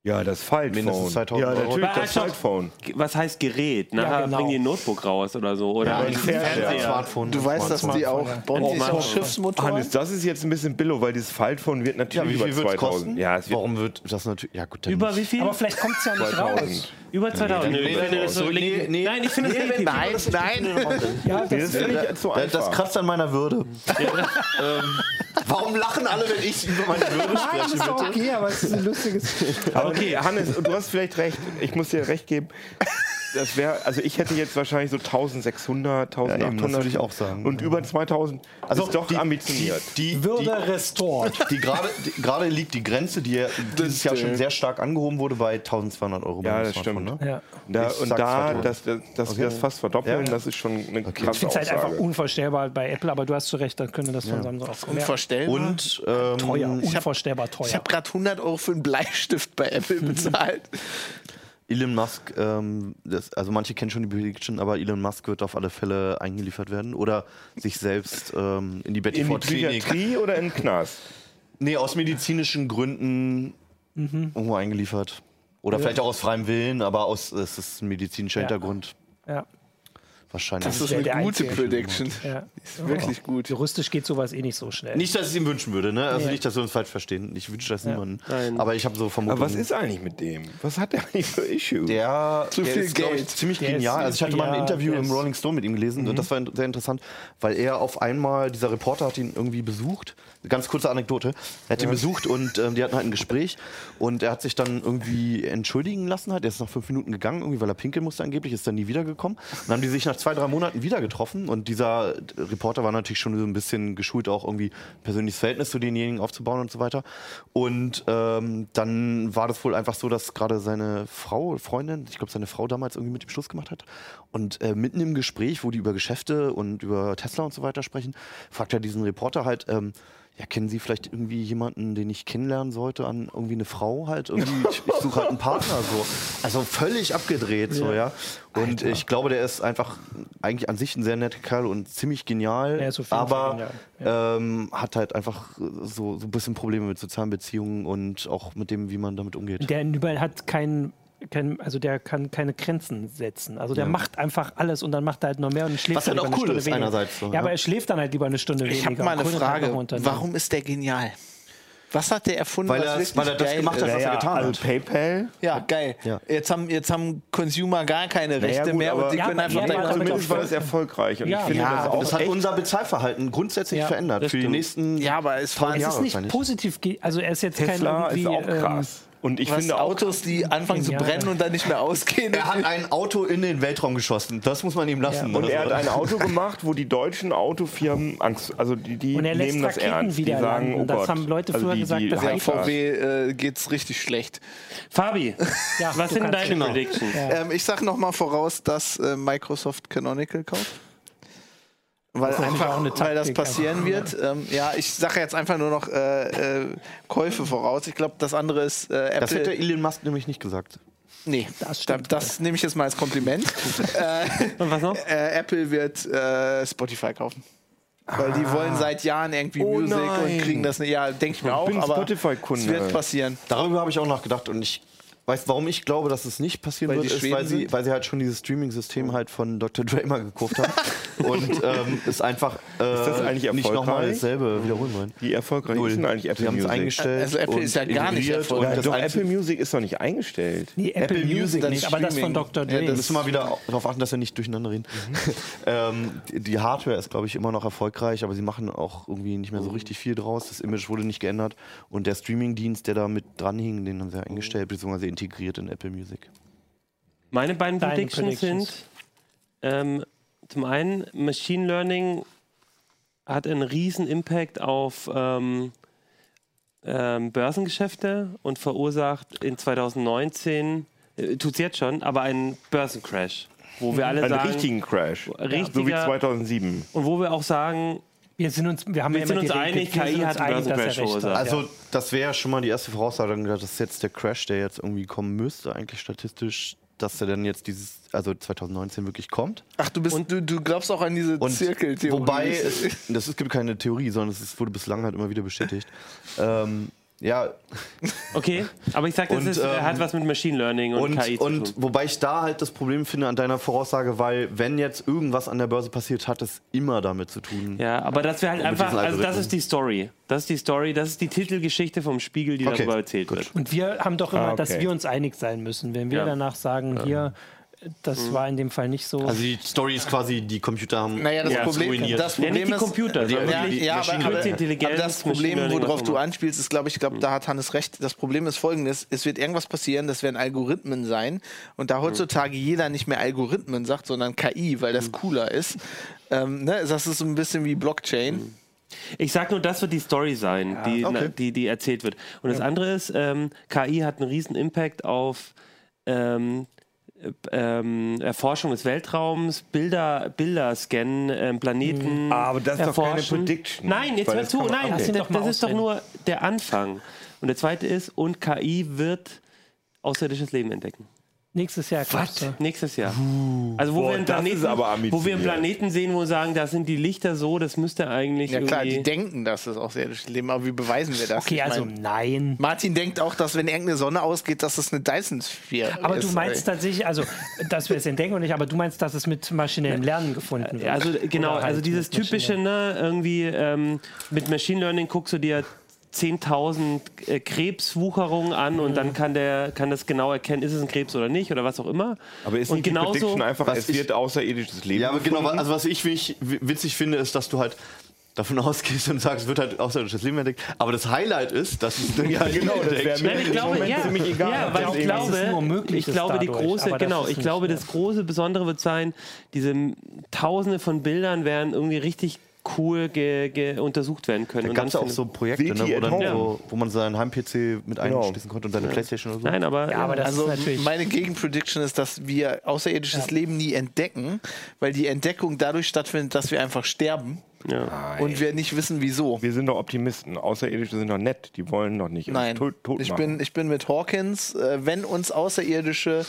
[SPEAKER 3] Ja, das
[SPEAKER 4] Mindestens
[SPEAKER 3] Faltphone.
[SPEAKER 4] 2000
[SPEAKER 3] Ja,
[SPEAKER 4] Euro.
[SPEAKER 3] natürlich, das
[SPEAKER 2] Aber halt doch-
[SPEAKER 3] Faltphone.
[SPEAKER 2] Was heißt Gerät? Nachher
[SPEAKER 5] genau.
[SPEAKER 2] bringen die ein Notebook raus oder so. Oder
[SPEAKER 3] ein Fernseher.
[SPEAKER 4] ein Smartphone
[SPEAKER 6] Du weißt, dass die auch Bonn ist
[SPEAKER 2] Mann.
[SPEAKER 6] auch Schiffsmotor.
[SPEAKER 3] Hannes, das ist jetzt ein bisschen billo, weil dieses Faltphone wird
[SPEAKER 4] Ja, wie
[SPEAKER 3] natürlich
[SPEAKER 4] viel
[SPEAKER 3] über
[SPEAKER 4] wird es
[SPEAKER 3] 2000.
[SPEAKER 4] kosten?
[SPEAKER 3] Ja, es wird
[SPEAKER 4] Warum wird das natürlich. Ja, gut, dann
[SPEAKER 2] Über wie viel?
[SPEAKER 5] Aber vielleicht kommt es ja nicht raus.
[SPEAKER 3] 2000.
[SPEAKER 2] Über 2000.
[SPEAKER 4] Nee,
[SPEAKER 2] Nö,
[SPEAKER 4] nee,
[SPEAKER 2] wenn du das so
[SPEAKER 4] nee,
[SPEAKER 2] linken-
[SPEAKER 4] nee.
[SPEAKER 2] Nein, ich finde das legitim.
[SPEAKER 6] Nein, nein.
[SPEAKER 5] Ja,
[SPEAKER 3] Das
[SPEAKER 5] das,
[SPEAKER 3] ist nicht so
[SPEAKER 4] Das,
[SPEAKER 3] einfach.
[SPEAKER 4] das kratzt an
[SPEAKER 3] [LAUGHS]
[SPEAKER 4] meiner Würde. ähm, warum lachen alle, wenn ich über meine Würde
[SPEAKER 5] nein, das
[SPEAKER 4] spreche?
[SPEAKER 5] ist auch okay, aber es ist ein lustiges.
[SPEAKER 3] Aber okay, Hannes, du hast vielleicht recht. Ich muss dir recht geben. das wäre, also ich hätte jetzt wahrscheinlich so 1600, 1800.
[SPEAKER 4] eben, das würde ich auch sagen.
[SPEAKER 3] Und über 2000 also ist doch
[SPEAKER 4] die-
[SPEAKER 3] ambitioniert.
[SPEAKER 4] Die, die,
[SPEAKER 5] Würde
[SPEAKER 4] die,
[SPEAKER 5] restored.
[SPEAKER 4] die gerade die- gerade liegt die Grenze, die ja dieses Jahr schon sehr stark angehoben wurde, bei 1200 Euro.
[SPEAKER 3] Ja,
[SPEAKER 4] beim
[SPEAKER 3] das
[SPEAKER 4] Smartphone,
[SPEAKER 3] stimmt.
[SPEAKER 4] Ne?
[SPEAKER 5] Ja.
[SPEAKER 3] Da,
[SPEAKER 4] Ich
[SPEAKER 3] und
[SPEAKER 4] sag
[SPEAKER 3] da,
[SPEAKER 4] 2000.
[SPEAKER 3] dass, dass, dass wir das fast verdoppeln,
[SPEAKER 4] Ja.
[SPEAKER 3] das ist schon eine
[SPEAKER 5] Ich
[SPEAKER 3] krasse
[SPEAKER 5] finde es halt einfach
[SPEAKER 3] Aussage.
[SPEAKER 5] unvorstellbar bei Apple, aber du hast zu Recht, dann könnte das von Samsung auch mehr.
[SPEAKER 6] Unvorstellbar.
[SPEAKER 4] Und ähm,
[SPEAKER 5] Teuer,
[SPEAKER 6] hab-
[SPEAKER 5] unvorstellbar teuer.
[SPEAKER 6] ich habe gerade 100 Euro für einen Bleistift bei Apple bezahlt.
[SPEAKER 4] Elon Musk, ähm, das, also manche kennen schon die Prediction, aber Elon Musk wird auf alle Fälle eingeliefert werden oder sich selbst ähm, in die Betty
[SPEAKER 3] In die
[SPEAKER 4] Ford Klinik.
[SPEAKER 3] Psychiatrie oder in den Knast?
[SPEAKER 4] Nee, aus medizinischen Gründen irgendwo eingeliefert. Oder vielleicht auch aus freiem Willen, aber aus, es ist ein medizinischer
[SPEAKER 5] Ja.
[SPEAKER 4] Hintergrund
[SPEAKER 5] ja,
[SPEAKER 4] wahrscheinlich.
[SPEAKER 6] Das ist
[SPEAKER 5] der-
[SPEAKER 6] eine
[SPEAKER 5] der
[SPEAKER 6] gute
[SPEAKER 5] einzige.
[SPEAKER 6] Prediction.
[SPEAKER 5] ja.
[SPEAKER 6] Ist wirklich gut.
[SPEAKER 5] Juristisch geht sowas eh nicht so schnell.
[SPEAKER 4] nicht, dass ich es ihm wünschen würde, ne? Also nicht, dass wir uns falsch verstehen. Ich wünsche das niemandem. Aber ich habe so vermutet.
[SPEAKER 3] Aber was ist eigentlich mit dem? Was hat der eigentlich für Issue?
[SPEAKER 4] Der,
[SPEAKER 6] Zu
[SPEAKER 4] der
[SPEAKER 6] viel
[SPEAKER 4] ist, glaub Ich,
[SPEAKER 6] Geld.
[SPEAKER 4] ziemlich
[SPEAKER 5] Der ist-
[SPEAKER 4] genial. Also ich hatte mal ein
[SPEAKER 5] ja,
[SPEAKER 4] Interview
[SPEAKER 5] der
[SPEAKER 4] im
[SPEAKER 5] ist- Mhm.
[SPEAKER 4] Rolling Stone mit ihm gelesen und das war in- sehr interessant, weil er auf einmal, dieser Reporter hat ihn irgendwie besucht, ganz kurze Anekdote, er hat ihn besucht und ähm, die hatten halt ein Gespräch und er hat sich dann irgendwie entschuldigen lassen, halt. er ist nach fünf Minuten gegangen, irgendwie, weil er pinkeln musste angeblich, ist dann nie wiedergekommen. Dann haben die sich nach zwei, drei Monaten wieder getroffen und dieser Reporter war natürlich schon so ein bisschen geschult, auch irgendwie ein persönliches Verhältnis zu denjenigen aufzubauen und so weiter. Und ähm, dann war das wohl einfach so, dass gerade seine Frau, Freundin, ich glaube, seine Frau damals irgendwie mit dem Schluss gemacht hat. Und äh, mitten im Gespräch, wo die über Geschäfte und über Tesla und so weiter sprechen, fragt er diesen Reporter halt, ähm, ja, kennen Sie vielleicht irgendwie jemanden, den ich kennenlernen sollte, an irgendwie eine Frau halt? Irgendwie, ich, ich suche halt einen Partner so. Also völlig abgedreht so, ja. Und ich glaube, der ist einfach eigentlich an sich ein sehr netter Kerl und ziemlich genial.
[SPEAKER 5] Er ist auf jeden Fall
[SPEAKER 4] aber
[SPEAKER 5] genial,
[SPEAKER 4] ähm, hat halt einfach äh, so, so ein bisschen Probleme mit sozialen Beziehungen und auch mit dem, wie man damit umgeht.
[SPEAKER 5] Der überall hat keinen. Kein, also der kann keine Grenzen setzen. Also der macht einfach alles und dann macht er halt noch mehr und schläft
[SPEAKER 4] Was
[SPEAKER 5] dann
[SPEAKER 4] halt
[SPEAKER 5] lieber eine
[SPEAKER 4] auch cool
[SPEAKER 5] Stunde
[SPEAKER 4] ist
[SPEAKER 5] weniger.
[SPEAKER 4] einerseits so, ne?
[SPEAKER 5] ja,
[SPEAKER 4] ja.
[SPEAKER 5] aber er schläft dann halt lieber eine Stunde
[SPEAKER 6] Ich
[SPEAKER 5] weniger.
[SPEAKER 6] habe mal eine
[SPEAKER 5] und gründet halt
[SPEAKER 6] Frage.
[SPEAKER 5] noch unter-
[SPEAKER 6] Warum ist der genial? Was hat der erfunden,
[SPEAKER 4] Weil
[SPEAKER 6] was
[SPEAKER 4] er-
[SPEAKER 6] wirklich
[SPEAKER 4] weil er das
[SPEAKER 6] geil
[SPEAKER 4] gemacht hat,
[SPEAKER 6] ist?
[SPEAKER 4] was er getan hat.
[SPEAKER 3] also PayPal?
[SPEAKER 6] Ja, geil.
[SPEAKER 4] Ja.
[SPEAKER 6] Jetzt, haben, jetzt haben Consumer gar keine Rechte
[SPEAKER 3] gut,
[SPEAKER 6] mehr und
[SPEAKER 3] aber-
[SPEAKER 6] sie
[SPEAKER 5] Ja,
[SPEAKER 6] können
[SPEAKER 5] aber-
[SPEAKER 6] einfach
[SPEAKER 5] ja,
[SPEAKER 6] deinen
[SPEAKER 5] aber-
[SPEAKER 6] Content
[SPEAKER 3] Zumindest war das erfolgreich. Und
[SPEAKER 5] Ja.
[SPEAKER 3] ich finde
[SPEAKER 6] Ja,
[SPEAKER 3] das
[SPEAKER 4] Aber
[SPEAKER 3] auch
[SPEAKER 4] das hat unser Bezahlverhalten grundsätzlich
[SPEAKER 5] Ja,
[SPEAKER 4] verändert
[SPEAKER 5] das
[SPEAKER 4] für die
[SPEAKER 5] stimmt.
[SPEAKER 4] nächsten
[SPEAKER 6] Ja, aber es war-
[SPEAKER 4] tausend
[SPEAKER 5] Es
[SPEAKER 4] Jahre
[SPEAKER 5] ist nicht
[SPEAKER 4] wahrscheinlich.
[SPEAKER 5] positiv, ge- also er ist jetzt
[SPEAKER 3] Tesla
[SPEAKER 5] kein
[SPEAKER 3] ist auch
[SPEAKER 5] irgendwie, ähm,
[SPEAKER 3] krass. Und ich
[SPEAKER 6] Du hast
[SPEAKER 3] finde auch,
[SPEAKER 6] Autos, die anfangen zu
[SPEAKER 5] Ja.
[SPEAKER 6] brennen und dann nicht mehr ausgehen.
[SPEAKER 4] Er hat ein Auto in den Weltraum geschossen. Das muss man ihm lassen.
[SPEAKER 5] Ja.
[SPEAKER 3] und
[SPEAKER 4] oder
[SPEAKER 3] er
[SPEAKER 4] so.
[SPEAKER 3] hat ein
[SPEAKER 4] [LAUGHS]
[SPEAKER 3] Auto gemacht, wo die deutschen Autofirmen Angst, also die, die
[SPEAKER 5] Und er lässt
[SPEAKER 3] nehmen das
[SPEAKER 5] Raketen
[SPEAKER 3] ernst. Die
[SPEAKER 5] wieder
[SPEAKER 3] sagen,
[SPEAKER 5] landen.
[SPEAKER 3] oh
[SPEAKER 5] Das
[SPEAKER 3] Gott.
[SPEAKER 5] haben Leute
[SPEAKER 3] also
[SPEAKER 5] früher
[SPEAKER 3] die,
[SPEAKER 5] gesagt,
[SPEAKER 3] die
[SPEAKER 5] das
[SPEAKER 6] Der
[SPEAKER 5] Alter.
[SPEAKER 6] VW äh, geht's richtig schlecht.
[SPEAKER 2] Fabi,
[SPEAKER 5] Ja,
[SPEAKER 2] was
[SPEAKER 5] du
[SPEAKER 2] sind
[SPEAKER 5] kannst-
[SPEAKER 2] deine Predictions?
[SPEAKER 6] Ähm, ich sag noch mal voraus, dass äh, Microsoft Canonical kauft. Weil,
[SPEAKER 5] ist natürlich auch
[SPEAKER 6] einfach,
[SPEAKER 5] eine
[SPEAKER 6] weil das
[SPEAKER 5] Taktik,
[SPEAKER 6] passieren wird. Ähm, ja, ich sage jetzt einfach nur noch äh, äh, Käufe voraus. Ich glaube, das andere ist äh, Apple.
[SPEAKER 4] das hätte
[SPEAKER 6] [LAUGHS]
[SPEAKER 4] Elon Musk nämlich nicht gesagt.
[SPEAKER 6] nee,
[SPEAKER 5] Das
[SPEAKER 6] das,
[SPEAKER 5] stimmt.
[SPEAKER 6] das nehme ich jetzt mal als Kompliment.
[SPEAKER 2] Und was noch?
[SPEAKER 6] äh, Apple wird äh, Spotify kaufen. Weil die wollen seit Jahren irgendwie
[SPEAKER 3] Oh
[SPEAKER 6] Music
[SPEAKER 3] nein.
[SPEAKER 6] und kriegen das nicht. Ja, denke ich mir auch.
[SPEAKER 3] bin
[SPEAKER 6] aber
[SPEAKER 3] Spotify-Kunde.
[SPEAKER 6] Es wird passieren.
[SPEAKER 4] Darüber habe ich auch nachgedacht und ich weiß, warum ich glaube, dass es nicht passieren
[SPEAKER 6] Weil
[SPEAKER 4] wird,
[SPEAKER 6] die
[SPEAKER 4] ist,
[SPEAKER 6] Schweden
[SPEAKER 4] weil sie,
[SPEAKER 6] sind?
[SPEAKER 4] weil sie halt schon dieses Streaming-System halt von Dr. Dre mal gekauft haben und ähm, es einfach äh,
[SPEAKER 3] das eigentlich
[SPEAKER 4] nicht nochmal
[SPEAKER 3] erfolgreich?
[SPEAKER 4] dasselbe wiederholen wollen.
[SPEAKER 3] Wie erfolgreich ist denn eigentlich
[SPEAKER 4] Sie
[SPEAKER 3] Apple
[SPEAKER 4] haben es
[SPEAKER 3] Music?
[SPEAKER 4] eingestellt.
[SPEAKER 6] Also Apple
[SPEAKER 4] und
[SPEAKER 6] ist ja gar nicht
[SPEAKER 4] integriert und
[SPEAKER 6] erfolgreich.
[SPEAKER 4] das
[SPEAKER 3] Doch,
[SPEAKER 4] einzige-
[SPEAKER 3] Apple Music ist doch nicht eingestellt.
[SPEAKER 5] Nee, Apple,
[SPEAKER 6] Apple
[SPEAKER 5] Music
[SPEAKER 6] Music,
[SPEAKER 5] nicht,
[SPEAKER 6] das
[SPEAKER 5] aber das von
[SPEAKER 6] Streaming.
[SPEAKER 5] Dr. Dre.
[SPEAKER 6] Ja, das
[SPEAKER 5] ist-
[SPEAKER 4] Müssen wir mal wieder darauf achten, dass wir nicht durcheinander reden.
[SPEAKER 3] Mhm.
[SPEAKER 4] [LAUGHS] ähm, die- die Hardware ist, glaube ich, immer noch erfolgreich, aber sie machen auch irgendwie nicht mehr
[SPEAKER 3] Mhm.
[SPEAKER 4] so richtig viel draus. Das Image wurde nicht geändert. Und der Streaming-Dienst, der da mit dranhing, den haben sie
[SPEAKER 3] Mhm.
[SPEAKER 4] eingestellt, beziehungsweise integriert in Apple Music.
[SPEAKER 2] Meine beiden
[SPEAKER 5] Deine
[SPEAKER 2] Predictions,
[SPEAKER 5] Predictions.
[SPEAKER 2] sind ähm, zum einen, Machine Learning hat einen riesen Impact auf ähm, ähm, Börsengeschäfte und verursacht in 2019, äh, tut es jetzt schon, aber einen Börsencrash, wo wir alle
[SPEAKER 3] Einen
[SPEAKER 2] sagen,
[SPEAKER 3] richtigen Crash.
[SPEAKER 2] richtiger-
[SPEAKER 3] So wie 2007.
[SPEAKER 2] und wo wir auch sagen,
[SPEAKER 5] wir sind uns, wir haben
[SPEAKER 2] Wir
[SPEAKER 5] ja
[SPEAKER 2] sind
[SPEAKER 5] immer die
[SPEAKER 2] uns
[SPEAKER 5] Regel,
[SPEAKER 2] einig,
[SPEAKER 5] wir sind
[SPEAKER 2] KI
[SPEAKER 5] uns
[SPEAKER 2] hat einen
[SPEAKER 5] einig, dass er
[SPEAKER 2] Börsencrash
[SPEAKER 5] recht hat.
[SPEAKER 2] verursacht.
[SPEAKER 4] Also, das wäre schon mal die erste Voraussagung, dass das jetzt der Crash, der jetzt irgendwie kommen müsste, eigentlich statistisch, dass der dann jetzt dieses, also 2019 wirklich kommt.
[SPEAKER 6] Ach, du, bist, du, du glaubst auch an diese
[SPEAKER 4] Und [LAUGHS]
[SPEAKER 6] Zirkeltheorie.
[SPEAKER 4] Wobei, es, das, es gibt keine Theorie, sondern es ist- wurde bislang halt immer wieder bestätigt. ähm, ja,
[SPEAKER 2] okay, aber ich sag, das
[SPEAKER 4] Und,
[SPEAKER 2] ist, äh,
[SPEAKER 4] ähm,
[SPEAKER 2] hat was mit Machine Learning und,
[SPEAKER 4] Und,
[SPEAKER 2] KI
[SPEAKER 4] und
[SPEAKER 2] zu tun.
[SPEAKER 4] wobei ich da halt das Problem finde an deiner Voraussage, weil wenn jetzt irgendwas an der Börse passiert, hat es immer damit zu tun.
[SPEAKER 2] Ja, aber dass wir halt einfach,
[SPEAKER 4] diesen
[SPEAKER 2] also das
[SPEAKER 4] Algorithmen.
[SPEAKER 2] ist die Story. Das ist die Story, das ist die Titelgeschichte vom Spiegel, die
[SPEAKER 4] Okay,
[SPEAKER 2] darüber erzählt
[SPEAKER 4] gut.
[SPEAKER 2] wird.
[SPEAKER 5] Und wir haben doch immer,
[SPEAKER 3] Ah, okay.
[SPEAKER 5] dass wir uns einig sein müssen. Wenn wir
[SPEAKER 2] Ja.
[SPEAKER 5] danach sagen, hier, Das war in dem Fall nicht so.
[SPEAKER 4] Also die Story ist quasi, die Computer haben
[SPEAKER 6] Naja, das
[SPEAKER 4] uns
[SPEAKER 6] Problem,
[SPEAKER 4] ruiniert.
[SPEAKER 6] das
[SPEAKER 2] Ja, nicht
[SPEAKER 6] Problem
[SPEAKER 2] die
[SPEAKER 6] ist.
[SPEAKER 2] Computer,
[SPEAKER 6] ja,
[SPEAKER 2] sondern
[SPEAKER 6] ja,
[SPEAKER 4] die- die
[SPEAKER 6] aber,
[SPEAKER 4] Maschinen.
[SPEAKER 6] aber,
[SPEAKER 2] Künstliche Intelligenz,
[SPEAKER 6] aber das
[SPEAKER 2] Machine
[SPEAKER 6] Problem,
[SPEAKER 2] Learning,
[SPEAKER 6] worauf
[SPEAKER 2] was auch
[SPEAKER 6] du
[SPEAKER 2] immer.
[SPEAKER 6] anspielst, ist, glaube ich,
[SPEAKER 5] Mhm.
[SPEAKER 6] glaub, da hat Hannes recht. Das Problem ist folgendes: Es wird irgendwas passieren, das werden Algorithmen sein. Und da heutzutage
[SPEAKER 5] Mhm.
[SPEAKER 6] jeder nicht mehr Algorithmen sagt, sondern KI, weil das cooler ist, ähm, ne, das ist so ein bisschen wie
[SPEAKER 5] Mhm.
[SPEAKER 6] Blockchain.
[SPEAKER 2] Ich sag nur, das wird die Story sein, die, na, die, die erzählt wird. Und das andere ist, ähm, KI hat einen riesen Impact auf ähm, äh, ähm, Erforschung des Weltraums, Bilder, Bilder scannen, ähm, Planeten.
[SPEAKER 3] Ah, aber das ist doch keine
[SPEAKER 2] erforschen.
[SPEAKER 3] Prediction.
[SPEAKER 2] Nein, jetzt
[SPEAKER 3] Weil
[SPEAKER 2] hör
[SPEAKER 3] das
[SPEAKER 2] zu,
[SPEAKER 3] kann man
[SPEAKER 2] nein, das,
[SPEAKER 5] abwägen. Lass ihn doch
[SPEAKER 2] das
[SPEAKER 5] mal
[SPEAKER 2] ist doch
[SPEAKER 5] ausreden.
[SPEAKER 2] nur der Anfang. Und der zweite ist, und KI wird außerirdisches Leben entdecken.
[SPEAKER 5] Nächstes Jahr kommt's, ne?
[SPEAKER 2] Nächstes Jahr. Also wo
[SPEAKER 3] Boah,
[SPEAKER 2] wir einen
[SPEAKER 3] das ist
[SPEAKER 2] Planeten,
[SPEAKER 3] aber ambitioniert.
[SPEAKER 2] wo wir einen Planeten sehen, wo wir sagen, da sind die Lichter so, das müsste eigentlich
[SPEAKER 6] Ja, klar, die
[SPEAKER 2] irgendwie
[SPEAKER 6] denken, dass das außerirdische Leben, aber wie beweisen wir das?
[SPEAKER 5] Okay,
[SPEAKER 6] Ich
[SPEAKER 5] also
[SPEAKER 6] mein,
[SPEAKER 5] nein.
[SPEAKER 6] Martin denkt auch, dass wenn irgendeine Sonne ausgeht, dass das eine Dyson-Sphere
[SPEAKER 5] Aber
[SPEAKER 6] ist.
[SPEAKER 5] du meinst tatsächlich, also, dass wir es entdecken und nicht, aber du meinst, dass es mit maschinellem Lernen gefunden wird.
[SPEAKER 2] Ja, also genau,
[SPEAKER 5] Oder halt
[SPEAKER 2] also dieses
[SPEAKER 5] mit Machine
[SPEAKER 2] typische, ne, irgendwie ähm, mit Machine Learning guckst du dir 10.000 äh, Krebswucherungen an und dann kann der kann das genau erkennen, ist es ein Krebs oder nicht oder was auch immer.
[SPEAKER 3] Aber ist
[SPEAKER 2] und
[SPEAKER 3] nicht die Prediction einfach,
[SPEAKER 4] was
[SPEAKER 3] es
[SPEAKER 4] ich-
[SPEAKER 3] wird außerirdisches Leben
[SPEAKER 4] Ja, aber genau,
[SPEAKER 3] gefunden?
[SPEAKER 4] also was ich wich- wi- witzig finde, ist, dass du halt davon [LAUGHS] ausgehst und sagst, wird halt außerirdisches Leben entdeckt. Aber das Highlight ist, dass
[SPEAKER 3] [LAUGHS]
[SPEAKER 4] es ja,
[SPEAKER 3] genau, das wär mir
[SPEAKER 2] Nein, ich glaube, ja, ja,
[SPEAKER 5] ob
[SPEAKER 2] weil ich
[SPEAKER 5] das
[SPEAKER 2] glaube,
[SPEAKER 5] eben- nur möglich
[SPEAKER 2] ich
[SPEAKER 5] ist
[SPEAKER 2] glaube, die
[SPEAKER 5] dadurch,
[SPEAKER 2] große,
[SPEAKER 5] aber das
[SPEAKER 2] genau,
[SPEAKER 5] ist
[SPEAKER 2] ich
[SPEAKER 5] nicht
[SPEAKER 2] glaube,
[SPEAKER 5] mehr.
[SPEAKER 2] das große Besondere wird sein, diese m- Tausende von Bildern werden irgendwie richtig cool ge, ge untersucht werden können.
[SPEAKER 4] Da
[SPEAKER 2] Und
[SPEAKER 4] gab es
[SPEAKER 2] dann
[SPEAKER 4] auch
[SPEAKER 2] findet-
[SPEAKER 4] so Projekte,
[SPEAKER 3] Wiki
[SPEAKER 4] ne, wo,
[SPEAKER 3] at
[SPEAKER 4] dann
[SPEAKER 3] home.
[SPEAKER 4] so, wo man seinen Heim-PC mit
[SPEAKER 3] Genau.
[SPEAKER 4] einschließen konnte und seine Playstation oder so.
[SPEAKER 2] Nein, aber,
[SPEAKER 5] Ja, aber das
[SPEAKER 6] Also
[SPEAKER 5] ist natürlich.
[SPEAKER 6] meine Gegenprediction ist, dass wir außerirdisches Leben nie entdecken, weil die Entdeckung dadurch stattfindet, dass wir einfach sterben und wir nicht wissen, wieso.
[SPEAKER 3] Wir sind doch Optimisten. Außerirdische sind doch nett. Die wollen doch nicht. uns
[SPEAKER 6] Nein,
[SPEAKER 3] Tot, tot
[SPEAKER 6] ich,
[SPEAKER 3] machen.
[SPEAKER 6] bin, ich bin mit Hawkins. Äh, wenn uns Außerirdische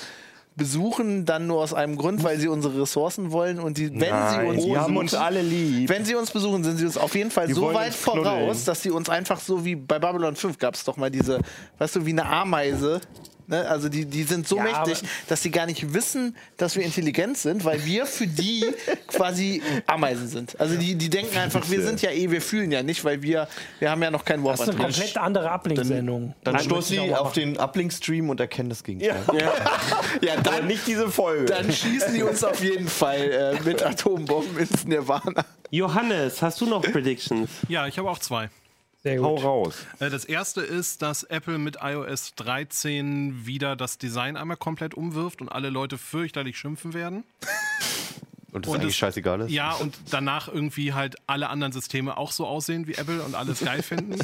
[SPEAKER 6] besuchen, dann nur aus einem Grund, weil sie unsere Ressourcen wollen und die, wenn sie uns
[SPEAKER 3] Nein, die haben uns alle lieb.
[SPEAKER 6] Wenn sie uns besuchen, sind sie uns auf jeden Fall
[SPEAKER 3] Die
[SPEAKER 6] so
[SPEAKER 3] wollen
[SPEAKER 6] weit
[SPEAKER 3] uns knuddeln.
[SPEAKER 6] voraus, dass sie uns einfach so wie bei Babylon 5 gab es doch mal diese, weißt du, wie eine Ameise. Ne? Also die, die sind so
[SPEAKER 5] Ja,
[SPEAKER 6] mächtig,
[SPEAKER 5] aber-
[SPEAKER 6] dass sie gar nicht wissen, dass wir intelligent sind, weil wir für die
[SPEAKER 5] [LAUGHS]
[SPEAKER 6] quasi Ameisen sind. Also die, die denken einfach, wir sind ja eh, wir fühlen ja nicht, weil wir, wir haben ja noch keinen
[SPEAKER 5] Das ist eine
[SPEAKER 6] Warp-Antrieb.
[SPEAKER 5] komplett andere Ablink-Sendung.
[SPEAKER 4] Dann stoßen
[SPEAKER 5] möchte ich
[SPEAKER 4] sie
[SPEAKER 5] auch mal
[SPEAKER 4] auf den Uplink-Stream und erkennen das Gegenteil.
[SPEAKER 6] Ja,
[SPEAKER 3] Aber
[SPEAKER 6] dann,
[SPEAKER 3] nicht diese Folge.
[SPEAKER 6] dann schießen die uns auf jeden Fall äh, mit Atombomben ins Nirvana.
[SPEAKER 2] Johannes, hast du noch Predictions?
[SPEAKER 7] Ja, ich habe auch zwei.
[SPEAKER 5] Sehr
[SPEAKER 3] Hau
[SPEAKER 5] gut.
[SPEAKER 3] raus.
[SPEAKER 7] Äh, Das erste ist, dass Apple mit iOS 13 wieder das Design einmal komplett umwirft und alle Leute fürchterlich schimpfen werden.
[SPEAKER 4] Und das
[SPEAKER 7] Und
[SPEAKER 4] ist
[SPEAKER 7] das-
[SPEAKER 4] eigentlich scheißegal ist.
[SPEAKER 7] Ja, und danach irgendwie halt alle anderen Systeme auch so aussehen wie Apple und alles geil
[SPEAKER 6] [LAUGHS]
[SPEAKER 7] finden.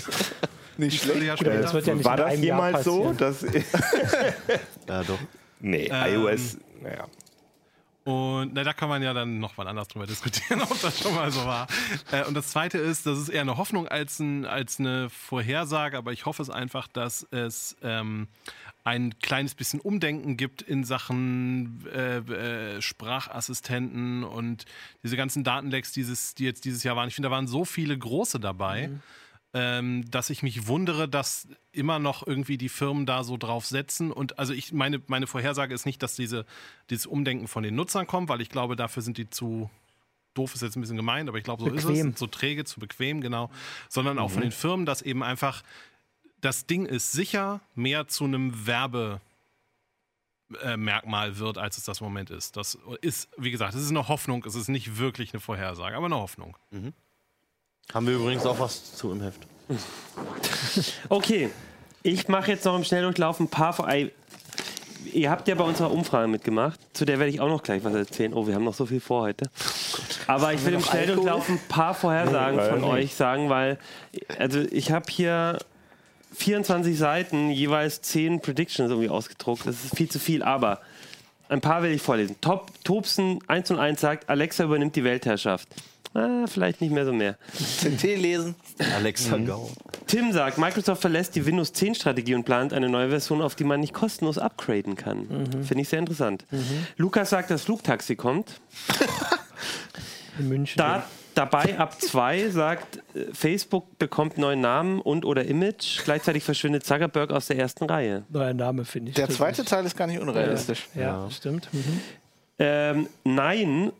[SPEAKER 6] Nicht
[SPEAKER 7] Ich würde ja
[SPEAKER 5] Gut, aber
[SPEAKER 7] später-
[SPEAKER 5] das wird ja nicht
[SPEAKER 3] War
[SPEAKER 5] in
[SPEAKER 3] das
[SPEAKER 5] einem Jahr
[SPEAKER 3] jemals so?
[SPEAKER 5] passieren.
[SPEAKER 3] Dass,
[SPEAKER 4] [LAUGHS] Ja, doch.
[SPEAKER 3] nee,
[SPEAKER 7] Ähm,
[SPEAKER 3] iOS, naja.
[SPEAKER 7] Und na, da kann man ja dann noch mal anders drüber diskutieren, [LAUGHS] ob das schon mal so war. Äh, und das Zweite ist, das ist eher eine Hoffnung als, ein, als eine Vorhersage, aber ich hoffe es einfach, dass es ähm, ein kleines bisschen Umdenken gibt in Sachen äh, äh, Sprachassistenten und diese ganzen Datenlecks, dieses, die jetzt dieses Jahr waren. Ich finde, da waren so viele große dabei. Ähm, dass ich mich wundere, dass immer noch irgendwie die Firmen da so drauf setzen. Und also ich meine, meine Vorhersage ist nicht, dass diese, dieses Umdenken von den Nutzern kommt, weil ich glaube, dafür sind die zu doof, ist jetzt ein bisschen gemeint, aber ich glaube, so ist
[SPEAKER 5] Bequem.
[SPEAKER 7] es. So träge, zu bequem, genau. Sondern auch von den Firmen, dass eben einfach das Ding ist sicher mehr zu einem Werbe äh, Merkmal wird, als es das im Moment ist. Das ist, wie gesagt, es ist eine Hoffnung, es ist nicht wirklich eine Vorhersage, aber eine Hoffnung.
[SPEAKER 4] Haben wir übrigens auch was zu im Heft.
[SPEAKER 2] Okay, ich mache jetzt noch im Schnelldurchlauf ein paar. Vor Ei- Ihr habt ja bei unserer Umfrage mitgemacht. Zu der werde ich auch noch gleich was erzählen. Oh, wir haben noch so viel vor heute. Aber ich will im Schnelldurchlauf ein paar Vorhersagen von euch sagen, weil also ich habe hier 24 Seiten, jeweils 10 Predictions irgendwie ausgedruckt. Das ist viel zu viel, aber ein paar will ich vorlesen. Top Tobsen 101 sagt, Alexa übernimmt die Weltherrschaft. Ah, vielleicht nicht mehr so mehr.
[SPEAKER 6] CT lesen.
[SPEAKER 4] Alexa Gau.
[SPEAKER 2] Tim sagt, Microsoft verlässt die Windows 10 Strategie und plant eine neue Version, auf die man nicht kostenlos upgraden kann. Finde ich sehr interessant. Lukas sagt, das Flugtaxi kommt.
[SPEAKER 5] in München.
[SPEAKER 2] Da, dabei ab 2 [LAUGHS] sagt, äh, Facebook bekommt neuen Namen und oder Image. Gleichzeitig verschwindet Zuckerberg aus der ersten Reihe.
[SPEAKER 5] Neuer Name, finde ich.
[SPEAKER 6] Der zweite Teil ist gar nicht unrealistisch.
[SPEAKER 5] Ja, stimmt. Mhm.
[SPEAKER 2] Ähm, nein, Ähm,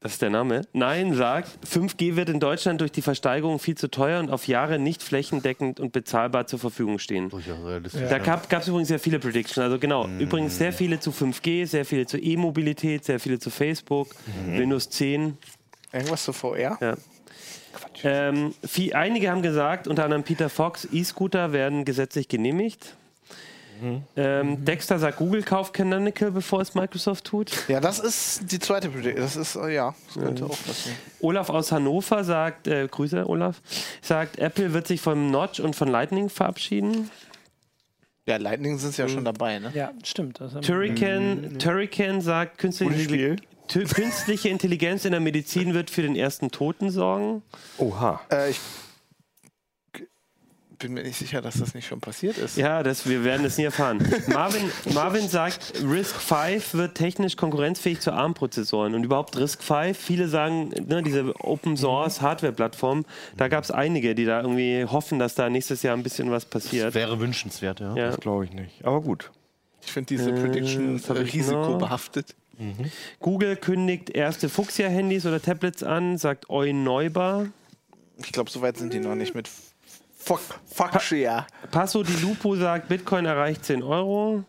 [SPEAKER 2] das ist der Name, Nein sagt, 5G wird in Deutschland durch die Versteigerung viel zu teuer und auf Jahre nicht flächendeckend und bezahlbar zur Verfügung stehen.
[SPEAKER 4] Ja, realistisch.
[SPEAKER 2] Da gab es übrigens sehr viele Predictions. Also genau, übrigens sehr viele zu 5G, sehr viele zu E-Mobilität, sehr viele zu Facebook, Windows 10.
[SPEAKER 6] Irgendwas zu VR?
[SPEAKER 2] Ja. Ähm, viel, einige haben gesagt, unter anderem Peter Fox, E-Scooter werden gesetzlich genehmigt. Ähm, Dexter sagt, Google kauft Canonical, bevor es Microsoft tut.
[SPEAKER 6] Ja, das ist die zweite Prediction. Das ist, äh, ja, das könnte auch passieren.
[SPEAKER 2] Olaf aus Hannover sagt, äh, Grüße Olaf, sagt, Apple wird sich von Notch und von Lightning verabschieden.
[SPEAKER 6] Ja, Lightning sind ja schon dabei, ne?
[SPEAKER 5] Ja, stimmt. Das haben wir-
[SPEAKER 2] Turrican, Turrican sagt, künstliche,
[SPEAKER 3] Gutes Spiel.
[SPEAKER 2] [LAUGHS] Tü- künstliche Intelligenz in der Medizin wird für den ersten Toten sorgen.
[SPEAKER 3] Oha.
[SPEAKER 6] Äh, ich bin mir nicht sicher, dass das nicht schon passiert ist.
[SPEAKER 2] Ja, das, wir werden es nie erfahren. [LAUGHS] Marvin, Marvin sagt, RISC V wird technisch konkurrenzfähig zu ARM-Prozessoren. Und überhaupt RISC V, viele sagen, ne, diese Open Source Hardware-Plattform, da gab es einige, die da irgendwie hoffen, dass da nächstes Jahr ein bisschen was passiert.
[SPEAKER 4] Wäre wünschenswert, ja.
[SPEAKER 2] Ja.
[SPEAKER 3] Das glaube ich nicht. Aber gut.
[SPEAKER 6] Ich finde diese Prediction
[SPEAKER 2] was hab
[SPEAKER 6] äh,
[SPEAKER 2] ich noch?
[SPEAKER 6] risikobehaftet.
[SPEAKER 2] Google kündigt erste Fuchsia-Handys oder Tablets an, sagt Eu Neubar.
[SPEAKER 6] Ich glaube, so weit sind die noch nicht mit Fuck, fuck Share.
[SPEAKER 2] Passo di Lupo sagt, Bitcoin erreicht 10 Euro.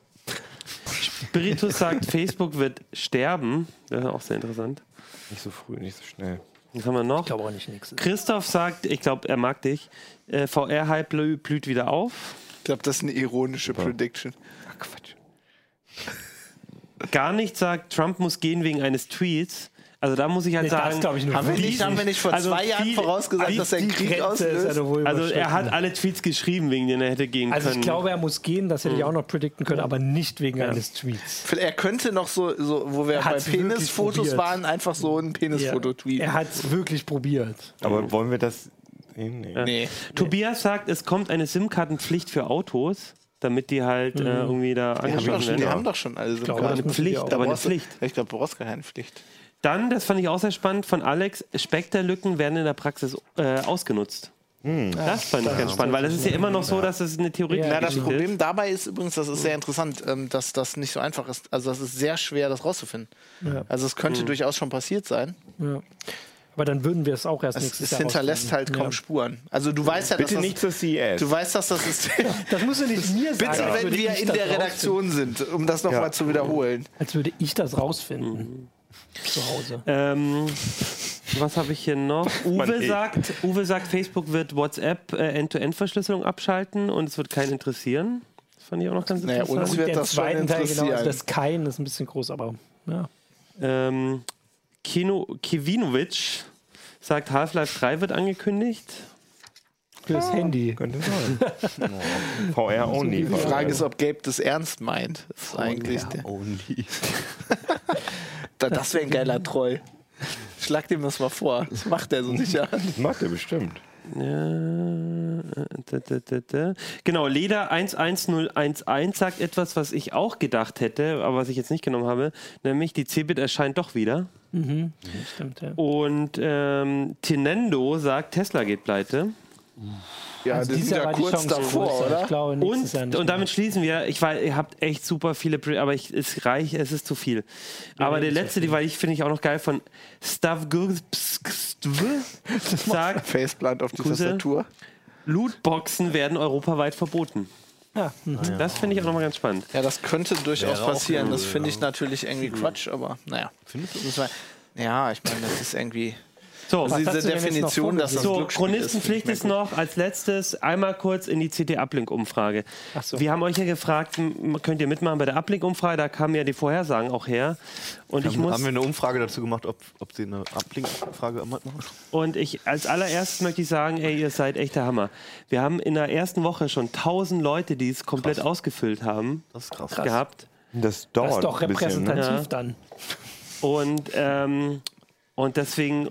[SPEAKER 2] Spiritus sagt, Facebook wird sterben. Das ist auch sehr interessant.
[SPEAKER 3] Nicht so früh, nicht so schnell.
[SPEAKER 2] Was haben wir noch?
[SPEAKER 5] Ich glaube auch nicht nichts.
[SPEAKER 2] Christoph sagt, ich glaube, er mag dich. Äh, VR-Hype blü- blüht wieder auf.
[SPEAKER 6] Ich glaube, das ist eine ironische Prediction.
[SPEAKER 2] Gar nicht sagt, Trump muss gehen wegen eines Tweets. Also da muss ich halt
[SPEAKER 5] Nee, das
[SPEAKER 2] sagen,
[SPEAKER 5] glaube ich nur.
[SPEAKER 6] Haben wir
[SPEAKER 5] wirklich
[SPEAKER 6] nicht, haben wir nicht vor
[SPEAKER 2] Also
[SPEAKER 6] zwei Jahren
[SPEAKER 2] viel-
[SPEAKER 6] vorausgesagt,
[SPEAKER 2] viel-
[SPEAKER 6] dass er einen
[SPEAKER 5] Die
[SPEAKER 6] Krieg
[SPEAKER 5] Grenze ist
[SPEAKER 6] auslöst?
[SPEAKER 5] ja doch wohl
[SPEAKER 2] also er
[SPEAKER 5] überschritten.
[SPEAKER 2] hat alle Tweets geschrieben, wegen denen er hätte gehen
[SPEAKER 5] Also
[SPEAKER 2] können.
[SPEAKER 5] ich glaube, er muss gehen, das hätte ich auch noch predikten können, aber nicht wegen eines Tweets.
[SPEAKER 6] Er könnte noch so, so wo wir
[SPEAKER 5] Er
[SPEAKER 6] bei
[SPEAKER 5] hat's wirklich
[SPEAKER 6] Penisfotos
[SPEAKER 5] probiert.
[SPEAKER 6] waren, einfach so ein Penisfoto
[SPEAKER 5] Er
[SPEAKER 6] tweeten.
[SPEAKER 5] hat es wirklich probiert.
[SPEAKER 3] Aber wollen wir das. Nee, nee.
[SPEAKER 6] Nee.
[SPEAKER 2] Tobias sagt, es kommt eine SIM-Kartenpflicht für Autos, damit die halt
[SPEAKER 5] Hm.
[SPEAKER 2] äh, irgendwie da
[SPEAKER 6] Die haben, doch
[SPEAKER 2] angeschlossen
[SPEAKER 6] schon, die haben
[SPEAKER 2] werden.
[SPEAKER 6] doch schon alle so
[SPEAKER 5] glaube,
[SPEAKER 6] eine
[SPEAKER 5] das
[SPEAKER 6] Karte.
[SPEAKER 5] müssen die
[SPEAKER 2] Pflicht,
[SPEAKER 5] auch.
[SPEAKER 6] Da
[SPEAKER 2] aber eine
[SPEAKER 6] brauchst du-
[SPEAKER 2] Pflicht.
[SPEAKER 6] Ich glaube, du brauchst keine Pflicht.
[SPEAKER 2] Dann, das fand ich auch sehr spannend, von Alex, Spekterlücken werden in der Praxis äh, ausgenutzt. Das fand ich ganz spannend, weil es ist ja immer noch so, dass es eine Theorie
[SPEAKER 5] Ja,
[SPEAKER 6] Ja, das
[SPEAKER 2] ist.
[SPEAKER 6] Problem dabei ist übrigens, das ist sehr interessant, ähm, dass das nicht so einfach ist. Also das ist sehr schwer, das rauszufinden. Also es könnte durchaus schon passiert sein.
[SPEAKER 5] Ja. Aber dann würden wir es auch erst
[SPEAKER 6] Es,
[SPEAKER 5] nächstes
[SPEAKER 6] es
[SPEAKER 5] Jahr
[SPEAKER 6] hinterlässt halt
[SPEAKER 5] rausfinden.
[SPEAKER 6] kaum Spuren. Also du weißt ja, dass
[SPEAKER 3] Bitte
[SPEAKER 6] das,
[SPEAKER 3] nicht zur CES.
[SPEAKER 6] du weißt, dass das System.
[SPEAKER 5] Ja. Das musst du nicht mir sagen.
[SPEAKER 6] [LAUGHS] Bitte,
[SPEAKER 5] als
[SPEAKER 6] wenn
[SPEAKER 5] würde
[SPEAKER 6] wir
[SPEAKER 5] ich
[SPEAKER 6] in
[SPEAKER 5] das
[SPEAKER 6] der Redaktion sind, um das nochmal mal zu wiederholen.
[SPEAKER 5] rausfinden. Als würde ich das
[SPEAKER 6] Mhm.
[SPEAKER 5] rausfinden. Zu Hause.
[SPEAKER 2] Ähm, was habe ich hier noch? Uwe
[SPEAKER 3] eh.
[SPEAKER 2] sagt, Uwe sagt, Facebook wird WhatsApp äh, End-to-End-Verschlüsselung abschalten und es wird keinen interessieren. Das fand ich auch noch ganz
[SPEAKER 6] Naja,
[SPEAKER 2] interessant.
[SPEAKER 6] uns wird das schon interessieren.
[SPEAKER 5] also das Kein ist ein bisschen groß, aber ja.
[SPEAKER 2] ähm, Kino, Kivinovic sagt, Half-Life 3 wird angekündigt.
[SPEAKER 6] Ah.
[SPEAKER 5] Fürs Handy.
[SPEAKER 3] Könnte
[SPEAKER 6] [LAUGHS]
[SPEAKER 3] sein. VR only.
[SPEAKER 6] Die Frage ist, ob Gabe das ernst meint. Das, ist eigentlich der,
[SPEAKER 4] Only.
[SPEAKER 6] [LAUGHS] da- das wäre ein geiler Troll. Schlag dem das mal vor. Das macht er so sicher.
[SPEAKER 3] Das macht er bestimmt.
[SPEAKER 2] Ja, äh, da, da, da, da. Genau, Leder 11011 sagt etwas, was ich auch gedacht hätte, aber was ich jetzt nicht genommen habe, nämlich die Cebit erscheint doch wieder.
[SPEAKER 5] Stimmt, ja.
[SPEAKER 2] Und ähm, Tinendo sagt, Tesla geht pleite.
[SPEAKER 6] Ja,
[SPEAKER 5] Also
[SPEAKER 6] die
[SPEAKER 5] dieses
[SPEAKER 6] sind ja
[SPEAKER 5] Jahr war die
[SPEAKER 6] kurz
[SPEAKER 5] Chance
[SPEAKER 6] davor,
[SPEAKER 5] größer. Ich
[SPEAKER 6] oder?
[SPEAKER 5] glaube, nächstes
[SPEAKER 2] Und,
[SPEAKER 5] Jahr nicht
[SPEAKER 2] und
[SPEAKER 5] mehr.
[SPEAKER 2] damit schließen wir. Ich weiß, ihr habt echt super viele, Pre aber ich, es reicht, es ist zu viel. Aber der letzte, die war ich finde ich auch noch geil von Stav sagt,
[SPEAKER 6] Faceplant auf die
[SPEAKER 2] Grüße.
[SPEAKER 6] Tastatur.
[SPEAKER 2] Lootboxen werden europaweit verboten.
[SPEAKER 5] Ja, mhm.
[SPEAKER 2] Das finde ich auch nochmal ganz spannend.
[SPEAKER 6] Ja, das könnte durchaus passieren. Das finde ich natürlich irgendwie Quatsch, aber naja. Müssen wir- Ja, ich meine, das ist irgendwie.
[SPEAKER 2] So,
[SPEAKER 6] Also
[SPEAKER 5] hast
[SPEAKER 6] diese
[SPEAKER 5] du denn jetzt
[SPEAKER 6] Definition,
[SPEAKER 5] noch
[SPEAKER 6] dass das
[SPEAKER 2] so
[SPEAKER 6] Glücksspiel ist, finde ich
[SPEAKER 2] Chronistenpflicht ist
[SPEAKER 6] merkwürdig.
[SPEAKER 2] noch als letztes einmal kurz in die CT-Uplink-Umfrage.
[SPEAKER 5] Ach so.
[SPEAKER 2] Wir haben euch ja gefragt, m- könnt ihr mitmachen bei der Uplink-Umfrage? Da kamen ja die Vorhersagen auch her. Und ich
[SPEAKER 4] Haben,
[SPEAKER 2] muss
[SPEAKER 4] haben wir eine Umfrage dazu gemacht, ob, ob sie eine Ablink-Frage machen?
[SPEAKER 2] Und ich, als allererstes möchte ich sagen, ey, ihr seid echt der Hammer. Wir haben in der ersten Woche schon 1000 Leute, die es komplett ausgefüllt haben,
[SPEAKER 4] Das ist krass.
[SPEAKER 2] gehabt.
[SPEAKER 3] Das
[SPEAKER 5] Das
[SPEAKER 3] dauert
[SPEAKER 5] ist doch
[SPEAKER 3] ein bisschen.
[SPEAKER 5] repräsentativ
[SPEAKER 3] Ne?
[SPEAKER 5] dann.
[SPEAKER 2] Und, ähm, und deswegen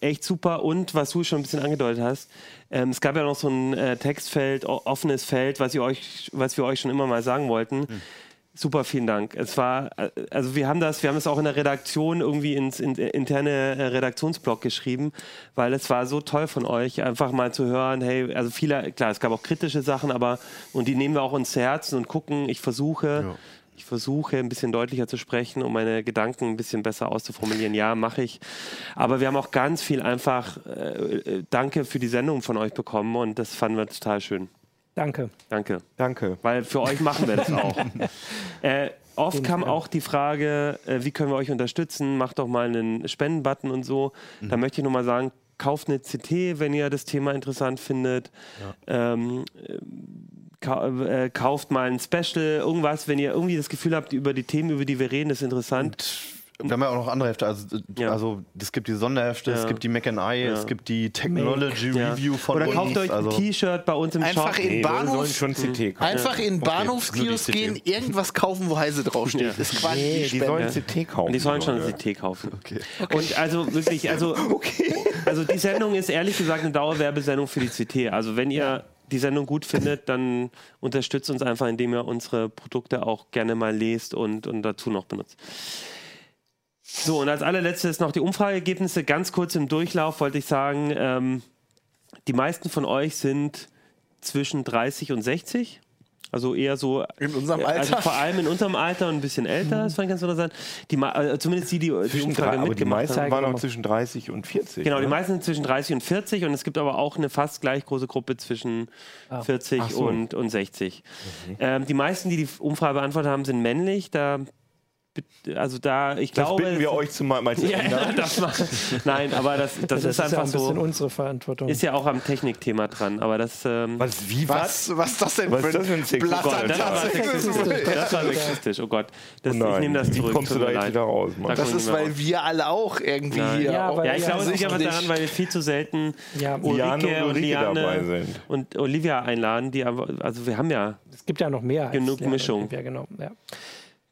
[SPEAKER 2] echt super. Und was du schon ein bisschen angedeutet hast, ähm, es gab ja noch so ein äh, Textfeld, o- offenes Feld, was, ihr euch, was wir euch schon immer mal sagen wollten. Super, vielen Dank. Es war, äh, also wir haben das, wir haben es auch in der Redaktion irgendwie ins in, interne äh, Redaktionsblog geschrieben, weil es war so toll von euch, einfach mal zu hören, hey, also viele, klar, es gab auch kritische Sachen, aber und die nehmen wir auch ins Herz und gucken, ich versuche. Ich versuche ein bisschen deutlicher zu sprechen, um meine Gedanken ein bisschen besser auszuformulieren. Ja, mache ich. Aber wir haben auch ganz viel einfach äh, äh, Danke für die Sendung von euch bekommen und das fanden wir total schön.
[SPEAKER 5] Danke. Also
[SPEAKER 2] Danke.
[SPEAKER 3] Danke.
[SPEAKER 2] Weil für euch machen
[SPEAKER 4] [LAUGHS]
[SPEAKER 2] wir das auch. äh, oft
[SPEAKER 4] Genau.
[SPEAKER 2] kam auch die Frage, äh, wie können wir euch unterstützen? Macht doch mal einen Spendenbutton und so.
[SPEAKER 4] Mhm.
[SPEAKER 2] Da möchte ich nochmal sagen, kauft eine CT, wenn ihr das Thema interessant findet. Ähm, äh, ka äh, kauft mal ein Special, irgendwas, wenn ihr irgendwie das Gefühl habt, über die Themen, über die wir reden, ist interessant.
[SPEAKER 4] Wir haben ja auch noch andere Hefte. Also, äh,
[SPEAKER 2] Ja.
[SPEAKER 4] also es gibt die Sonderhefte,
[SPEAKER 2] Ja.
[SPEAKER 4] es gibt die Mac and I, es gibt die Technology
[SPEAKER 2] Ja.
[SPEAKER 4] Review von
[SPEAKER 2] Oder
[SPEAKER 4] uns.
[SPEAKER 2] kauft euch
[SPEAKER 4] also,
[SPEAKER 2] ein T-Shirt bei uns im
[SPEAKER 6] Einfach
[SPEAKER 2] Shop.
[SPEAKER 6] in
[SPEAKER 3] Nee, wir sollen
[SPEAKER 6] Bahnhof-
[SPEAKER 3] schon CT kaufen.
[SPEAKER 6] Einfach in Bahnhofskiosk
[SPEAKER 3] nur die
[SPEAKER 6] gehen,
[SPEAKER 3] CT.
[SPEAKER 6] irgendwas kaufen, wo Heise draufsteht. Das ist quasi die
[SPEAKER 3] die
[SPEAKER 6] Spende.
[SPEAKER 3] sollen CT kaufen. ne?
[SPEAKER 2] Die sollen schon
[SPEAKER 3] Leute.
[SPEAKER 2] einen CT kaufen. Und also wirklich, also, also die Sendung ist ehrlich gesagt eine Dauerwerbesendung für die CT. Also wenn ihr die Sendung gut findet, dann unterstützt uns einfach, indem ihr unsere Produkte auch gerne mal lest und, und dazu noch benutzt. So, und als allerletztes noch die Umfrageergebnisse. Ganz kurz im Durchlauf wollte ich sagen, ähm, die meisten von euch sind zwischen 30 und 60. Also eher so
[SPEAKER 6] In unserem
[SPEAKER 2] also
[SPEAKER 6] Alter.
[SPEAKER 2] vor allem in unserem Alter und ein bisschen älter, das fand ich ganz interessant. Die, ma- äh, zumindest die, die die
[SPEAKER 3] Mhm. Zwischen
[SPEAKER 2] Umfrage
[SPEAKER 3] drei, aber die
[SPEAKER 2] mitgemacht
[SPEAKER 3] meisten
[SPEAKER 2] haben.
[SPEAKER 3] waren auch zwischen 30 und ne? 40.
[SPEAKER 2] Genau, die
[SPEAKER 3] oder?
[SPEAKER 2] meisten sind zwischen 30 und 40 und es gibt aber auch eine fast gleich große Gruppe zwischen 40
[SPEAKER 3] Ah. Ach so.
[SPEAKER 2] und, und 60. Ähm, die meisten, die die Umfrage beantwortet haben, sind männlich. Da, also da, ich
[SPEAKER 3] Das
[SPEAKER 2] glaube.
[SPEAKER 3] bitten wir euch zu mal, mal zu
[SPEAKER 2] [LAUGHS] Ja,
[SPEAKER 3] ändern.
[SPEAKER 2] das war, nein, aber das, das, ist,
[SPEAKER 5] ja
[SPEAKER 2] einfach
[SPEAKER 5] ein bisschen
[SPEAKER 2] so.
[SPEAKER 5] unsere Verantwortung.
[SPEAKER 2] Ist ja auch am Technikthema dran, aber das. Ähm,
[SPEAKER 3] Was, wie
[SPEAKER 6] Was, was ist das denn
[SPEAKER 3] Was
[SPEAKER 6] für
[SPEAKER 3] ist das für ein Sex-
[SPEAKER 6] Blatt
[SPEAKER 3] Oh
[SPEAKER 6] an
[SPEAKER 3] Gott,
[SPEAKER 2] das war sexistisch. Das war sexistisch, oh Gott. Das, ich
[SPEAKER 3] Nein,
[SPEAKER 2] nehme das
[SPEAKER 3] wie
[SPEAKER 2] zurück.
[SPEAKER 3] kommst du
[SPEAKER 2] tut
[SPEAKER 3] da
[SPEAKER 2] mir
[SPEAKER 3] jetzt
[SPEAKER 2] leid.
[SPEAKER 3] wieder raus? Mann?
[SPEAKER 2] Da
[SPEAKER 6] Das
[SPEAKER 2] kommen
[SPEAKER 6] ist,
[SPEAKER 2] wir raus.
[SPEAKER 6] weil wir alle auch irgendwie
[SPEAKER 2] Nein.
[SPEAKER 6] hier.
[SPEAKER 5] Ja,
[SPEAKER 6] auch
[SPEAKER 5] weil
[SPEAKER 2] Ja, ich glaube, es liegt aber
[SPEAKER 6] offensichtlich-
[SPEAKER 2] daran, weil wir viel zu selten
[SPEAKER 5] ja,
[SPEAKER 3] Liane
[SPEAKER 2] Ulrike
[SPEAKER 3] und
[SPEAKER 2] und
[SPEAKER 3] Ulrike
[SPEAKER 2] Liane
[SPEAKER 3] dabei sind.
[SPEAKER 2] und Olivia einladen, die aber, also wir haben ja,
[SPEAKER 5] es gibt ja noch mehr. als
[SPEAKER 2] Genug
[SPEAKER 5] Lehrer-
[SPEAKER 2] Mischung.
[SPEAKER 5] Ja, genau. Ja.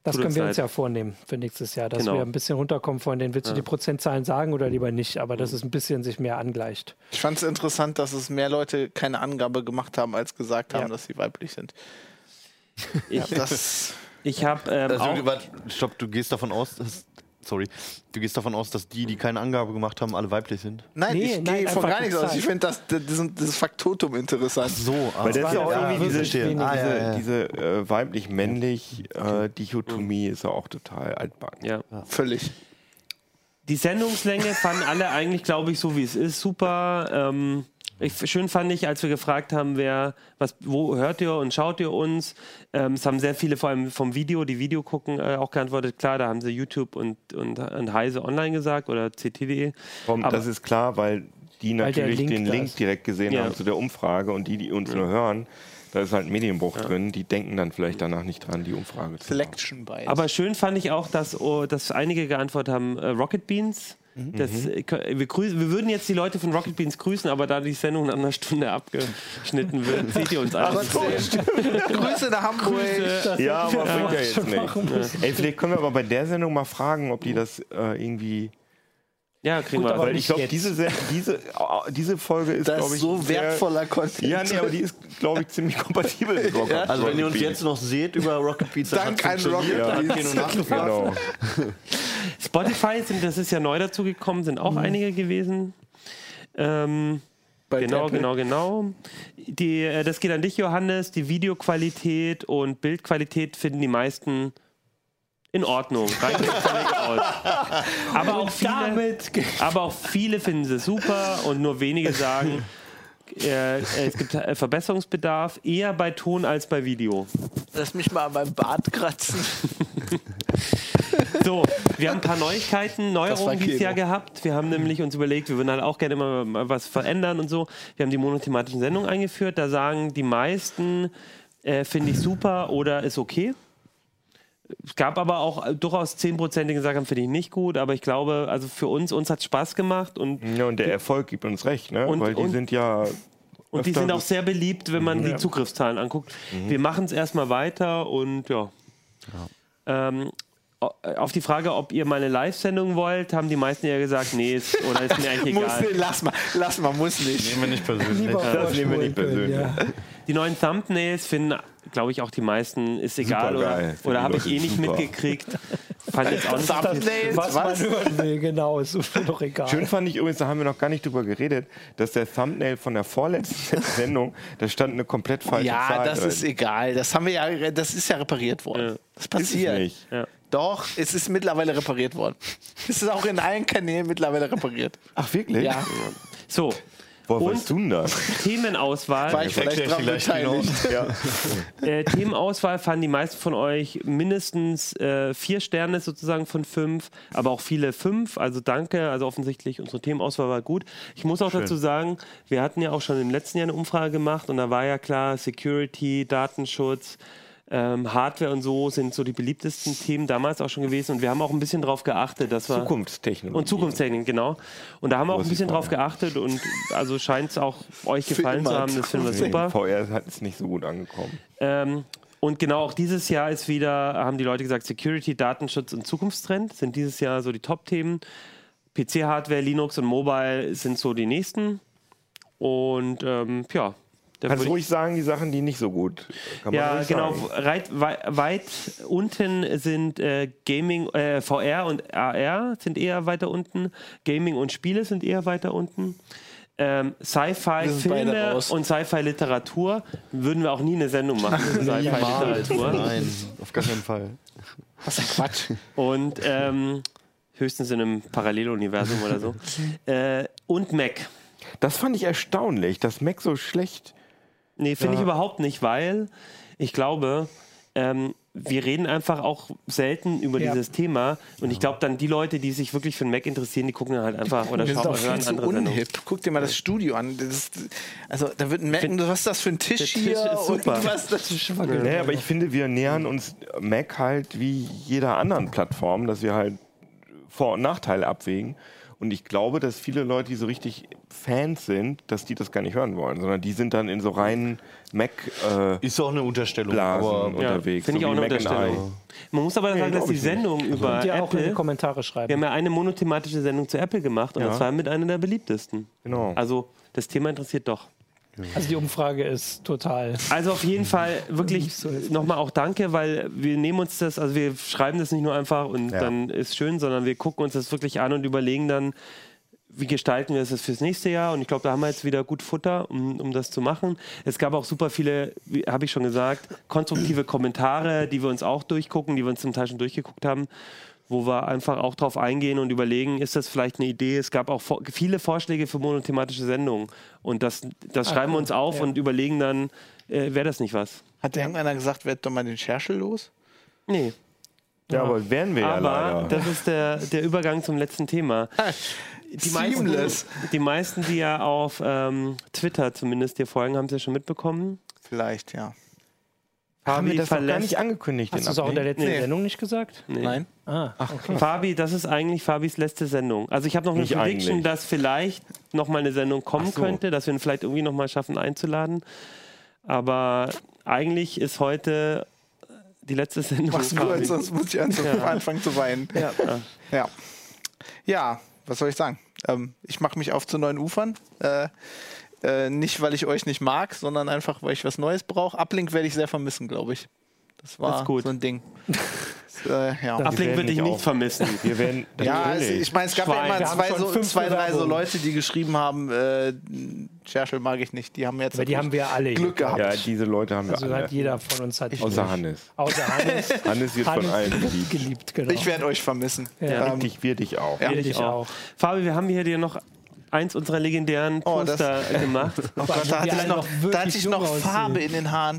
[SPEAKER 5] Das
[SPEAKER 2] Tut
[SPEAKER 5] können
[SPEAKER 2] uns
[SPEAKER 5] wir uns
[SPEAKER 2] leid.
[SPEAKER 5] ja vornehmen für nächstes Jahr, dass
[SPEAKER 2] Genau.
[SPEAKER 5] wir ein bisschen runterkommen von denen. Willst du die Prozentzahlen sagen oder lieber nicht? Aber
[SPEAKER 2] Mhm.
[SPEAKER 5] dass es ein bisschen sich mehr angleicht.
[SPEAKER 6] Ich fand es interessant, dass es mehr Leute keine Angabe gemacht haben, als gesagt haben,
[SPEAKER 5] Ja.
[SPEAKER 6] dass sie weiblich sind.
[SPEAKER 2] ich,
[SPEAKER 6] [LAUGHS] Das,
[SPEAKER 2] ich habe ähm,
[SPEAKER 4] Also,
[SPEAKER 2] auch,
[SPEAKER 4] warte, stopp, du gehst davon aus, dass, sorry, du gehst davon aus, dass die, die keine Angabe gemacht haben, alle weiblich sind.
[SPEAKER 6] nein,
[SPEAKER 5] Nee,
[SPEAKER 6] ich
[SPEAKER 5] nein,
[SPEAKER 6] gehe von
[SPEAKER 5] einfach
[SPEAKER 6] gar nichts aus.
[SPEAKER 5] gezeigt.
[SPEAKER 6] Ich finde das, das, das Faktotum interessant.
[SPEAKER 4] So, ah,
[SPEAKER 3] Weil das ist ja auch
[SPEAKER 5] Ja,
[SPEAKER 3] irgendwie
[SPEAKER 5] wirklich
[SPEAKER 3] diese,
[SPEAKER 5] wenig.
[SPEAKER 4] Ah, ja, ja, ja.
[SPEAKER 3] diese, diese äh, weiblich-männlich äh, Dichotomie ist ja auch total altbacken.
[SPEAKER 2] ja.
[SPEAKER 6] Völlig.
[SPEAKER 2] Die Sendungslänge fanden alle eigentlich, glaube ich, so wie es ist, super. Ähm, ich, schön fand ich, als wir gefragt haben, wer, was, wo hört ihr und schaut ihr uns? Ähm, es haben sehr viele vor allem vom Video, die Video gucken, äh, auch geantwortet. Klar, da haben sie YouTube und, und, und Heise online gesagt oder ct.de.
[SPEAKER 3] Komm,
[SPEAKER 2] Aber-
[SPEAKER 3] das ist klar, weil die
[SPEAKER 5] Weil der
[SPEAKER 3] natürlich
[SPEAKER 5] Link
[SPEAKER 3] den
[SPEAKER 5] da
[SPEAKER 3] Link
[SPEAKER 5] ist.
[SPEAKER 3] direkt gesehen
[SPEAKER 2] Ja.
[SPEAKER 3] haben zu der Umfrage und die, die uns nur hören, da ist halt ein Medienbruch drin, die denken dann vielleicht danach nicht dran, die Umfrage zu machen.
[SPEAKER 6] Selection Bias.
[SPEAKER 2] Aber schön fand ich auch, dass, oh, dass einige geantwortet haben, äh, Rocket Beans. Das, äh, kö- wir, grüßen, wir würden jetzt die Leute von Rocket Beans grüßen, aber da die Sendung in einer Stunde abgeschnitten wird, seht ihr uns
[SPEAKER 3] [LAUGHS]
[SPEAKER 2] alle.
[SPEAKER 6] Aber trotzdem. Grüße nach Hamburg.
[SPEAKER 3] Ja, aber bringt ja
[SPEAKER 5] schon
[SPEAKER 3] jetzt nicht.
[SPEAKER 5] machen müssen.
[SPEAKER 3] Ey, vielleicht können wir aber bei der Sendung mal fragen, ob die das äh, irgendwie.
[SPEAKER 2] Ja, kriegen wir.
[SPEAKER 5] aber
[SPEAKER 2] also.
[SPEAKER 3] Weil ich glaube,
[SPEAKER 5] jetzt.
[SPEAKER 3] diese, Sen- diese, äh, diese Folge ist,
[SPEAKER 6] Das
[SPEAKER 3] glaube
[SPEAKER 6] ist
[SPEAKER 3] ich.
[SPEAKER 6] so
[SPEAKER 3] sehr-
[SPEAKER 6] wertvoller Content.
[SPEAKER 3] Ja, nee, aber die ist, glaube ich, ziemlich kompatibel mit Rocket.
[SPEAKER 4] Also, wenn ihr uns jetzt noch seht über Rocket Pizza,
[SPEAKER 6] Dank an Rocket Beans.
[SPEAKER 3] Genau.
[SPEAKER 2] Spotify, sind, das ist ja neu dazu gekommen, sind auch einige gewesen. Ähm,
[SPEAKER 6] Bei
[SPEAKER 2] genau,
[SPEAKER 6] Apple.
[SPEAKER 2] genau, genau. Die, äh, das geht an dich, Johannes. Die Videoqualität und Bildqualität finden die meisten in Ordnung. Reicht uns völlig
[SPEAKER 6] [LAUGHS]
[SPEAKER 2] aus. Aber auch viele, aber auch viele finden sie super und nur wenige sagen, äh, es gibt äh, Verbesserungsbedarf eher bei Ton als bei Video.
[SPEAKER 6] Lass mich mal an meinem Bart kratzen.
[SPEAKER 2] So, wir haben ein paar Neuigkeiten, Neuerungen dieses
[SPEAKER 6] Keno.
[SPEAKER 2] Jahr gehabt. Wir haben nämlich uns überlegt, wir würden halt auch gerne mal- mal was verändern und so. Wir haben die monothematischen Sendungen eingeführt. Da sagen die meisten, äh, finde ich super oder ist okay. Es gab aber auch äh, durchaus 10%, die gesagt haben, finde ich nicht gut. Aber ich glaube, also für uns, uns hat Spaß gemacht und
[SPEAKER 3] Ja, und der Erfolg gibt uns recht, ne?
[SPEAKER 2] Und-
[SPEAKER 3] Weil die
[SPEAKER 2] und-
[SPEAKER 3] sind ja.
[SPEAKER 2] Und die
[SPEAKER 3] öfter
[SPEAKER 2] sind auch
[SPEAKER 3] so-
[SPEAKER 2] sehr beliebt, wenn man die Zugriffszahlen anguckt.
[SPEAKER 6] Mhm.
[SPEAKER 2] Wir machen es erstmal weiter und ja. Ähm, o- auf die Frage, ob ihr mal eine Live-Sendung wollt, haben die meisten ja gesagt, nee, ist, oder ist mir eigentlich
[SPEAKER 6] [LAUGHS] Muss,
[SPEAKER 2] egal.
[SPEAKER 6] nicht, lass mal, lass mal, muss nicht.
[SPEAKER 4] wir nicht persönlich.
[SPEAKER 5] Lieber
[SPEAKER 3] Das nehmen wir nicht
[SPEAKER 5] vorspulen können, [LAUGHS]
[SPEAKER 3] persönlich.
[SPEAKER 2] Die neuen Thumbnails finden, glaube ich, auch die meisten, ist egal
[SPEAKER 3] Supergeil,
[SPEAKER 2] oder,
[SPEAKER 3] finden
[SPEAKER 2] oder
[SPEAKER 3] die
[SPEAKER 2] habe ich
[SPEAKER 3] Leute
[SPEAKER 2] eh nicht
[SPEAKER 3] super.
[SPEAKER 2] mitgekriegt. fand jetzt auch nicht.
[SPEAKER 6] Darf Nails,
[SPEAKER 5] was,
[SPEAKER 6] was?
[SPEAKER 5] man hören will, genau, ist mir doch egal.
[SPEAKER 3] Schön fand ich übrigens, da haben wir noch gar nicht drüber geredet, dass der Thumbnail von der vorletzten [LAUGHS] Sendung, da stand eine komplett falsche
[SPEAKER 6] Ja,
[SPEAKER 3] Zahl.
[SPEAKER 6] das
[SPEAKER 3] drin.
[SPEAKER 6] ist egal. Das haben wir ja, das ist ja repariert worden. Das
[SPEAKER 3] Ist es
[SPEAKER 6] passiert.
[SPEAKER 3] nicht.
[SPEAKER 6] Doch, es ist mittlerweile repariert worden. Es ist auch in allen Kanälen mittlerweile repariert.
[SPEAKER 3] Ach, wirklich?
[SPEAKER 6] Ja.
[SPEAKER 2] So,
[SPEAKER 3] Woher
[SPEAKER 2] Und-
[SPEAKER 3] weißt du denn das?
[SPEAKER 6] War
[SPEAKER 2] Themenauswahl.
[SPEAKER 6] ich vielleicht dran beteiligt.
[SPEAKER 3] genau.
[SPEAKER 2] äh, Themenauswahl fanden die meisten von euch mindestens äh, vier Sterne sozusagen von fünf, aber auch viele fünf. Also danke. Also offensichtlich, unsere Themenauswahl war gut. Ich muss auch dazu sagen, wir hatten ja auch schon im letzten Jahr eine Umfrage gemacht und da war ja klar, Security, Datenschutz, ähm, Hardware und so sind so die beliebtesten Themen damals auch schon gewesen. Und wir haben auch ein bisschen drauf geachtet, dass wir.
[SPEAKER 3] Zukunftstechnologie.
[SPEAKER 2] Und Zukunftstechnik, genau. Und da haben wir auch ein
[SPEAKER 3] Großes
[SPEAKER 2] bisschen drauf
[SPEAKER 3] Thema.
[SPEAKER 2] geachtet und also scheint es auch euch
[SPEAKER 6] Für
[SPEAKER 2] gefallen zu
[SPEAKER 6] immer
[SPEAKER 2] haben. Das finden wir
[SPEAKER 3] Nee,
[SPEAKER 2] super.
[SPEAKER 3] VR hat es nicht so gut angekommen.
[SPEAKER 2] Ähm, und genau auch dieses Jahr ist wieder, haben die Leute gesagt, Security, Datenschutz und Zukunftstrend sind dieses Jahr so die Top-Themen. PC-Hardware, Linux und Mobile sind so die nächsten. Und ähm, ja, da
[SPEAKER 3] Kannst
[SPEAKER 2] würd
[SPEAKER 3] ruhig sagen, die Sachen, die nicht so gut. Kann man
[SPEAKER 2] ja,
[SPEAKER 3] ruhig
[SPEAKER 2] genau.
[SPEAKER 3] sagen.
[SPEAKER 2] Reit, wei, weit unten sind äh, Gaming, äh, VR und AR sind eher weiter unten. Gaming und Spiele sind eher weiter unten. Ähm, Sci-Fi
[SPEAKER 6] Wir sind beide
[SPEAKER 2] Filme
[SPEAKER 6] raus.
[SPEAKER 2] und Sci-Fi Literatur würden wir auch nie eine Sendung
[SPEAKER 6] [LAUGHS]
[SPEAKER 2] machen. Sci-Fi Literatur.
[SPEAKER 4] Nein, auf gar keinen Fall.
[SPEAKER 6] Was ein Quatsch.
[SPEAKER 2] Und ähm, höchstens in einem Paralleluniversum oder so. Äh, und Mac.
[SPEAKER 3] Das fand ich erstaunlich, dass Mac so schlecht.
[SPEAKER 2] Nee, finde ich überhaupt nicht, weil ich glaube, ähm, wir reden einfach auch selten über
[SPEAKER 5] Ja.
[SPEAKER 2] dieses Thema. Und ich glaube, dann die Leute, die sich wirklich für den Mac interessieren, die gucken dann halt einfach oder
[SPEAKER 6] Das ist
[SPEAKER 2] schauen
[SPEAKER 6] auch
[SPEAKER 2] oder
[SPEAKER 6] viel
[SPEAKER 2] hören
[SPEAKER 6] zu
[SPEAKER 2] andere Sendungen.
[SPEAKER 6] unhip. Guck dir mal das Studio an. Das ist, also da wird merken, was ist das für ein Tisch,
[SPEAKER 2] der Tisch
[SPEAKER 6] hier
[SPEAKER 2] ist super.
[SPEAKER 6] und was das ist
[SPEAKER 3] Naja, aber ich finde, wir nähern uns Mac halt wie jeder anderen Plattform, dass wir halt Vor- und Nachteile abwägen. Und ich glaube, dass viele Leute, die so richtig Fans sind, dass die das gar nicht hören wollen, sondern die sind dann in so reinen Mac-Blasen
[SPEAKER 4] Ist auch eine Unterstellung. aber
[SPEAKER 2] Ja,
[SPEAKER 3] unterwegs.
[SPEAKER 2] Finde ich
[SPEAKER 3] so
[SPEAKER 2] auch eine
[SPEAKER 3] wie Mac and
[SPEAKER 2] Unterstellung. Man muss aber sagen, dass
[SPEAKER 3] glaub
[SPEAKER 2] die
[SPEAKER 3] ich nicht.
[SPEAKER 2] Sendung über
[SPEAKER 5] ja, auch in die
[SPEAKER 2] äh, Apple.
[SPEAKER 5] Kommentare schreiben.
[SPEAKER 2] Wir haben ja eine monothematische Sendung zu Apple gemacht und
[SPEAKER 3] Ja.
[SPEAKER 2] das war mit einer der beliebtesten.
[SPEAKER 3] Genau.
[SPEAKER 2] Also das Thema interessiert doch.
[SPEAKER 5] Also die Umfrage ist total.
[SPEAKER 2] Also auf jeden Fall wirklich
[SPEAKER 5] so hilfreich.
[SPEAKER 2] nochmal auch danke, weil wir nehmen uns das, also wir schreiben das nicht nur einfach und dann ist schön, sondern wir gucken uns das wirklich an und überlegen dann, wie gestalten wir das fürs nächste Jahr? Und ich glaube, da haben wir jetzt wieder gut Futter, um, um das zu machen. Es gab auch super viele, habe ich schon gesagt, konstruktive Kommentare, die wir uns auch durchgucken, die wir uns zum Teil schon durchgeguckt haben, wo wir einfach auch drauf eingehen und überlegen, ist das vielleicht eine Idee? Es gab auch vor- viele Vorschläge für monothematische Sendungen. Und das, das schreiben wir uns auf und überlegen dann, äh, wäre das nicht was?
[SPEAKER 6] Hat der irgendeiner gesagt, werd doch mal den Scherschel los?
[SPEAKER 2] Nee.
[SPEAKER 3] I. Ja, aber wären wir ja
[SPEAKER 2] Aber
[SPEAKER 3] leider. Ah,
[SPEAKER 2] das ist der, der Übergang zum letzten
[SPEAKER 3] [LAUGHS]
[SPEAKER 2] Thema. Die
[SPEAKER 6] Seamless.
[SPEAKER 2] Meisten, die meisten, die ja auf ähm, Twitter zumindest dir folgen, haben es ja schon mitbekommen.
[SPEAKER 6] Vielleicht, ja.
[SPEAKER 3] haben wir
[SPEAKER 2] Fabi
[SPEAKER 3] das noch gar nicht
[SPEAKER 2] verlässt.
[SPEAKER 3] angekündigt.
[SPEAKER 5] Hast
[SPEAKER 3] den
[SPEAKER 5] du es auch in der
[SPEAKER 3] Update?
[SPEAKER 5] letzten
[SPEAKER 6] Nee.
[SPEAKER 5] Sendung nicht gesagt?
[SPEAKER 6] Nein?
[SPEAKER 5] Ah, okay.
[SPEAKER 2] Fabi, das ist eigentlich Fabis letzte Sendung. Also ich habe noch eine
[SPEAKER 3] Nicht
[SPEAKER 2] Prediction,
[SPEAKER 3] eigentlich.
[SPEAKER 2] dass vielleicht noch mal eine Sendung kommen könnte, dass wir ihn vielleicht irgendwie noch mal schaffen einzuladen. Aber eigentlich ist heute äh, die letzte Sendung.
[SPEAKER 6] Mach's
[SPEAKER 2] Fabi.
[SPEAKER 6] gut, sonst muss ich ernsthaft anfangen zu weinen. Ja. ja. Ja, was soll ich sagen? Ähm, ich mache mich auf zu neuen Ufern. Äh, äh, nicht, weil ich euch nicht mag, sondern einfach, weil ich was Neues brauche. Uplink werde ich sehr vermissen, glaube ich. Das war
[SPEAKER 2] Das ist gut.
[SPEAKER 6] so
[SPEAKER 2] [LAUGHS]
[SPEAKER 6] ein Ding. Das, äh, ja.
[SPEAKER 2] Uplink
[SPEAKER 3] werden
[SPEAKER 2] würde ich
[SPEAKER 3] dich
[SPEAKER 2] nicht
[SPEAKER 3] auch-
[SPEAKER 2] vermissen.
[SPEAKER 3] Wir werden.
[SPEAKER 6] [LAUGHS] Ja, also
[SPEAKER 3] Natürlich.
[SPEAKER 6] ich meine, es gab
[SPEAKER 2] Schwein.
[SPEAKER 6] ja
[SPEAKER 2] Wir
[SPEAKER 6] immer
[SPEAKER 5] haben
[SPEAKER 6] zwei,
[SPEAKER 5] schon
[SPEAKER 6] so,
[SPEAKER 5] fünf
[SPEAKER 6] zwei drei so
[SPEAKER 5] Bewerbungen.
[SPEAKER 6] Leute, die geschrieben haben, äh, Scherschel mag ich nicht. Die haben jetzt
[SPEAKER 5] Aber die haben wir alle.
[SPEAKER 6] Glück gehabt.
[SPEAKER 3] ja, diese Leute haben wir
[SPEAKER 5] Also hat
[SPEAKER 3] alle.
[SPEAKER 5] jeder von uns hat
[SPEAKER 3] Außer Hannes.
[SPEAKER 5] Außer Hannes.
[SPEAKER 3] Hannes wird von
[SPEAKER 5] Hannes
[SPEAKER 3] allen
[SPEAKER 5] geliebt,
[SPEAKER 3] geliebt.
[SPEAKER 5] genau.
[SPEAKER 6] Ich werde euch vermissen.
[SPEAKER 5] Ja.
[SPEAKER 6] Ähm,
[SPEAKER 3] Dich, wir dich auch.
[SPEAKER 6] Ja.
[SPEAKER 5] Will ich auch.
[SPEAKER 2] Fabi, wir haben hier dir noch eins unserer legendären
[SPEAKER 6] Oh, das-
[SPEAKER 2] Poster
[SPEAKER 6] [LAUGHS]
[SPEAKER 2] gemacht.
[SPEAKER 6] oh Gott, da
[SPEAKER 5] Die
[SPEAKER 6] hatte ich
[SPEAKER 5] alle
[SPEAKER 6] noch,
[SPEAKER 5] noch wirklich
[SPEAKER 6] da hatte ich
[SPEAKER 5] jung
[SPEAKER 6] noch
[SPEAKER 5] aussehen.
[SPEAKER 6] Farbe in den Haaren.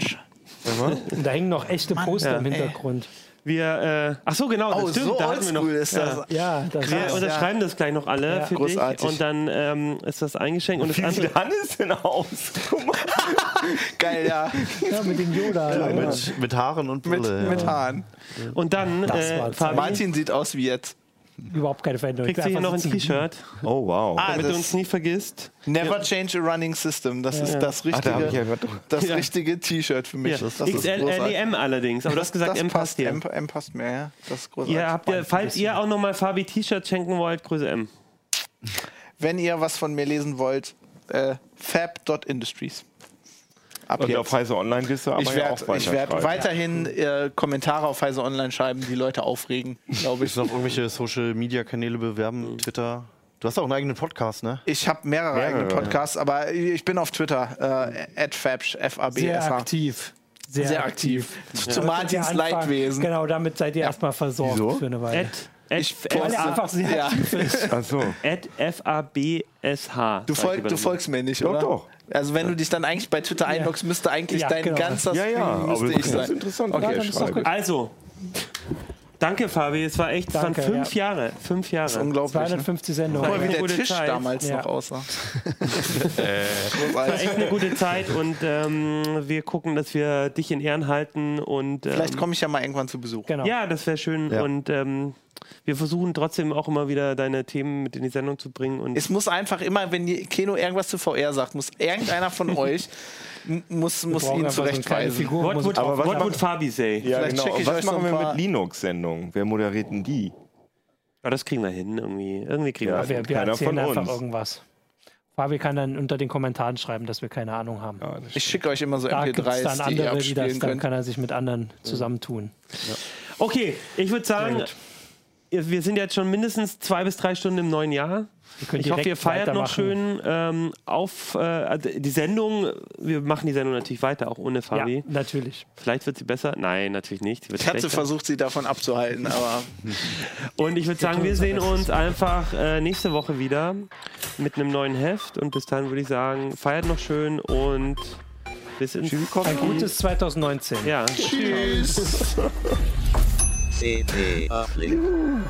[SPEAKER 5] Und da hängen noch echte Poster
[SPEAKER 2] Ja.
[SPEAKER 5] im Hintergrund.
[SPEAKER 2] Wir, äh, ach so, genau,
[SPEAKER 6] Oh,
[SPEAKER 2] das stimmt,
[SPEAKER 6] so
[SPEAKER 2] da hatten wir noch.
[SPEAKER 6] oldschool ist das.
[SPEAKER 2] Ja.
[SPEAKER 5] Ja, das
[SPEAKER 2] Wir
[SPEAKER 6] Krass, ja.
[SPEAKER 2] unterschreiben das gleich noch alle für
[SPEAKER 6] Großartig.
[SPEAKER 2] dich und dann ähm, ist das eingeschenkt. Und das
[SPEAKER 3] Wie
[SPEAKER 2] andere,
[SPEAKER 3] sieht Hannes denn aus? Guck mal.
[SPEAKER 6] Geil, ja.
[SPEAKER 5] ja, ne, mit dem Yoda. Äh, Ja.
[SPEAKER 4] mit, mit Haaren und
[SPEAKER 6] Mit,
[SPEAKER 4] Brille.
[SPEAKER 6] mit Haaren.
[SPEAKER 2] und dann
[SPEAKER 5] Das
[SPEAKER 2] äh,
[SPEAKER 5] war
[SPEAKER 2] Fabi,
[SPEAKER 6] Martin sieht aus wie jetzt.
[SPEAKER 5] Überhaupt keine Veränderung.
[SPEAKER 2] kriegst du hier
[SPEAKER 5] Einfach
[SPEAKER 2] noch ein
[SPEAKER 5] sitzen.
[SPEAKER 2] T-Shirt,
[SPEAKER 3] Oh, wow.
[SPEAKER 6] Ah,
[SPEAKER 2] damit
[SPEAKER 6] das-
[SPEAKER 2] du uns nie vergisst.
[SPEAKER 6] Never change a running system. Das ist das
[SPEAKER 3] Ach, da habe
[SPEAKER 6] richtige,
[SPEAKER 3] ich ja gehört. drüber.
[SPEAKER 6] das
[SPEAKER 2] Ja.
[SPEAKER 6] richtige T-Shirt für mich.
[SPEAKER 2] Ja.
[SPEAKER 6] Das ist großartig.
[SPEAKER 2] XLLEM E allerdings, aber du hast gesagt,
[SPEAKER 6] das
[SPEAKER 2] M passt dir.
[SPEAKER 6] M, M passt mir, ja. Das ist großartig.
[SPEAKER 2] Ihr habt ja, falls ihr auch nochmal Fabi T-Shirt schenken wollt, Größe M.
[SPEAKER 6] Wenn ihr was von mir lesen wollt, äh, fab.industries. Ab
[SPEAKER 3] Und
[SPEAKER 6] jetzt.
[SPEAKER 3] auf Heise Online wirst du aber
[SPEAKER 6] ich
[SPEAKER 3] ja auch
[SPEAKER 6] werde ich werd
[SPEAKER 3] schreiben.
[SPEAKER 6] weiterhin äh, Kommentare auf Heise Online schreiben, die Leute aufregen,
[SPEAKER 3] [LAUGHS]
[SPEAKER 6] glaube ich.
[SPEAKER 4] Willst du noch irgendwelche Social-Media-Kanäle
[SPEAKER 3] Mhm.
[SPEAKER 4] bewerben? Twitter? Du hast auch einen eigenen Podcast, ne?
[SPEAKER 6] Ich habe mehrere, eigene Podcasts, aber ich bin auf Twitter, äh, @fabsch, f a b
[SPEAKER 5] Sehr
[SPEAKER 6] s h
[SPEAKER 5] aktiv.
[SPEAKER 6] Sehr aktiv. Zu
[SPEAKER 5] Da könnt ihr
[SPEAKER 6] Martins
[SPEAKER 5] anfangen.
[SPEAKER 6] Leidwesen.
[SPEAKER 5] Genau, damit seid ihr erstmal versorgt für eine Weile.
[SPEAKER 2] Ed, Ed,
[SPEAKER 6] Ich
[SPEAKER 5] Weil
[SPEAKER 6] poste-
[SPEAKER 5] ihr einfach sehr
[SPEAKER 6] [LAUGHS] Ja.
[SPEAKER 5] aktiv ist.
[SPEAKER 3] Ach so.
[SPEAKER 2] Ed F-A-B-S-H.
[SPEAKER 6] Du, folg, du folgst mir nicht, oder?
[SPEAKER 3] doch.
[SPEAKER 6] Also wenn du dich dann eigentlich bei Twitter einloggst, müsste eigentlich
[SPEAKER 5] Ja,
[SPEAKER 6] dein
[SPEAKER 5] genau.
[SPEAKER 6] ganzer
[SPEAKER 3] Ja, ja,
[SPEAKER 6] Stream
[SPEAKER 3] aber
[SPEAKER 6] müsste
[SPEAKER 3] das
[SPEAKER 6] ich
[SPEAKER 3] ist
[SPEAKER 6] sein.
[SPEAKER 3] interessant.
[SPEAKER 6] Okay,
[SPEAKER 3] Ja, dann ist doch
[SPEAKER 6] schreibe.
[SPEAKER 5] gut.
[SPEAKER 2] Also, danke Fabi, es war echt, es waren
[SPEAKER 5] Danke,
[SPEAKER 2] fünf Jahre, fünf Jahre.
[SPEAKER 6] Unglaublich. Ne?
[SPEAKER 2] Voll
[SPEAKER 5] 250
[SPEAKER 6] Wie
[SPEAKER 5] Sendungen.
[SPEAKER 2] wieder.
[SPEAKER 6] der
[SPEAKER 2] gute
[SPEAKER 6] Tisch
[SPEAKER 2] Zeit.
[SPEAKER 6] damals
[SPEAKER 5] Ja.
[SPEAKER 6] noch aussah.
[SPEAKER 2] Es war echt eine gute Zeit und ähm, wir gucken, dass wir dich in Ehren halten und ähm,
[SPEAKER 6] Vielleicht komme ich ja mal irgendwann zu Besuch.
[SPEAKER 5] Genau.
[SPEAKER 2] ja, das wäre schön
[SPEAKER 4] Ja.
[SPEAKER 2] und ähm, wir versuchen trotzdem auch immer wieder deine Themen mit in die Sendung zu bringen und
[SPEAKER 6] Es muss einfach immer, wenn die- Keno irgendwas zu VR sagt, muss
[SPEAKER 5] [LAUGHS]
[SPEAKER 6] irgendeiner von euch m- muss, muss
[SPEAKER 5] brauchen
[SPEAKER 6] ihn
[SPEAKER 5] einfach so eine kleine
[SPEAKER 6] zurechtweisen.
[SPEAKER 5] Figur.
[SPEAKER 2] What
[SPEAKER 5] muss
[SPEAKER 2] would,
[SPEAKER 5] drauf-
[SPEAKER 2] what would Fabi say?
[SPEAKER 3] Ja,
[SPEAKER 6] Vielleicht
[SPEAKER 3] genau.
[SPEAKER 6] check ich
[SPEAKER 3] Und was
[SPEAKER 6] euch so
[SPEAKER 3] machen
[SPEAKER 6] ein
[SPEAKER 3] wir
[SPEAKER 6] paar-
[SPEAKER 3] mit Linux-Sendungen? Wer moderiert denn die?
[SPEAKER 2] Aber das kriegen wir hin irgendwie. Irgendwie kriegen
[SPEAKER 3] Ja,
[SPEAKER 2] wir hin.
[SPEAKER 5] Wir, wir
[SPEAKER 3] Keiner
[SPEAKER 5] erzählen
[SPEAKER 3] von
[SPEAKER 5] einfach
[SPEAKER 3] uns.
[SPEAKER 5] irgendwas. Fabi kann dann unter den Kommentaren schreiben, dass wir keine Ahnung haben.
[SPEAKER 6] Ich schicke euch immer so
[SPEAKER 5] da gibt es dann
[SPEAKER 6] MP3s, die ihr
[SPEAKER 5] andere, die das,
[SPEAKER 6] abspielen
[SPEAKER 5] dann
[SPEAKER 6] könnt.
[SPEAKER 5] kann er sich mit anderen zusammentun.
[SPEAKER 2] Okay, ich würde sagen, wir sind jetzt schon mindestens zwei bis drei Stunden im neuen Jahr.
[SPEAKER 5] Ihr könnt
[SPEAKER 2] Ich hoffe, ihr
[SPEAKER 5] direkt
[SPEAKER 2] feiert noch
[SPEAKER 5] weitermachen.
[SPEAKER 2] schön ähm, auf äh, die Sendung. Wir machen die Sendung natürlich weiter, auch ohne
[SPEAKER 5] Ja,
[SPEAKER 2] Fabi.
[SPEAKER 5] natürlich.
[SPEAKER 2] Vielleicht wird sie besser. Nein, natürlich nicht. Sie wird
[SPEAKER 6] Ich hatte
[SPEAKER 2] schlechter.
[SPEAKER 6] versucht, sie davon abzuhalten, aber
[SPEAKER 2] Und ich würde sagen, wir sehen uns einfach äh, nächste Woche wieder mit einem neuen Heft. Und bis dahin würde ich sagen, feiert noch schön und bis ins
[SPEAKER 5] Ein gutes 2019.
[SPEAKER 2] Ja.
[SPEAKER 8] CD Uplink.